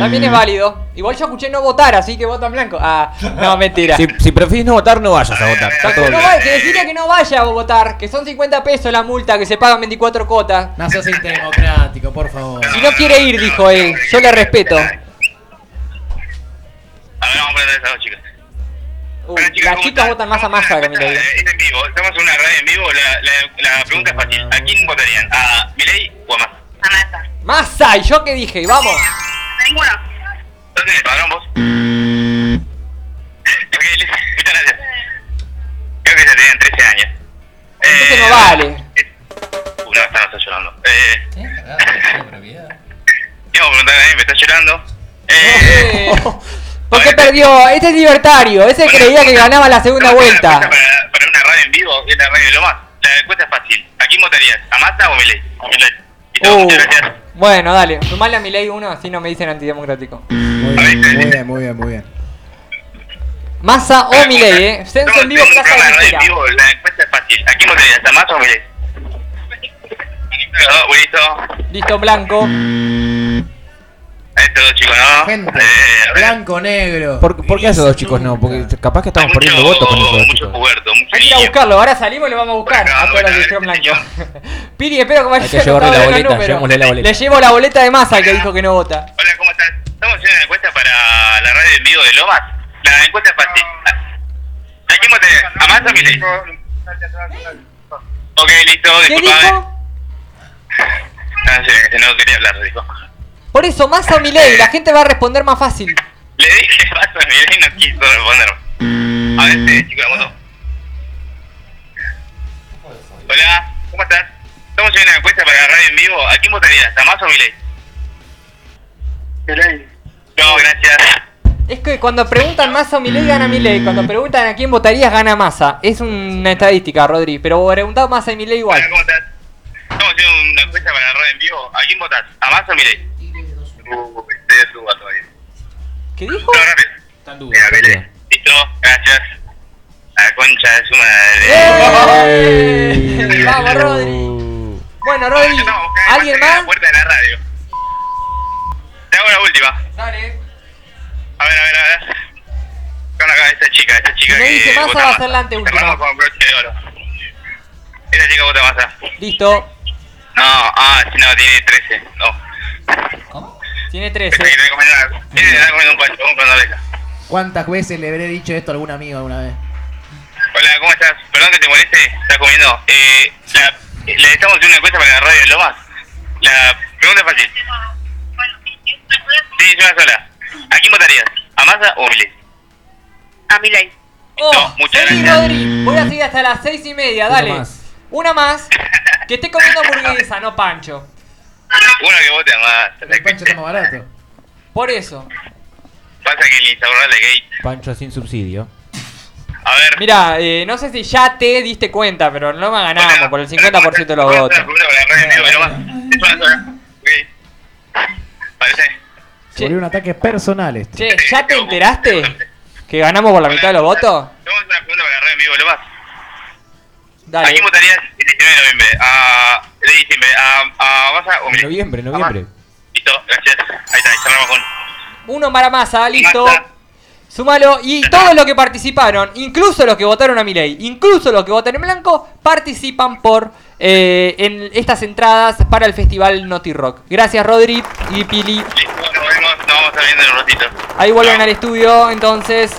también es válido. Igual yo escuché no votar, así que votan blanco. Ah, no, mentira. Si, si prefieres no votar, no vayas a votar. Está todo No bien. vaya, que decirle que no vaya a votar, que son 50 pesos la multa, que se pagan 24 cuotas. No seas antidemocrático, por favor. Si no quiere ir, dijo él, yo le respeto. A ver, vamos a preguntar a esas dos chicas. Uh, las chicas votan más a masa que a Milei. Eh, Es en vivo, estamos en una radio en vivo. La, la, la pregunta es fácil. ¿A quién votarían? ¿A Milei o a más? Masa, ¿y yo qué dije? Vamos. A ninguno. ¿Votaste en el padrón vos? ok, listo. Muchas gracias. Creo que ya tenían 13 años. Eh, Entonces no vale. Uh, no, esta no está llorando. Eh... [laughs] Tengo que preguntar a mí, me está llorando. Eh... ¿Por qué perdió? Este es libertario. Ese creía que ganaba la segunda vuelta. para, para una radio en vivo, que es la radio de Lomas, la encuesta es fácil. ¿A quién votarías? ¿A Massa o Milei? A Milei. Uh, bueno, dale. Sumale a mi ley uno, así no me dicen antidemocrático. Muy bien, muy bien, muy bien, muy bien. Massa o mi ley, eh. Censo en vivo, plaza de La radio en Venezuela. vivo, la encuesta es fácil. ¿A quién votarías? ¿A Massa o Milei? Listo, listo. Listo, blanco. Estos dos chicos, ¿no? Eh, Blanco, negro. ¿Por, por qué a esos dos chicos no? Porque capaz que estamos perdiendo votos con esos dos chicos. Hay que ir a buscarlo. Ahora salimos y lo vamos a buscar. A todos los que dijeron blanco. [laughs] Piri, espero que vaya Hay que [laughs] llevarle la boleta, llevémosle la boleta. Le llevo la boleta de Massa que dijo que no vota. Estamos haciendo una encuesta para la radio en vivo de Lomas. La encuesta es fácil. ¿A quién votarías? ¿A Massa o Milei? Ok, listo, ¿Qué disculpame. dijo? [laughs] No sé, que no quería hablar, dijo. Por eso, Massa o mi ley. La gente va a responder más fácil. Le dije [laughs] Massa o Milei y no quiso responderme. A ver, este chico de la moto. Hola, ¿cómo estás? Estamos haciendo una encuesta para la radio en vivo. ¿A quién votarías? ¿A Massa o Milei? Milei. No, gracias. Es que cuando preguntan Massa o Milei gana Milei, cuando preguntan a quién votarías gana Massa. Es una estadística, Rodri, pero preguntado Massa y Milei igual. Estamos haciendo una encuesta para la radio en vivo. ¿A quién votas? ¿A Massa o Milei? Uh, estoy de suba todavía. ¿Qué dijo? No, rápido. Está en duda. Listo, gracias. A la concha de su madre. ¡Eh! Vamos, Rodri. Bueno, Rodri, ¿alguien más? Puerta de la radio. Te hago la última. Dale. ¿eh? A ver, a ver, a ver. Con acá esta chica, esta chica Si no que dice Massa vota va a más. ser la anteúltima. Cerramos con broche de oro. Esta chica vota masa. Listo, No, ah, sí, no, tiene 13. No. tiene 13. Tiene que recomendar. Tiene que recomendar un pancho, un pan de oreja. ¿Cuántas veces le habré dicho esto a algún amigo alguna vez? Hola, ¿cómo estás? Perdón que te moleste, estás comiendo. Eh, la- le estamos haciendo una encuesta para la radio de Lomas. La pregunta es fácil. Sí, es una sola. ¿A quién votarías? ¿A Massa o a Milei? A mi ley. Oh, muchas feliz gracias. Rodri. Voy a seguir hasta las 6 y media, Una Ah, dale. más. Una [laughs] más. Que esté comiendo hamburguesa, no pancho. Uno que vote a Massa. la Pancho está más barato. Por eso. Pasa que el instaurable gay. Pancho sin subsidio. A ver. Mira, eh, no sé si ya te diste cuenta, pero no me ganamos por el 50% de los votos. La pregunta para la radio en vivo de Lomas. Es una sola. Ok. Parece. Se volvieron ataques personales. Che, ¿ya te enteraste que ganamos por la mitad de los votos? Vamos a hacer una pregunta para la radio en vivo de Lomas. ¿A Dale. quién votarías el 19 de noviembre? A, de diciembre. ¿A, a Massa o Milei? Noviembre, noviembre. Listo, gracias. Ahí está, cerramos con... Uno para masa, listo. Sumalo. Y todos los que participaron, incluso los que votaron a mi ley, incluso los que votaron en blanco, participan por eh, en estas entradas para el festival Naughty Rock. Gracias, Rodri y Pili. Nos vemos, nos vamos a ver en un ratito. Ahí vuelven al estudio, entonces.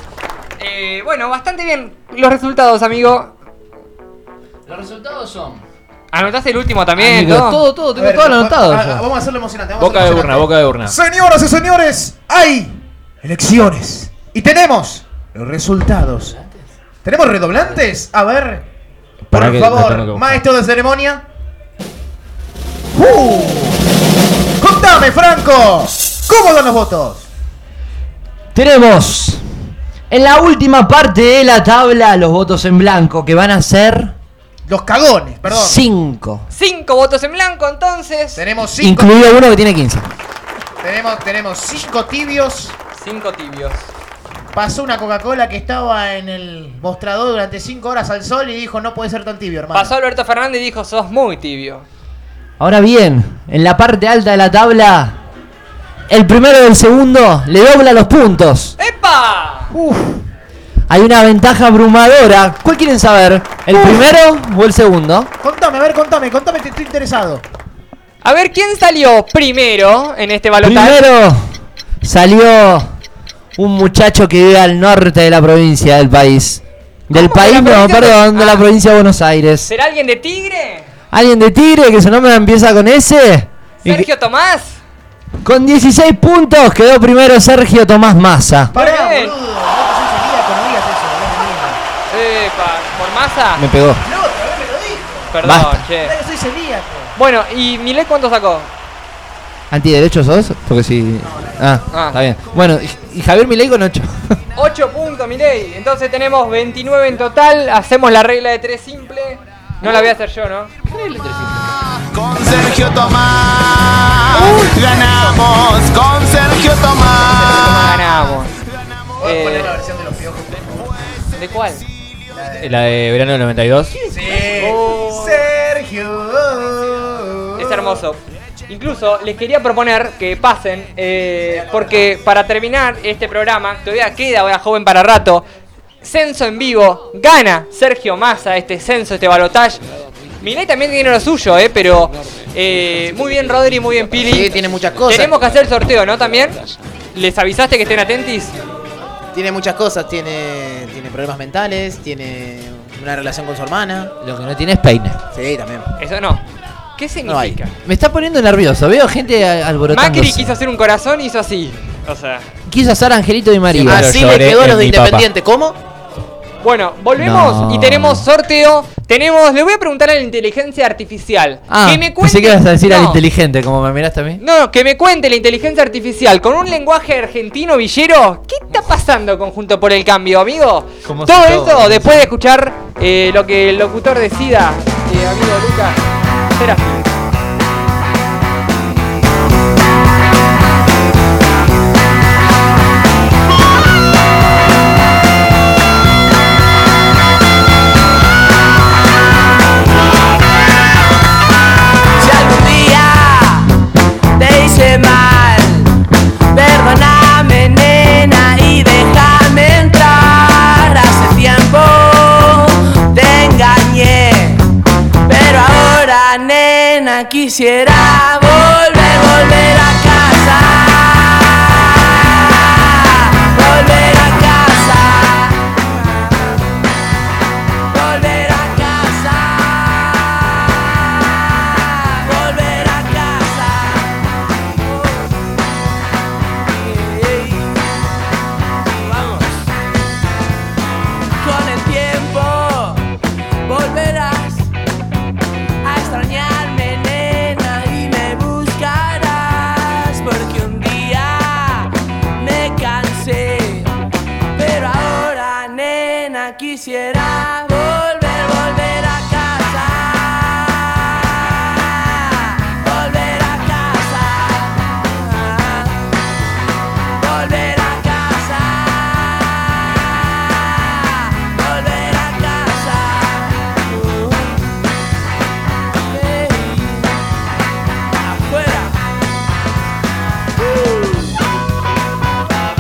eh, bueno, bastante bien los resultados, amigo. Los resultados son. ¿Anotaste el último también? Amigo, todo? todo, todo, tengo todo anotado va- yo. va- vamos a hacerlo emocionante. vamos a Boca de hacerlo urna, boca de urna. Señoras y señores, hay elecciones. Y tenemos los resultados. ¿Tenemos redoblantes? A ver. Pará Por que- favor, me tengo que buscar. maestro de ceremonia. ¡Uh! Contame, Franco. ¿Cómo dan los votos? Tenemos en la última parte de la tabla los votos en blanco que van a ser. Los cagones, perdón. 5. Cinco votos en blanco, entonces. Tenemos cinco. Incluido uno que tiene 15. Tenemos, tenemos cinco tibios. Cinco tibios. Pasó una Coca-Cola que estaba en el mostrador durante cinco horas al sol y dijo, no puede ser tan tibio, hermano. Pasó Alberto Fernández y dijo, sos muy tibio. Ahora bien, en la parte alta de la tabla, el primero del segundo le dobla los puntos. Eh. ¡Epa! Uf. Hay una ventaja abrumadora. ¿Cuál quieren saber? ¿El primero o el segundo? Contame, a ver, contame, contame, te estoy interesado. A ver, ¿quién salió primero en este balotaje? Primero salió un muchacho que vive al norte de la provincia del país. Del país, no, perdón, Ah. de la provincia de Buenos Aires. ¿Será alguien de Tigre? Alguien de Tigre que su nombre empieza con S. y que- ¿Sergio Tomás? Con 16 puntos quedó primero Sergio Tomás Massa. Pará, boludo. No te haces el día, que no digas eso, boludo, mierda. Epa, por masa. Me pegó. No, otra vez me lo dijo. Perdón, Basta. che. Pará que soy celíaco. Bueno, ¿y Milei cuánto sacó? ¿Antiderechos sos? Porque si. Ah, Ah. está bien. Bueno, y, y Javier Milei con 8. 8 puntos, Milei. Entonces tenemos 29 en total. Hacemos la regla de 3 simple. No la voy a hacer yo, ¿no? Con Sergio Tomás ganamos. Con Sergio Tomás ganamos. Eh, ¿Cuál es la versión de los piojos? ¿De cuál? La de verano del 92. Sergio. Oh. Es hermoso. Incluso les quería proponer que pasen, eh, porque para terminar este programa, todavía queda ahora joven para rato. Censo en vivo, gana Sergio Massa este censo, este balotaje. Milei también tiene lo suyo, eh, pero eh, muy bien Rodri, muy bien Pili. Sí, tiene muchas cosas. Tenemos que hacer el sorteo, ¿no? También. ¿Les avisaste que estén atentis? Tiene muchas cosas, tiene, tiene problemas mentales, tiene una relación con su hermana. Lo que no tiene es peine. Sí, también. Eso no. ¿Qué No hay. significa? Me está poniendo nervioso. Veo gente a- alborotándose. Macri quiso hacer un corazón y hizo así. O sea. Quiso hacer Angelito y María. Así le quedó a los de Independiente. ¿Cómo? Bueno, volvemos No. y tenemos sorteo. Tenemos, le voy a preguntar a la inteligencia artificial. Ah, que me cuente. pensé que ibas a decir al No. inteligente, como me miraste a mí. No, no, que me cuente la inteligencia artificial con un lenguaje argentino villero. ¿Qué está pasando con Junto por el Cambio, amigo? Como Todo si eso todo. después de escuchar eh, lo que el locutor decida, eh, amigo Lucas. Será. Si algún día te hice mal, perdóname nena y déjame entrar. Hace tiempo te engañé, pero ahora nena quisiera volver, volver a casa. Volver a casa. Volver a casa. Volver a casa. Ey, Vamos. Con el tiempo volverás a extrañarme, nena, y me buscarás. Porque un día me cansé, pero ahora, nena, quisiera volver, volver a casa. Volver a casa. Volver a casa. Volver a casa. Uh, hey. Afuera. Uh. Volver a casa.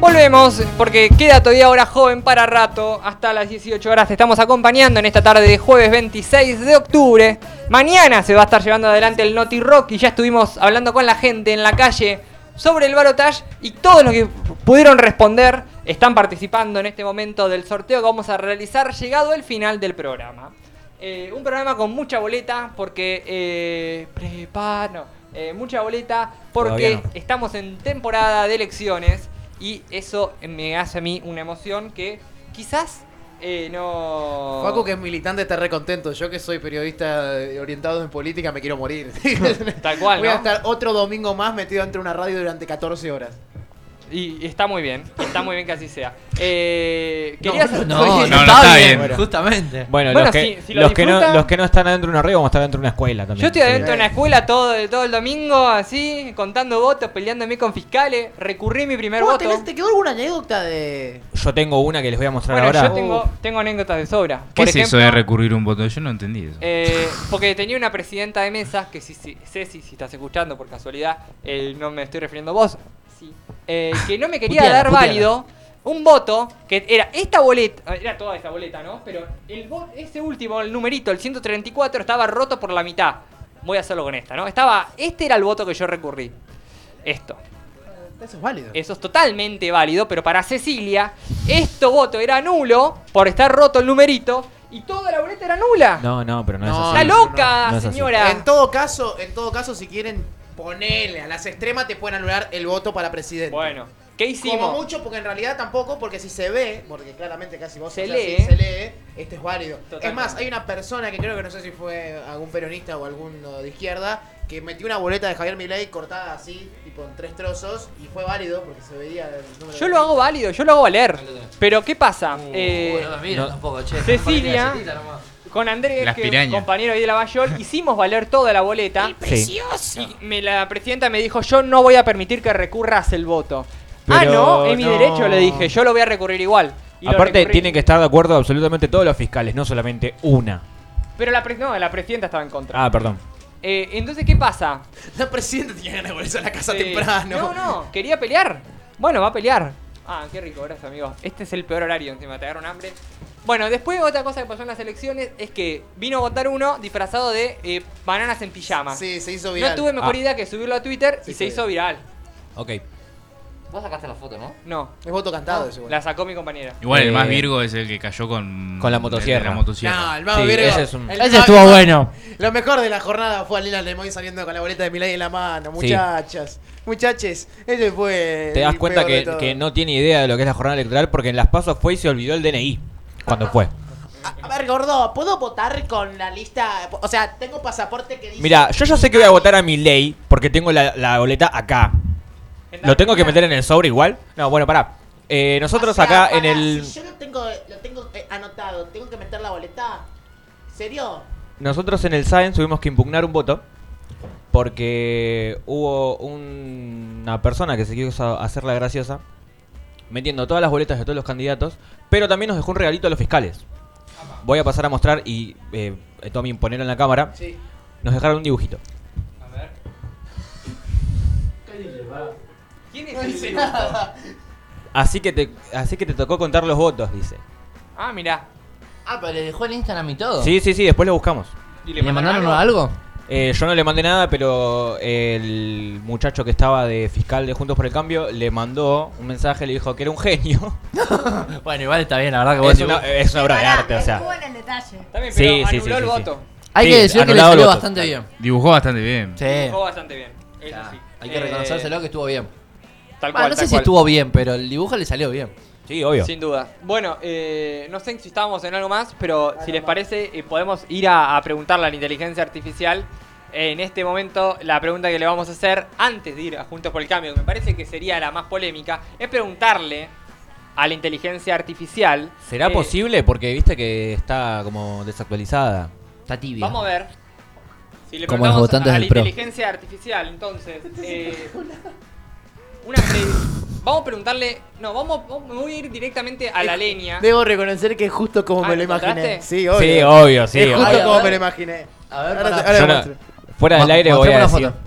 volvemos porque queda todavía hora joven para rato. Hasta las 18 horas te estamos acompañando en esta tarde de jueves 26 de octubre. Mañana se va a estar llevando adelante el Naughty Rock y ya estuvimos hablando con la gente en la calle sobre el balotage y todos los que pudieron responder están participando en este momento del sorteo que vamos a realizar llegado el final del programa. Eh, un programa con mucha boleta porque... Eh, prepa- no, eh, mucha boleta porque Todavía no. estamos en temporada de elecciones y eso me hace a mí una emoción que quizás eh, no... Facu, que es militante, está re contento. Yo, que soy periodista eh, orientado en política, me quiero morir. Tal [laughs] cual, Voy a ¿no? estar otro domingo más metido entre una radio durante 14 horas. Y, y está muy bien, está muy bien que así sea. Eh, No, querías- no, no, Oye, no está bien, justamente. Bueno, Bueno, los, que, si- si lo los, que no, disfrutan- los que no están adentro de una radio vamos a estar dentro de una escuela también. Yo estoy adentro de una escuela todo, todo el domingo, así, contando votos, peleándome con fiscales. Recurrí mi primer ¿Vos voto. tenés- ¿Te quedó alguna anécdota de.? Yo tengo una que les voy a mostrar Bueno, ahora. Uh. yo tengo, tengo anécdotas de sobra. ¿Qué Por es eso ejemplo, de recurrir un voto? Yo no entendí eso. eh, porque tenía una presidenta de mesa, que si, si, Ceci, si estás escuchando por casualidad, eh, no me estoy refiriendo a vos, sí, eh, que no me quería Puteala, dar puteala. válido un voto que era esta boleta, eh, era toda esta boleta, ¿no? Pero el vo- ese último, el numerito, el 134, estaba roto por la mitad. Voy a hacerlo con esta, ¿no? Estaba, este era el voto que yo recurrí. Esto. Eso es válido. Eso es totalmente válido, pero para Cecilia, esto voto era nulo por estar roto el numerito y toda la boleta era nula. No, no, pero no, No, es así. está loca, No es así. señora. En todo caso, en todo caso, si quieren ponerle a las extremas, te pueden anular el voto para presidente. Bueno, ¿qué hicimos? Como mucho, porque en realidad tampoco, porque si se ve, porque claramente casi vos Se sos así, lee. ¿eh? se lee, esto es válido. Totalmente. Es más, hay una persona que creo que no sé si fue algún peronista o alguno de izquierda, que metió una boleta de Javier Milei cortada así, tipo en tres trozos, y fue válido porque se veía el número Yo de- lo hago válido, yo lo hago valer. Pero ¿qué pasa? Eh, Uh, no lo miro tampoco, che, Cecilia, no parece nomás. con Andrés, Las que es pirañas. compañero ahí de la Bayol, hicimos valer toda la boleta. Sí. Y me, la presidenta me dijo, yo no voy a permitir que recurras el voto. ah, Pero no, es mi no. derecho, le dije, yo lo voy a recurrir igual. Y lo Aparte, recurrí. tienen que estar de acuerdo absolutamente todos los fiscales, no solamente una. Pero la, pre- no, la presidenta estaba en contra. Ah, perdón. Eh, entonces, ¿qué pasa? [laughs] La presidenta tenía ganas de volverse a la casa Eh, temprano. No, no, quería pelear. Bueno, va a pelear. Ah, qué rico, gracias, amigo. Este es el peor horario, encima te agarran hambre. Bueno, después otra cosa que pasó en las elecciones es que vino a votar uno disfrazado de eh, bananas en pijama. Sí, se hizo viral. No tuve mejor Ah. idea que subirlo a Twitter y se hizo viral. Ok. ¿Vos sacaste la foto, no? No. Es voto cantado ese La sacó mi compañera. Igual el más Eh, Virgo es el que cayó con. con la motosierra. de La motosierra. No, el mago Virgo. El Ese mago- estuvo bueno. Lo mejor de la jornada fue a Lila Lemoy saliendo con la boleta de Milay en la mano. Sí. Muchachas, muchaches, ese fue. Te das el cuenta peor de que, todo. que no tiene idea de lo que es la jornada electoral porque en las pasos fue y se olvidó el DNI cuando fue. A ver, gordo, ¿puedo votar con la lista? O sea, tengo pasaporte que dice. Mira, yo ya sé que voy a votar a mi ley porque tengo la, la boleta acá. ¿Lo tengo que meter en el sobre igual? No, bueno, pará. Eh, nosotros O sea, acá en pará, el. "Ah, si yo lo tengo, lo tengo eh, anotado, tengo que meter la boleta. ¿Serio? Nosotros en el SAEN tuvimos que impugnar un voto porque hubo un- una persona que se quiso hacer la graciosa metiendo todas las boletas de todos los candidatos, pero también nos dejó un regalito a los fiscales. Voy a pasar a mostrar y eh, Tommy ponerlo en la cámara. Sí. Nos dejaron un dibujito. ¿Quién No es dice el nada. Así que te, así que te tocó contar los votos, dice. Ah, mirá. Ah, pero le dejó el Instagram y todo. Sí, sí, sí, después lo buscamos. ¿Y le, mandaron algo? Eh, yo no le mandé nada, pero el muchacho que estaba de fiscal de Juntos por el Cambio le mandó un mensaje, le dijo que era un genio. [laughs] Bueno, igual está bien, la verdad que vos es, dibuj- una, es una obra de arte, o sea. Estuvo en el detalle. También, Sí, pero sí, anuló sí, el sí, sí. voto. Hay Sí, que decir que le anulado el salió voto. bastante bien. Dibujó bastante bien. Sí. Ah, Jugó bastante bien. Eso sí. Hay que Eh, reconocérselo que estuvo bien. Tal Ah, cual, no sé tal si cual. estuvo bien, pero el dibujo le salió bien. Sí, obvio. Sin duda. Bueno, eh, no sé si estábamos en algo más, pero si les parece, eh, podemos ir a, a preguntarle a la inteligencia artificial. En este momento, la pregunta que le vamos a hacer antes de ir a Juntos por el Cambio, que me parece que sería la más polémica, es preguntarle a la inteligencia artificial. ¿Será eh, posible? Porque viste que está como desactualizada. Está tibia. Vamos a ver. Si le Como los preguntamos votantes a la del PRO. inteligencia artificial, entonces. eh, una pre- Vamos a preguntarle. No, vamos, vamos- me voy a ir directamente a la leña. Debo reconocer que es justo como Ah, me lo ¿lo encontraste? imaginé. Sí, obvio. Sí, obvio, sí, Es justo obvio. como me lo imaginé. A ver, Ahora pará. te- ahora Ah, Yo no- muestro. fuera del Mo- aire voy mostrame a la decir. foto.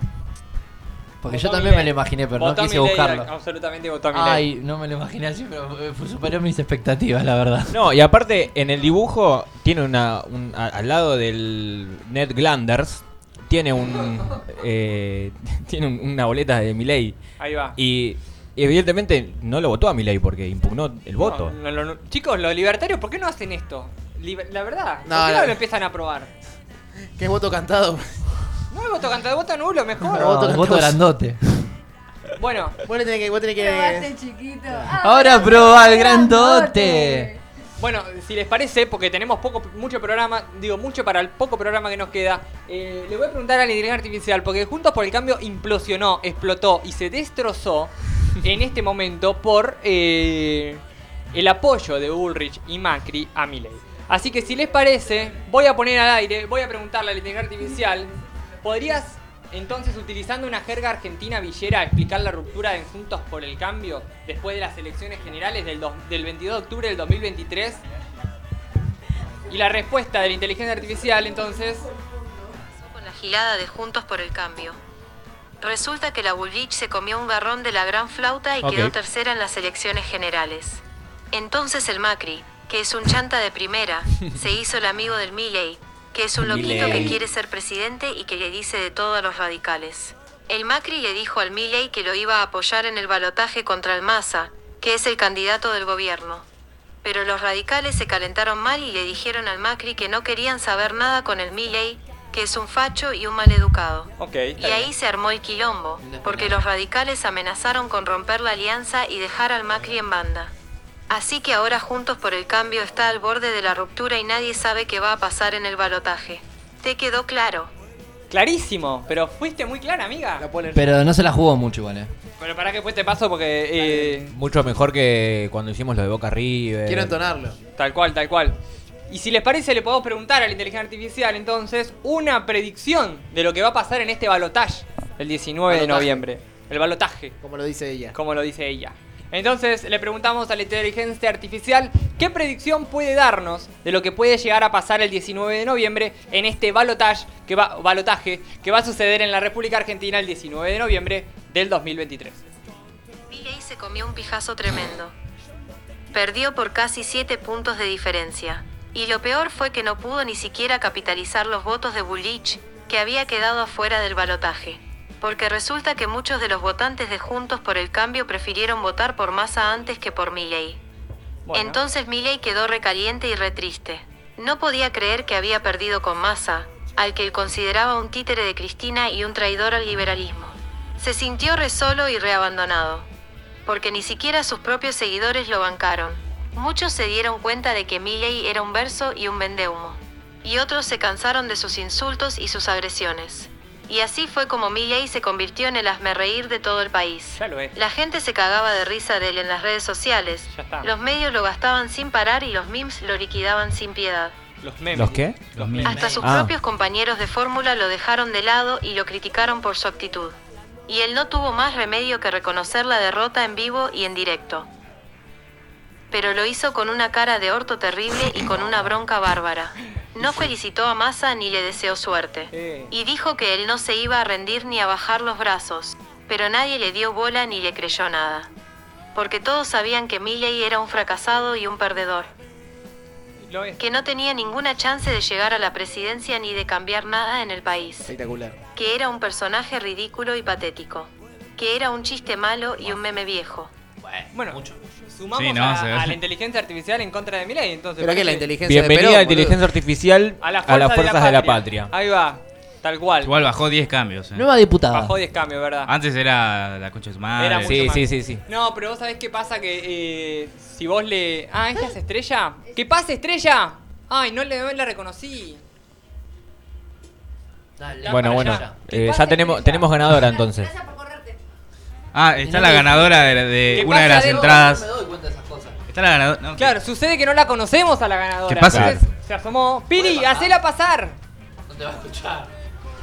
Porque Votó yo también me Milei. lo imaginé, pero no Votó quise Milei, buscarlo. Absolutamente votó a Milei. Ay, no me lo imaginé así, pero eh, fue- superó mis expectativas, la verdad. No, y aparte en el dibujo tiene una un- a- al lado del Ned Glanders tiene un eh, [laughs] tiene un- una boleta de Milei. Ahí va. Y evidentemente no lo votó a Milei porque impugnó el voto. No, no, no, no. Chicos, los libertarios, ¿por qué no hacen esto? Liber- la verdad, ¿por No, qué no, la- lo empiezan a probar? ¿Qué voto cantado? No, voto cantado, voto nulo, mejor. No, voto, grandote. Bueno. Vos tenés que... Vos tenés Probaste, chiquito. Ahora probá el grandote. Bueno, si les parece, porque tenemos poco, mucho programa, digo mucho para el poco programa que nos queda, eh, le voy a preguntar a la inteligencia artificial, porque Juntos por el Cambio implosionó, explotó y se destrozó en este momento por eh, el apoyo de Ulrich y Macri a Milei. Así que si les parece, voy a poner al aire, voy a preguntarle a la inteligencia artificial, ¿podrías entonces, utilizando una jerga argentina villera, explicar la ruptura de Juntos por el Cambio después de las elecciones generales del, dos- del 22 de octubre del 2023? Y la respuesta de la inteligencia artificial, entonces, con la gilada de Juntos por el Cambio. Resulta que la Bullich se comió un garrón de la gran flauta y Ok. quedó tercera en las elecciones generales. Entonces el Macri, que es un chanta de primera, se hizo el amigo del Milley, que es un loquito Milei. que quiere ser presidente y que le dice de todo a los radicales. El Macri le dijo al Milley que lo iba a apoyar en el balotaje contra el Massa, que es el candidato del gobierno. Pero los radicales se calentaron mal y le dijeron al Macri que no querían saber nada con el Milley, que es un facho y un maleducado. ok. Y ahí se armó el quilombo, porque los radicales amenazaron con romper la alianza y dejar al Macri en banda. Así que ahora Juntos por el Cambio está al borde de la ruptura y nadie sabe qué va a pasar en el balotaje. ¿Te quedó claro? Clarísimo, pero fuiste muy clara, amiga. Pero no se la jugó mucho igual, eh. Pero para que después te paso porque... eh, Mucho mejor que cuando hicimos lo de Boca River. Tal cual, tal cual. Y si les parece, le podemos preguntar a la inteligencia artificial entonces una predicción de lo que va a pasar en este balotaje el 19 de Balotaje. noviembre. El balotaje. Como lo dice ella. Como lo dice ella. Entonces le preguntamos a la inteligencia artificial qué predicción puede darnos de lo que puede llegar a pasar el 19 de noviembre en este balotaje que va, balotaje que va a suceder en la República Argentina el 19 de noviembre del 2023. Milley se comió un pijazo tremendo. Perdió por casi 7 puntos de diferencia. Y lo peor fue que no pudo ni siquiera capitalizar los votos de Bullich, que había quedado afuera del balotaje. Porque resulta que muchos de los votantes de Juntos por el Cambio prefirieron votar por Massa antes que por Milley. Bueno. Entonces Milley quedó recaliente y retriste. No podía creer que había perdido con Massa, al que él consideraba un títere de Cristina y un traidor al liberalismo. Se sintió re solo y reabandonado, porque ni siquiera sus propios seguidores lo bancaron. Muchos se dieron cuenta de que Milley era un verso y un vendehumo, y otros se cansaron de sus insultos y sus agresiones. Y así fue como Milley se convirtió en el hazmerreír de todo el país. La gente se cagaba de risa de él en las redes sociales, está. los medios lo gastaban sin parar y los memes lo liquidaban sin piedad. Los memes. ¿Los qué? Ah. Los Hasta sus propios compañeros de fórmula lo dejaron de lado y lo criticaron por su actitud. Y él no tuvo más remedio que reconocer la derrota en vivo y en directo. Pero lo hizo con una cara de orto terrible y con una bronca bárbara. No felicitó a Massa ni le deseó suerte. Y dijo que él no se iba a rendir ni a bajar los brazos. Pero nadie le dio bola ni le creyó nada. Porque todos sabían que Milley era un fracasado y un perdedor que no tenía ninguna chance de llegar a la presidencia ni de cambiar nada en el país, Espectacular. que era un personaje ridículo y patético, que era un chiste malo y un meme viejo. Bueno, sumamos Sí, no, a, se ve. a la inteligencia artificial en contra de Milei, entonces. Pero que la porque- Bienvenida a inteligencia artificial A a, las las fuerzas de la fuerzas de la patria. Ahí va, tal cual. Igual bajó 10 cambios. eh. Nueva diputada. Bajó 10 cambios, ¿verdad? Antes era la concha de su madre. Era mucho más. No, pero vos sabés qué pasa que eh, si vos le. Ah, ella es estrella. ¿Qué pasa, estrella? Ay, no le la reconocí. Bueno, bueno, eh, ya tenemos tenemos ganadora entonces. Ah, está la ganadora de, de eh, ¿Qué una de pasa, las Diego? entradas. No me doy cuenta de esas cosas. Está la ganadora. no, Claro, sucede que no la conocemos a la ganadora. ¿Qué pasa? Entonces, se asomó. Piri, hacela ah. pasar. No te va a escuchar.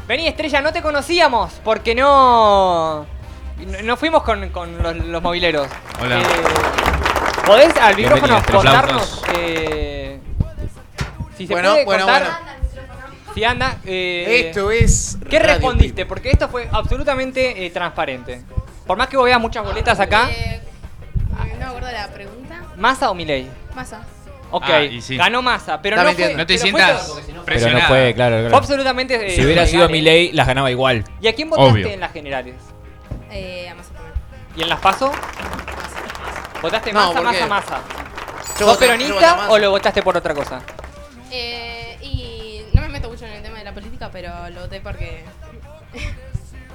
Vení, estrella, no te conocíamos porque no. No, no fuimos con, con los, los mobileros. Eh, Hola. ¿Podés al Bienvenida, micrófono Estrella. contarnos? eh, si se Bueno, puede bueno, contar. bueno. Si Fianda, eh, Esto es ¿Qué Radio respondiste? Porque esto fue absolutamente eh, transparente. Por más que vos veas muchas boletas acá, Eh, No me acuerdo la pregunta. Massa o Milei. Masa. Ok, Ah, y sí. ganó Massa, pero Está no, fue, mintiendo. No te pero fue sientas todo, porque si no- presionado. Pero no fue, claro, claro. Fue absolutamente, eh, si hubiera sido legal, eh. Milei, las ganaba igual. ¿Y a quién votaste Obvio. en las generales? Eh, a Masa también. ¿Y en las PASO? ¿Votaste No, Massa, ¿por qué? Massa, Massa? Yo voté- ¿Sos yo voté a peronista Massa. o lo votaste por otra cosa? Eh, y no me meto mucho en el tema de la política, pero lo voté porque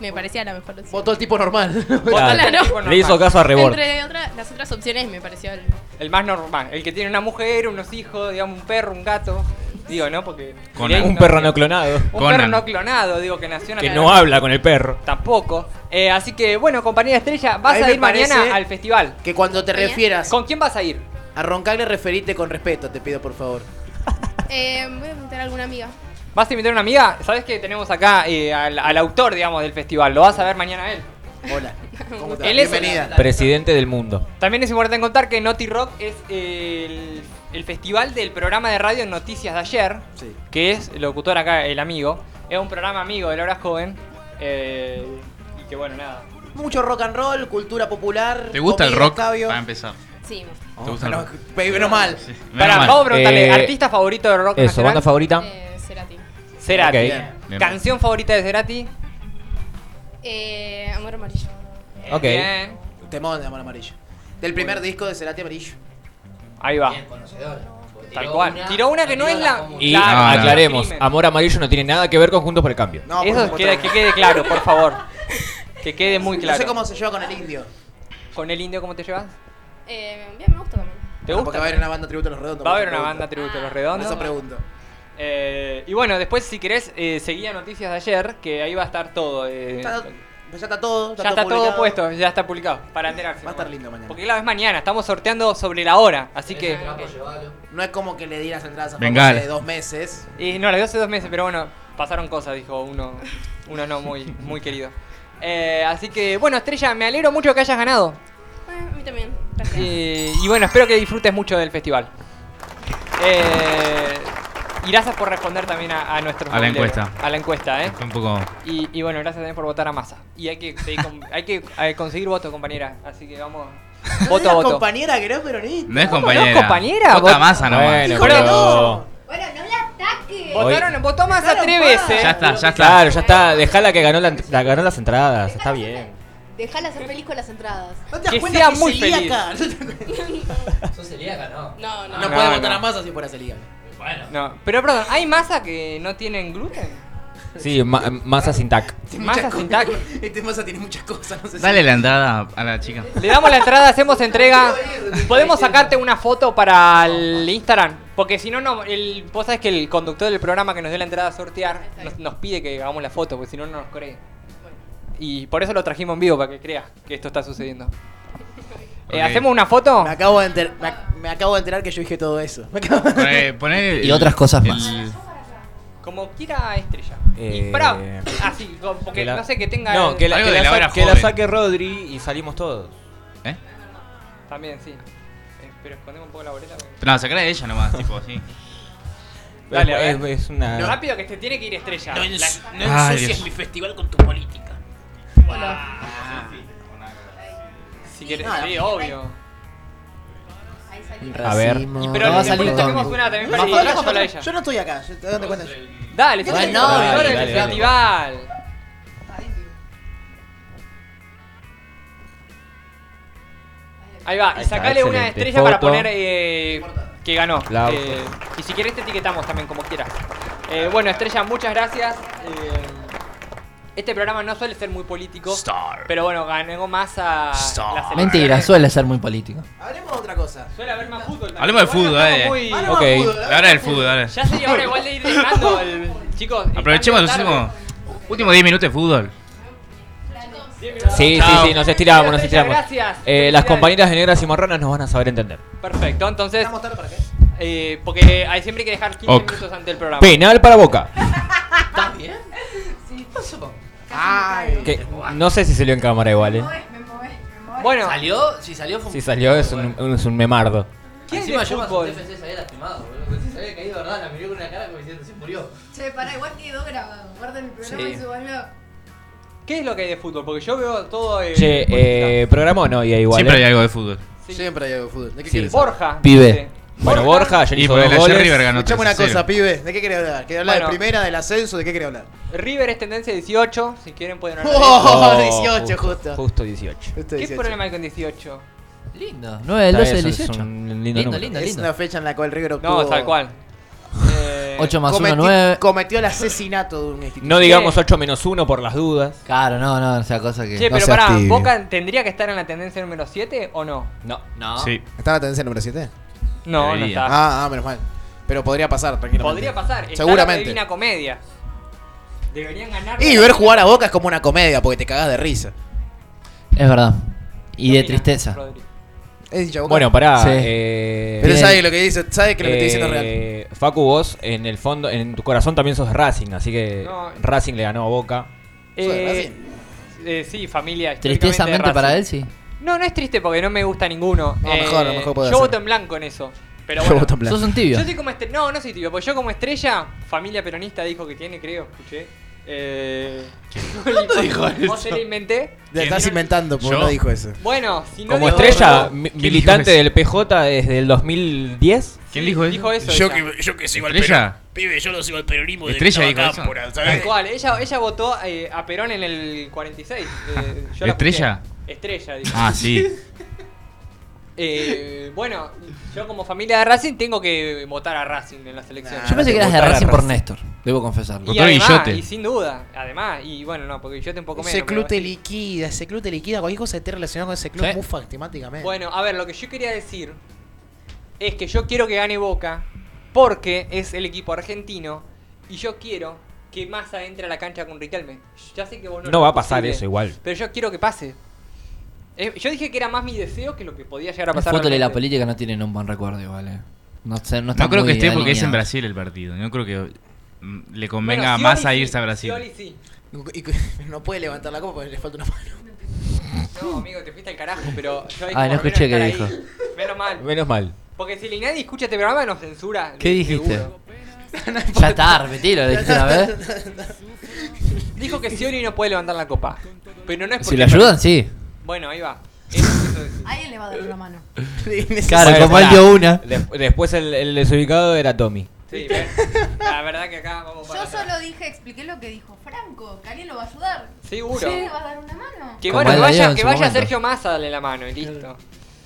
me parecía la mejor opción. Votó el tipo normal. Ah, Claro. Le hizo caso a Rebord. Entre otra- las otras opciones me pareció [laughs] el... El más normal, el que tiene una mujer, unos hijos, digamos, un perro, un gato. Digo, ¿no? Porque. Milei un no- perro no clonado. Un perro no clonado, digo, que nació en que Atlanta. no habla con el perro. Tampoco. Eh, así que, bueno, compañera estrella, vas A mí a, me ir mañana parece al festival. ¿Eh? Que cuando te refieras. ¿Con quién vas a ir? A Roncagle referite con respeto, te pido por favor. Eh, voy a invitar a alguna amiga. ¿Vas a invitar a una amiga? ¿Sabes que tenemos acá eh, al, al autor, digamos, del festival? Lo vas a ver mañana él. Hola. ¿Cómo te va? él es el- Bienvenida. Presidente del mundo. También es importante contar que Naughty Rock es el, el festival del programa de radio Noticias de ayer, que es el locutor acá, el amigo. Es un programa amigo de la hora joven. eh, y que bueno, nada. Mucho rock and roll, cultura popular. ¿Te gusta el comida, Oh, rock? cabio. Para empezar. Sí, ¿Te Oh, gusta el menos- rock? pe- menos mal. Pará, mal. vamos a preguntarle, Eh, ¿artista favorito de rock Eso, nacional? banda favorita. Cerati. Cerati. Ok. Bien. Bien. ¿Canción favorita de Cerati? Eh, amor amarillo. Eh, Ok. Bien. Temón de Amor Amarillo. Del primer disco de Cerati Amarillo. Ahí va. Tal cual. Tiró una que no es la. Y Claro, no es la aclaremos, crimen. Amor Amarillo no tiene nada que ver con Juntos por el Cambio. Eso queda- que quede claro, por favor. Que quede muy No sé claro. cómo se lleva con el indio. ¿Con el indio cómo te llevas? Eh, bien, me gusta también. ¿Te Ah, gusta? Porque va a haber una banda tributo a los redondos. Va a por haber eso una pregunto. banda tributo a los redondos. Por eso pregunto. Eh, y bueno, después si querés, eh, seguí a noticias de ayer, que ahí va a estar todo. eh, Está- pues ya está todo. ya está todo publicado. puesto, ya está publicado, para enterarse. Va a estar lindo mañana. Porque la vez mañana, estamos sorteando sobre la hora, así que... No es como que le di las entradas a Venga. Famoso de dos meses. Y no, la dio hace dos meses, pero bueno, pasaron cosas, dijo uno, uno no muy, muy querido. Eh, así que, bueno, Estrella, me alegro mucho que hayas ganado. Eh, a mí también. Gracias. Eh, y bueno, espero que disfrutes mucho del festival. Eh, y gracias por responder también a, a nuestros A la mobileros. encuesta. A la encuesta, ¿eh? Fue un poco. Y, y bueno, gracias también por votar a Massa. Y hay que, pedir con- hay que eh, conseguir votos, compañera. Así que vamos. Voto a ¿No es voto. compañera que no es peronista? No es ¿Cómo compañera. no es compañera? Vota Vos- masa nomás. Bueno, Híjole, pero- no. Votaron, Hoy- votó Massa tres veces. ¿eh? Ya está, ya está. Claro, ya está. Dejala que ganó, la- la- ganó las entradas. Está bien. Dejala ser feliz con las entradas. Que sea muy feliz. [laughs] [laughs] ¿Sos celíaca, no? No, No, No, puede no, votar no. a Massa si fuera celíaca. Bueno. No, pero perdón, ¿hay masa que no tienen gluten? Sí, ma- masa sin tac. Masa sin tac. Este Massa tiene muchas cosas. No sé Dale si... la entrada a la chica. Le damos la entrada, [laughs] hacemos entrega. ¿Podemos sacarte una foto para el Instagram? Porque si no, no. El, vos sabés que el conductor del programa que nos dio la entrada a sortear nos, nos pide que hagamos la foto, porque si no, no nos cree. Y por eso lo trajimos en vivo, para que creas que esto está sucediendo. Eh, Ok. ¿Hacemos una foto? Me acabo, de enter- me, ac- me acabo de enterar que yo dije todo eso. Me acabo- Poné- Eh, poné Y el- otras cosas el- más. Como quiera estrella. Eh, y para, así, como- porque que la- no sé que tenga. No, el- que la, Algo que de la la sa- hora que la joven. ¿Eh? saque Rodri y salimos todos. También, sí. Eh, pero escondemos un poco la boleta. porque- No, sacala de ella nomás, tipo [laughs] así. Dale, a ver. es, es una. Lo rápido que te tiene que ir estrella. No, ens- La- no Ay, ensucies Dios. mi festival con tu política. Si quieres, No, la- sí, obvio. A ver. Y pero No va a después salir le con- saquemos una también para Más ir fotos, sola a yo, ella. yo no estoy acá. Yo, ¿Te dónde cuenta yo? Dale, sos Bueno, el dale, director del dale, dale. festival. Ahí va, y está, sacale una excelente. estrella para Foto. poner eh, que ganó. La- Eh, y si quieres te etiquetamos también, como quieras. Eh, bueno, estrella, muchas gracias. Eh, este programa no suele ser muy político, pero bueno, ganó más a... Ah, la selección. Mentira, suele ser muy político. Hablemos de otra cosa. Suele haber más fútbol. también. Hablemos de Igual fútbol, no eh. estamos muy- Ok. La hora del fútbol, dale. Ya sería hora igual de ir dejando el... [laughs] Chicos, es Aprovechemos los tarde. últimos, últimos 10 minutos de fútbol. Sí, Chao. sí, sí, nos estiramos, nos Estrella, estiramos. gracias. Eh, las compañeras de negras y marronas nos van a saber entender. Perfecto, entonces... Eh, porque hay siempre hay que dejar 15 Ok. minutos antes del programa. Penal para Boca. ¿Estás bien? Sí, ¿qué pasó? Que no sé si salió en cámara igual, eh. Bueno, ¿Salió? Si salió fue un... Si salió es un, un- es un memardo. ¿quién Encima de yo más fútbol? un TFC se había lastimado, boludo. Se sabía Pues había caído, ¿verdad? La miró con una cara como diciendo, se murió. Che, pará, igual quedó grabado. Guarden el programa Sí. y súbanlo. ¿Qué es lo que hay de fútbol? Porque yo veo todo. eh, Che, eh, programa o no, y igual. Siempre eh. hay algo de fútbol. Siempre hay algo de fútbol. ¿De qué Sí. quieres Borja. Pibe. Bueno, Borja, ayer Y hizo por dos el ayer goles. River ganó Escuchame una 3 a 0. cosa, pibe. ¿De qué querés hablar? ¿Querés hablar Bueno. de primera, del ascenso? ¿De qué querés hablar? River es tendencia 18. Si quieren, pueden hablar. de Oh, eso. 18 justo. Justo 18. Justo ¿Qué 18. problema hay con 18? Lindo. 9 del Está 12 del bien, es 18. un lindo lindo, número. lindo, Es lindo. una fecha en la cual River No, obtuvo... tal cual. 8 más 1, cometió, 9. Cometió el asesinato de un instituto. No digamos 8 menos 1 por las dudas. Claro, no, no, o sea, cosa que. Che, no pero seas pará, tibio. ¿Boca tendría que estar en la tendencia número 7 o no? No. No. Ah. Sí. ¿Está la tendencia número 7? No, no Debería. está. Ah, ah, menos mal. Pero podría pasar tranquilamente. Podría pasar. Está La Seguramente. Divina Comedia. Deberían ganar. Y ver jugar a Boca es como una comedia, porque te cagás de risa. Es verdad. Y de tristeza. Es hincha Boca. Bueno, pará. Sí. eh, Pero sabe lo que dice, sabe que lo que estoy diciendo es Eh, Facu, vos en el fondo, en tu corazón también sos de Racing, así que No. Racing le ganó a Boca. Eh, eh, sí, familia. históricamente de Tristezamente Racing. para él, sí. No, no es triste porque no me gusta ninguno. Eh, No, mejor, mejor puede Yo ser. voto en blanco en eso. Pero Yo bueno. voto en blanco. Sos un tibio. Yo soy como estrella. No, no soy tibio, porque yo como estrella, familia peronista dijo que tiene, creo, escuché. Eh, ¿Cuándo dijo eso? [laughs] Vos se la inventé. Te estás inventando, porque ¿Yo? no dijo eso. Bueno, si no Como digo- estrella no, mi- ¿quién militante dijo del PJ desde el 2010. ¿Quién dijo eso? Dijo eso. Yo ella. que- yo que sigo al ¿Estrella? Pibe, yo lo sigo al peronismo desde Estrella que estaba dijo eso. cámpora, Tal cual, ella, ella votó eh, a Perón en el 46. eh, yo la ¿Estrella? escuché. Estrella, dijo. Ah, sí. [laughs] Eh, bueno, yo como familia de Racing tengo que votar a Racing en la selección. Yo pensé que eras de Racing por Néstor, debo confesarlo. eh, Y, además, y sin duda, además, y bueno, no, porque Guillote un poco menos. Ese club pero- te liquida, ese club te liquida. Cualquier cosa que esté relacionada con ese club mufa temáticamente. Bueno, a ver, lo que yo quería decir es que yo quiero que gane Boca porque es el equipo argentino y yo quiero que Massa entre a la cancha con Riquelme. Ya sé que vos no No lo va a pasar posible, eso igual. Pero yo quiero que pase. Eh, yo dije que era más mi deseo que lo que podía llegar a El pasar. fútbol y la realmente. política no tienen un buen recuerdo igual, eh. No, sé, no, No están creo que muy esté porque es en alineados. Brasil el partido. No creo que mm, le Bueno, convenga Scioli más a sí, irse a Brasil. Scioli sí. Y [laughs] cu- no puede levantar la copa porque le falta una mano. No, amigo, te fuiste al carajo, pero yo dije, Ah, Ay, no por lo menos escuché qué estar dijo. ahí. Menos mal. Menos [laughs] mal. Porque si nadie escucha este programa nos censura. ¿Qué de- dijiste? seguro. Ya está, repetilo, dijiste [laughs] una vez. [laughs] Dijo que Scioli no puede levantar la copa. Pero no es Si porque- le ayudan, sí. Bueno, ahí va. Eso quiso decir. Alguien le va a dar una mano. Claro, Bueno, como él pará. dio una. Des- después el, el desubicado era Tommy. Sí, bien. la verdad que acá vamos para Yo atrás. solo dije, expliqué lo que dijo Franco, que alguien lo va a ayudar. Seguro. ¿Quién le va a dar una mano? Que Como bueno, que él la dio vaya, en que su vaya momento. Sergio Massa, dale la mano y listo.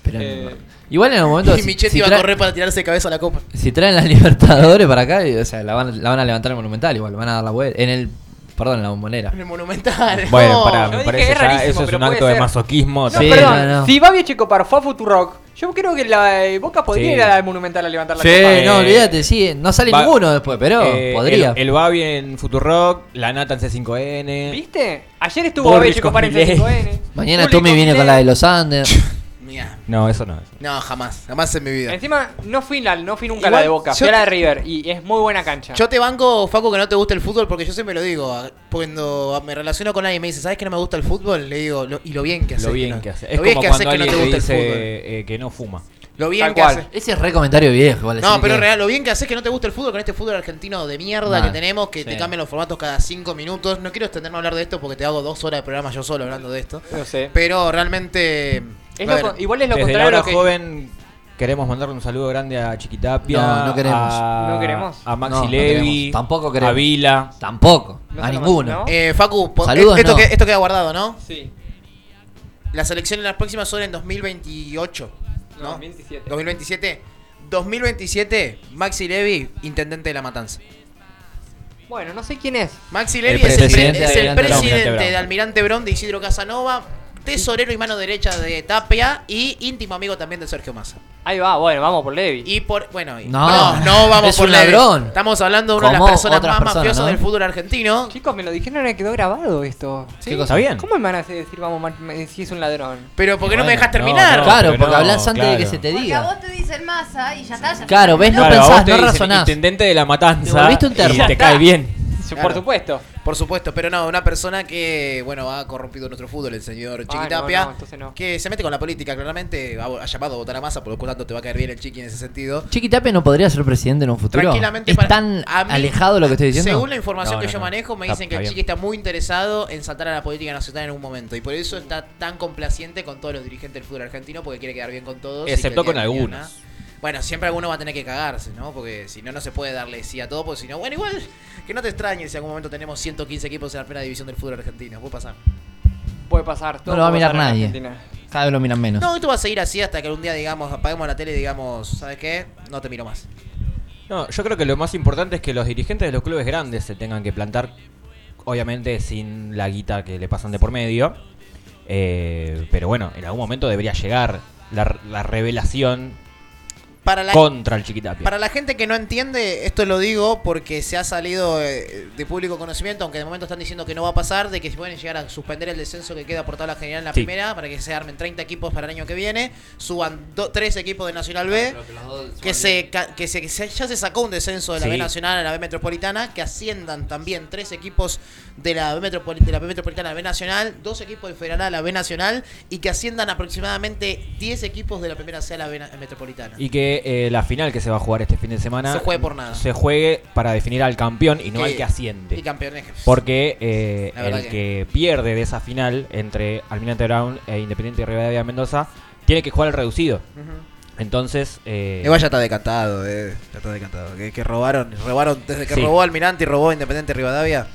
Pero Eh, igual en el momento. y Michetti si iba tra- a correr para tirarse de cabeza a la copa. Si traen las [laughs] Libertadores para acá, y, o sea, la van, la van a levantar en Monumental, igual, van a dar la vuelta. En el. Perdón, en la bombonera. En el monumental. [laughs] [laughs] Bueno, no. pará, Yo me dije, parece es ya, rarísimo, eso es pero un acto puede de ser. masoquismo. No, Sí, perdón. no, no. Si Babio Checopar fue a Futurock, yo creo que la eh, Boca podría Sí. ir a la Monumental a levantar la Sí. copa. Eh, no, olvídate, sí, no sale Va- ninguno después, pero Eh, podría. El, el Babi en Futurock, la Nata en C5N. ¿Viste? Ayer estuvo Borris Babio Checopar en con Milei. C5N. Mañana Juli Tommy con viene con Milei. la de los Andes. Mirá. No, eso no. No, jamás. Jamás en mi vida. Encima, no fui, la- no fui nunca a Igual, la de Boca, yo fui a la de te- River y es muy buena cancha. Yo te banco, Facu, que no te gusta el fútbol porque yo siempre lo digo. A- Cuando me relaciono con alguien y me dice, ¿sabes que no me gusta el fútbol? Le digo, lo- y lo bien que hace. Lo bien no- que hace. Lo Es bien como que hace cuando que no alguien te te gusta dice el fútbol. eh, que no fuma. Lo Tal bien que cual. hace. Ese es re comentario viejo, igual. No, así pero que- real, lo bien que haces que no te gusta el fútbol con este fútbol argentino de mierda Mal. que tenemos, que Sí. te cambian los formatos cada cinco minutos. No quiero extenderme a hablar de esto porque te hago dos horas de programa yo solo hablando de esto. No sé. Pero realmente. Es a lo ver, con- igual es lo Desde la contrario a hora lo que. joven queremos mandarle un saludo grande a Chiquitapia. No, no queremos. A, No queremos. A Maxi No, no Levi. queremos. Tampoco queremos. A Vila. Tampoco, No a se lo ninguno. mandó, ¿no? eh, Facu, po- Saludos, esto, no. que- esto queda guardado, ¿no? Sí, Las elecciones las próximas son en 2028. no, ¿No? 2017. 2027. 2027, Maxi Levi, intendente de la matanza. Bueno, no sé quién es. Maxi Levi El es el, pre- presidente es de el Almirante Brown. presidente Brown. de Almirante Brown de Isidro Casanova, tesorero y mano derecha de Tapia y íntimo amigo también de Sergio Massa. Ahí va, bueno, vamos por Levi. Y por. Bueno, y- No, no, no vamos es por un Levi. ladrón. Estamos hablando de una de las Como personas otras más personas, mafiosas ¿no? del fútbol argentino. Chicos, me lo dijeron y quedó grabado esto. ¿Qué Sí, cosa? Está bien. ¿Cómo me van a hacer decir vamos ma- me- si es un ladrón? Pero ¿por qué no me Bueno, dejas no, terminar? no, claro, pero porque no, hablas antes de que claro. se te Porque a diga. vos te dicen masa y ya está. ya Claro, está. ves, no Claro, a pensás, vos te no dicen razonás. Intendente de la matanza. Te volviste un termo. Y te cae bien. Su- Claro. Por supuesto. Por supuesto, pero no, una persona que, bueno, ha corrompido nuestro fútbol, el señor Chiquitapia. no, no, entonces no. Que se mete con la política, claramente ha, ha llamado a votar a masa, por lo tanto te va a caer bien el chiqui en ese sentido. Chiquitapia no podría ser presidente en un futuro. Tranquilamente es para- tan a mí, alejado de lo que estoy diciendo. Según la información No, que no, yo no. manejo, me Está- dicen que está el bien. chiqui está muy interesado en saltar a la política nacional en un momento. Y por eso está tan complaciente con todos los dirigentes del fútbol argentino, porque quiere quedar bien con todos. y Excepto que el con día de algunos. mañana- Bueno, siempre alguno va a tener que cagarse, ¿no? Porque si no, no se puede darle sí a todo, porque si no, bueno, igual, que no te extrañes si en algún momento tenemos 115 equipos en la primera división del fútbol argentino. Puede pasar. Puede pasar. No todo lo va a puede mirar pasar en nadie. Argentina. Cada vez lo miran menos. No, esto va a seguir así hasta que algún día, digamos, apaguemos la tele y digamos, ¿sabes qué? No te miro más. No, yo creo que lo más importante es que los dirigentes de los clubes grandes se tengan que plantar, obviamente sin la guita que le pasan de por medio. Eh, pero bueno, en algún momento debería llegar la, la revelación Para la- contra el Chiquitapia. Para la gente que no entiende, esto lo digo porque se ha salido eh, de público conocimiento, aunque de momento están diciendo que no va a pasar, de que pueden llegar a suspender el descenso que queda por tabla general en la Sí. primera, para que se armen 30 equipos para el año que viene, suban do- tres equipos de Nacional B, que, se, ca- que, se, que se- ya se sacó un descenso de la Sí. B Nacional a la B Metropolitana, que asciendan también tres equipos de la B, Metropoli- de la B Metropolitana a la B Nacional, dos equipos del Federal A a la B Nacional, y que asciendan aproximadamente 10 equipos de la primera C a la B na- Metropolitana. Y que eh, la final que se va a jugar este fin de semana Se juegue por nada. se juegue para definir al campeón y no al que asciende. Y campeones. Porque eh, La verdad el que- que... pierde de esa final entre Almirante Brown e Independiente Rivadavia Mendoza tiene que jugar el reducido. Entonces. Eh, Igual ya está decantado, eh. Ya está decantado. Que, que robaron, robaron desde que Sí. robó Almirante y robó Independiente Rivadavia.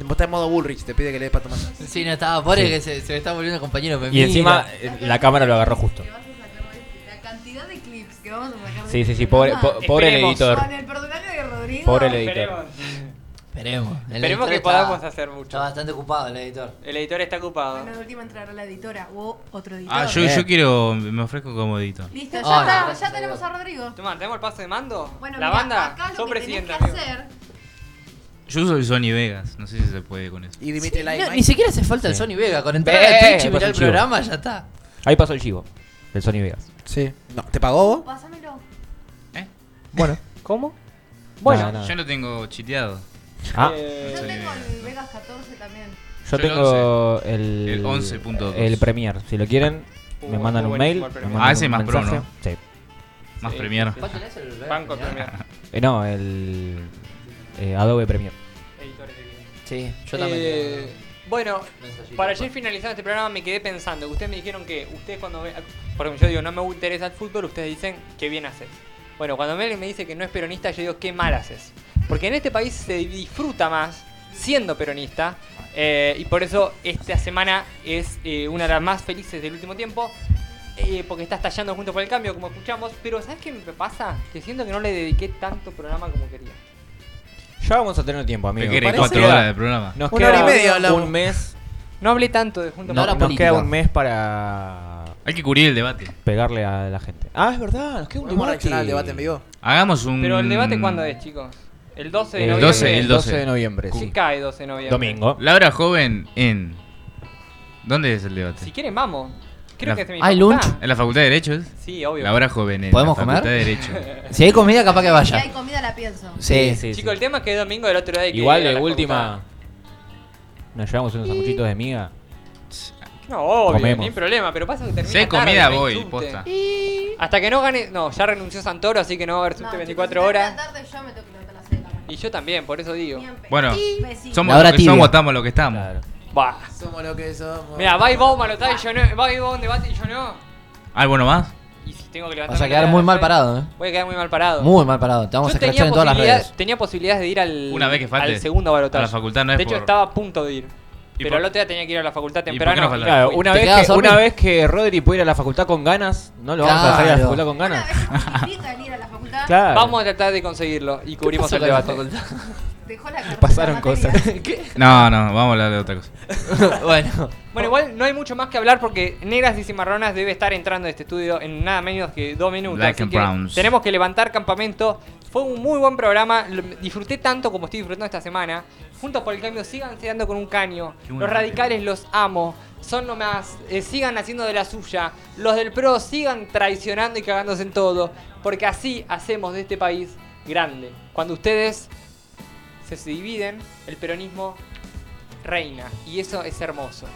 Vos estás en modo Bullrich, te pide que le des para tomar. Sí, no estaba pobre Sí. que se, se me está volviendo compañero. me y mira. encima eh, la cámara lo agarró justo. La cantidad de clips que vamos a sacar. Sí, sí, sí, pobre- po- Ah, pobre el Esperemos. editor. Con el personaje de Rodrigo. Pobre el editor. eh, Esperemos. El Esperemos editor que está- podamos hacer mucho. Está bastante ocupado el editor. El editor está ocupado. Bueno, de última entrará la editora o otro editor. Ah, yo, yo quiero. Me ofrezco como editor. Listo, ya Ah, está, no, ya tenemos a Rodrigo. Tomá, ¿tenemos el paso de mando? Bueno, la mira, banda, acá lo sos que tenés presidenta. que hacer. Yo soy Sony Vegas. No sé si se puede con eso. Y Sí, no, ni siquiera hace falta el Sí. Sony Vega. Con entrar a Ve, Twitch y ahí mirar pasó el chivo. programa, ya está. Ahí pasó el chivo, del Sony Vegas. Sí. No, ¿Te pagó vos? Pásamelo. [laughs] Bueno. ¿Cómo? ¿Eh? Bueno, Bueno. yo, lo tengo chiteado. Ah. Eh, Yo Sony tengo Vegas. el Vegas 14 también. Yo el tengo el, El 11.2. el Premier. Si lo quieren, me Uh, mandan muy un mail. buenísimo me el Premier. mandan Ah, ese un más pro, mensaje. ¿no? Sí. Más Premiere. sí, sí. Banco Premier. Eh, no, el eh, Adobe Premier. Sí, yo también. Eh, Bueno, Mensajito, para pa. ir finalizando este programa me quedé pensando. que Ustedes me dijeron que ustedes cuando ven... Por ejemplo, yo digo, no me interesa el fútbol, ustedes dicen, qué bien haces. Bueno, cuando Mel me dice que no es peronista, yo digo, qué mal haces. Porque en este país se disfruta más siendo peronista. eh, y por eso esta semana es eh, una de las más felices del último tiempo. eh, porque está estallando junto por el cambio, como escuchamos. Pero ¿sabes qué me pasa? Que siento que no le dediqué tanto programa como quería. Ya vamos a tener tiempo, amigo. ¿Qué querés, Parece- cuatro horas de programa? Nos Una queda hora y media hablamos. un mes. No hablé tanto de junto no- por el nos cambio. queda un mes para. Hay que cubrir el debate. Pegarle a la gente. Ah, es verdad, nos queda un Vamos a reaccionar al debate. debate en vivo. Hagamos un. Pero el debate cuándo es, chicos? El 12 de El noviembre. 12, el 12. de noviembre, ¿Qué sí. cae 12 de noviembre? Laura Joven en. ¿Dónde es el debate? Si quieren, vamos. Creo La- que es de mi facultad. ¿En la Facultad de Derechos? Sí, obvio. Laura Joven en ¿Podemos la comer? Facultad de Derechos. [laughs] Si hay comida, capaz que Si vaya. hay comida, la pienso. Sí, sí. Chicos, el tema es que es domingo del otro día. que Igual a de la última. Nos llevamos unos sanguchitos de miga. facultad. No, obvio, Comemos. ni problema, pero pasa que termina. Si hay tarde, comida, me voy, insulte. posta. Hasta que no gane. No, ya renunció Santoro, así que no va a haber subte No, 24 chicos, horas. si tarde yo me tengo que levantar a las seis de la Y yo también, por eso digo. Bueno, Besito. somos Laura lo que tibia. somos, estamos lo que estamos. Va. Somos lo que somos. Mira, va y vos, malotá y yo no. Va y vos, un debate y yo no. ¿Algo nomás? Y si tengo que levantar. Vas a quedar muy mal parado, ¿eh? Voy a quedar muy mal parado. Muy mal parado. Te vamos a Yo tenía escrachar en todas las posibilidad- redes. Tenía posibilidades de ir al, Una vez que falte al segundo balotaje. a la facultad no es De hecho, por- estaba a punto de ir. ¿Y Pero por- el otro día tenía que ir a la facultad por qué temprano. no faltaste? Claro, Fui. una, ¿Te vez quedabas que, dormido? una vez que Rodri puede ir a la facultad con ganas, no lo vamos a dejar ir a la Claro. facultad con ganas. Invita a venir a la facultad. Claro. Vamos a tratar de conseguirlo y cubrimos pasó el con la debate. Dejó [laughs] la carpeta Pasaron de cosas. [laughs] materias. No, no, vamos a hablar de [laughs] [laughs] otra cosa. bueno. Bueno, igual no hay mucho más que hablar porque Negras y Cimarronas debe estar entrando a este estudio en nada menos que dos minutos. Black así and que Browns. tenemos que levantar campamento. Fue un muy buen programa. lo- Disfruté tanto como estoy disfrutando esta semana. Juntos por el cambio, sigan dando con un caño. Qué buena Los radicales los amo. Son nomás. eh, sigan haciendo de la suya. Los del PRO sigan traicionando y cagándose en todo. Porque así hacemos de este país grande. Cuando ustedes se dividen, el peronismo reina. Y eso es hermoso.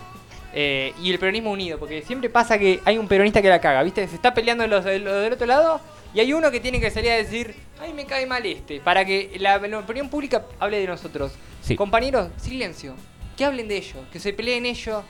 Eh, y el peronismo unido, porque siempre pasa que hay un peronista que la caga, ¿viste? Se está peleando los, los del otro lado y hay uno que tiene que salir a decir, ay, me cae mal este, para que la, la opinión pública hable de nosotros. Sí. Compañeros, silencio, que hablen de ellos, que se peleen ellos.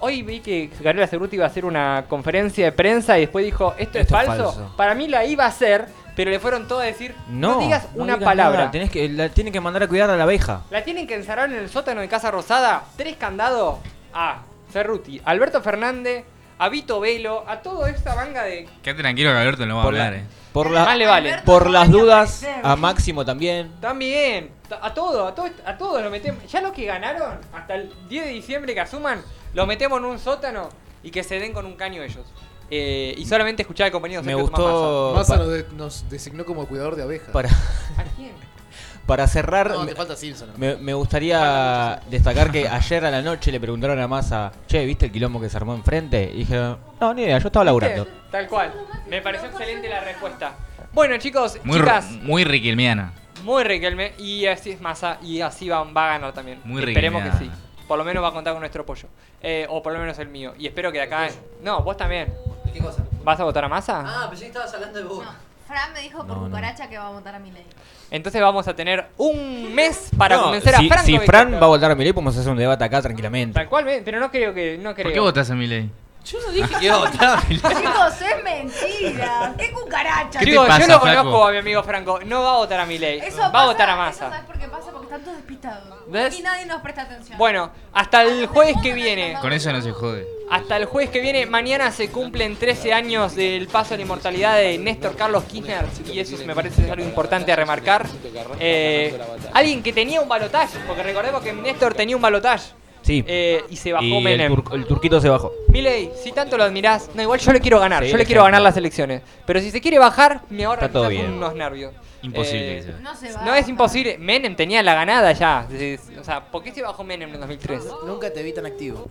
Hoy vi que Gabriela Cerruti iba a hacer una conferencia de prensa y después dijo, esto, es, Esto es falso. falso. Para mí la iba a hacer, pero le fueron todos a decir, no, No, digas no una digas palabra. nada, tenés que, la tienen que mandar a cuidar a la abeja. La tienen que encerrar en el sótano de Casa Rosada. Tres candados a Cerruti, Alberto Fernández, a Vito Velo, a toda esta manga de. Qué tranquilo que Alberto no va a Por la- hablar, eh. Por, la- Más le vale. por las dudas, aparecer. a Máximo también. También, ta- a todo, a todo, a todos lo metemos. Ya los que ganaron, hasta el 10 de diciembre que asuman, los metemos en un sótano y que se den con un caño ellos. Eh, y solamente escuchar al compañero Me Sergio gustó. Tomás Massa Massa. nos nos designó como cuidador de abejas. Para, para cerrar, No, me, te falta Simpson. me- me gustaría destacar que ayer a la noche le preguntaron a Massa, che, ¿viste el quilombo que se armó enfrente? Y dijeron, no, ni idea, yo estaba laburando. Tal cual. Me pareció excelente la respuesta. Bueno, chicos, Muy, chicas. ru- muy riquilmiana. Muy Riquelme, y así es Massa, y así va, va a ganar también. Muy Esperemos que sí. Riquelmeada. Por lo menos va a contar con nuestro apoyo. Eh, o por lo menos el mío. Y espero que de acá. No, vos también. ¿Qué cosa? ¿Vas a votar a Massa? Ah, pero yo estabas hablando de vos. Fran me dijo por No, no. cucaracha que va a votar a mi ley. Entonces vamos a tener un mes para No, convencer si, a Franco. si de Fran que- va a votar a Milei, podemos hacer un debate acá tranquilamente. Tal cual, ve, pero no creo que. No creo. ¿Por qué votas a Milei? Yo no [laughs] dije que iba a votar a [laughs] Chicos, es mentira. ¿Qué cucaracha? Chicos, pasa, yo no flaco? conozco a mi amigo Franco. No va a votar a Milei. Eso Va a pasa- votar a eso Massa. ¿Sabes por qué pasa? Porque están todos despistados. ¿Ves? Y nadie nos presta atención. Bueno, hasta el jueves que viene. Con eso no se jode. Hasta el jueves que viene, mañana se cumplen 13 años del paso a la inmortalidad de Néstor Carlos Kirchner y eso me parece algo importante a remarcar. Eh, alguien que tenía un balotaje, porque recordemos que Néstor tenía un balotaje. Sí. Eh, y se bajó Y el, Menem. tur- el turquito se bajó. Milei, si tanto lo admirás, no, igual yo le quiero ganar, Sí, yo el le quiero ejemplo. ganar las elecciones. Pero si se quiere bajar, me ahorra Está todo quizás bien. unos nervios. Eh, Imposible que se No, es imposible, Menem tenía la ganada ya. Es- O sea, ¿por qué se bajó Menem en el 2003? Nunca te vi tan activo.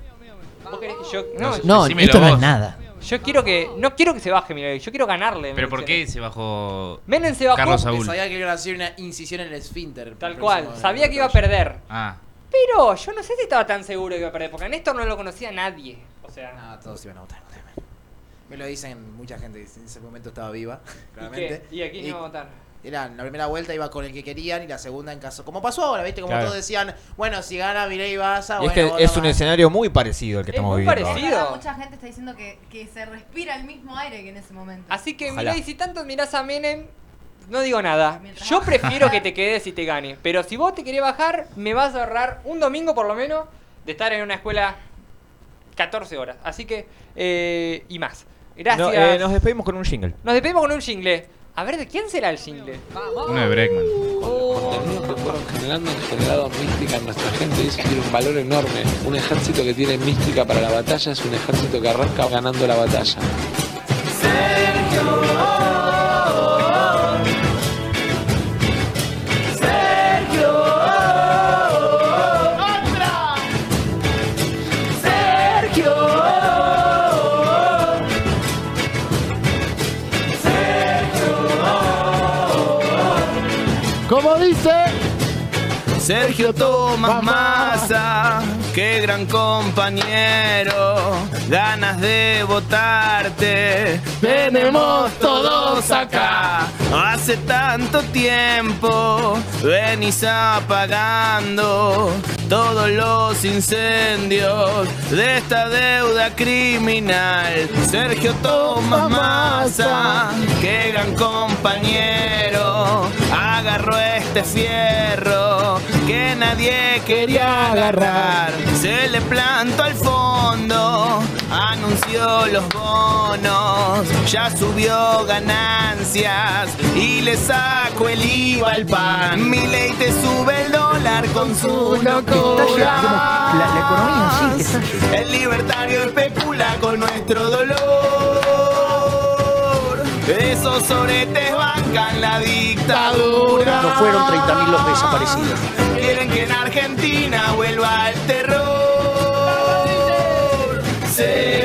¿Vos querés que yo- No, yo- No, Decímelo esto no es vos. nada. Yo quiero que. No quiero que se baje, Milei, yo quiero ganarle. ¿Pero por qué se bajó Menem se bajó Carlos Porque Saúl? Sabía que le iban a hacer una incisión en el esfínter. Tal cual, sabía que iba a perder. Ah, Pero yo no sé si estaba tan seguro que iba a perder, porque a Néstor no lo conocía nadie. O sea, No, todos iban a votar. no teman. Me lo dicen mucha gente. En ese momento estaba viva, claramente. ¿y aquí no iba a votar? Era, la primera vuelta iba con el que querían y la segunda en caso. Como pasó ahora, ¿viste? Como Claro. todos decían, bueno, si gana Milei Y Baza, es Ah, bueno, que vota es un Massa. escenario muy parecido al que estamos viviendo. ahora. parecido. Mucha gente está diciendo que, que se respira el mismo aire que en ese momento. Así que, Ojalá. Milei, si tanto mirás a Menem, no digo nada. Yo prefiero que te quedes y te gane. Pero si vos te querés bajar, me vas a ahorrar un domingo por lo menos de estar en una escuela 14 horas. Así que, eh, y más. Gracias. No, eh, nos despedimos con un jingle. Nos despedimos con un jingle. A ver, ¿de quién será el jingle? uno de Breckman. contenidos que fueron generando han generado mística en nuestra gente y eso tiene un valor enorme. Un ejército que tiene mística para la batalla es un ejército que arranca ganando la batalla. Sergio. Otra. Sergio. Como dice. Sergio Tomás Massa, qué gran compañero, ganas de votarte, tenemos todos acá. Hace tanto tiempo venís apagando todos los incendios de esta deuda criminal. Sergio Tomás Massa, qué gran compañero, agarró este fierro que nadie quería agarrar. Se le plantó al fondo, anunció los bonos, ya subió ganancias y le sacó el IVA al pan. Mi ley te sube el dólar con su locura. El libertario especula con nuestro dolor. Esos soretes bancan la dictadura. No fueron 30.000 los desaparecidos. Quieren que en Argentina vuelva el terror. Se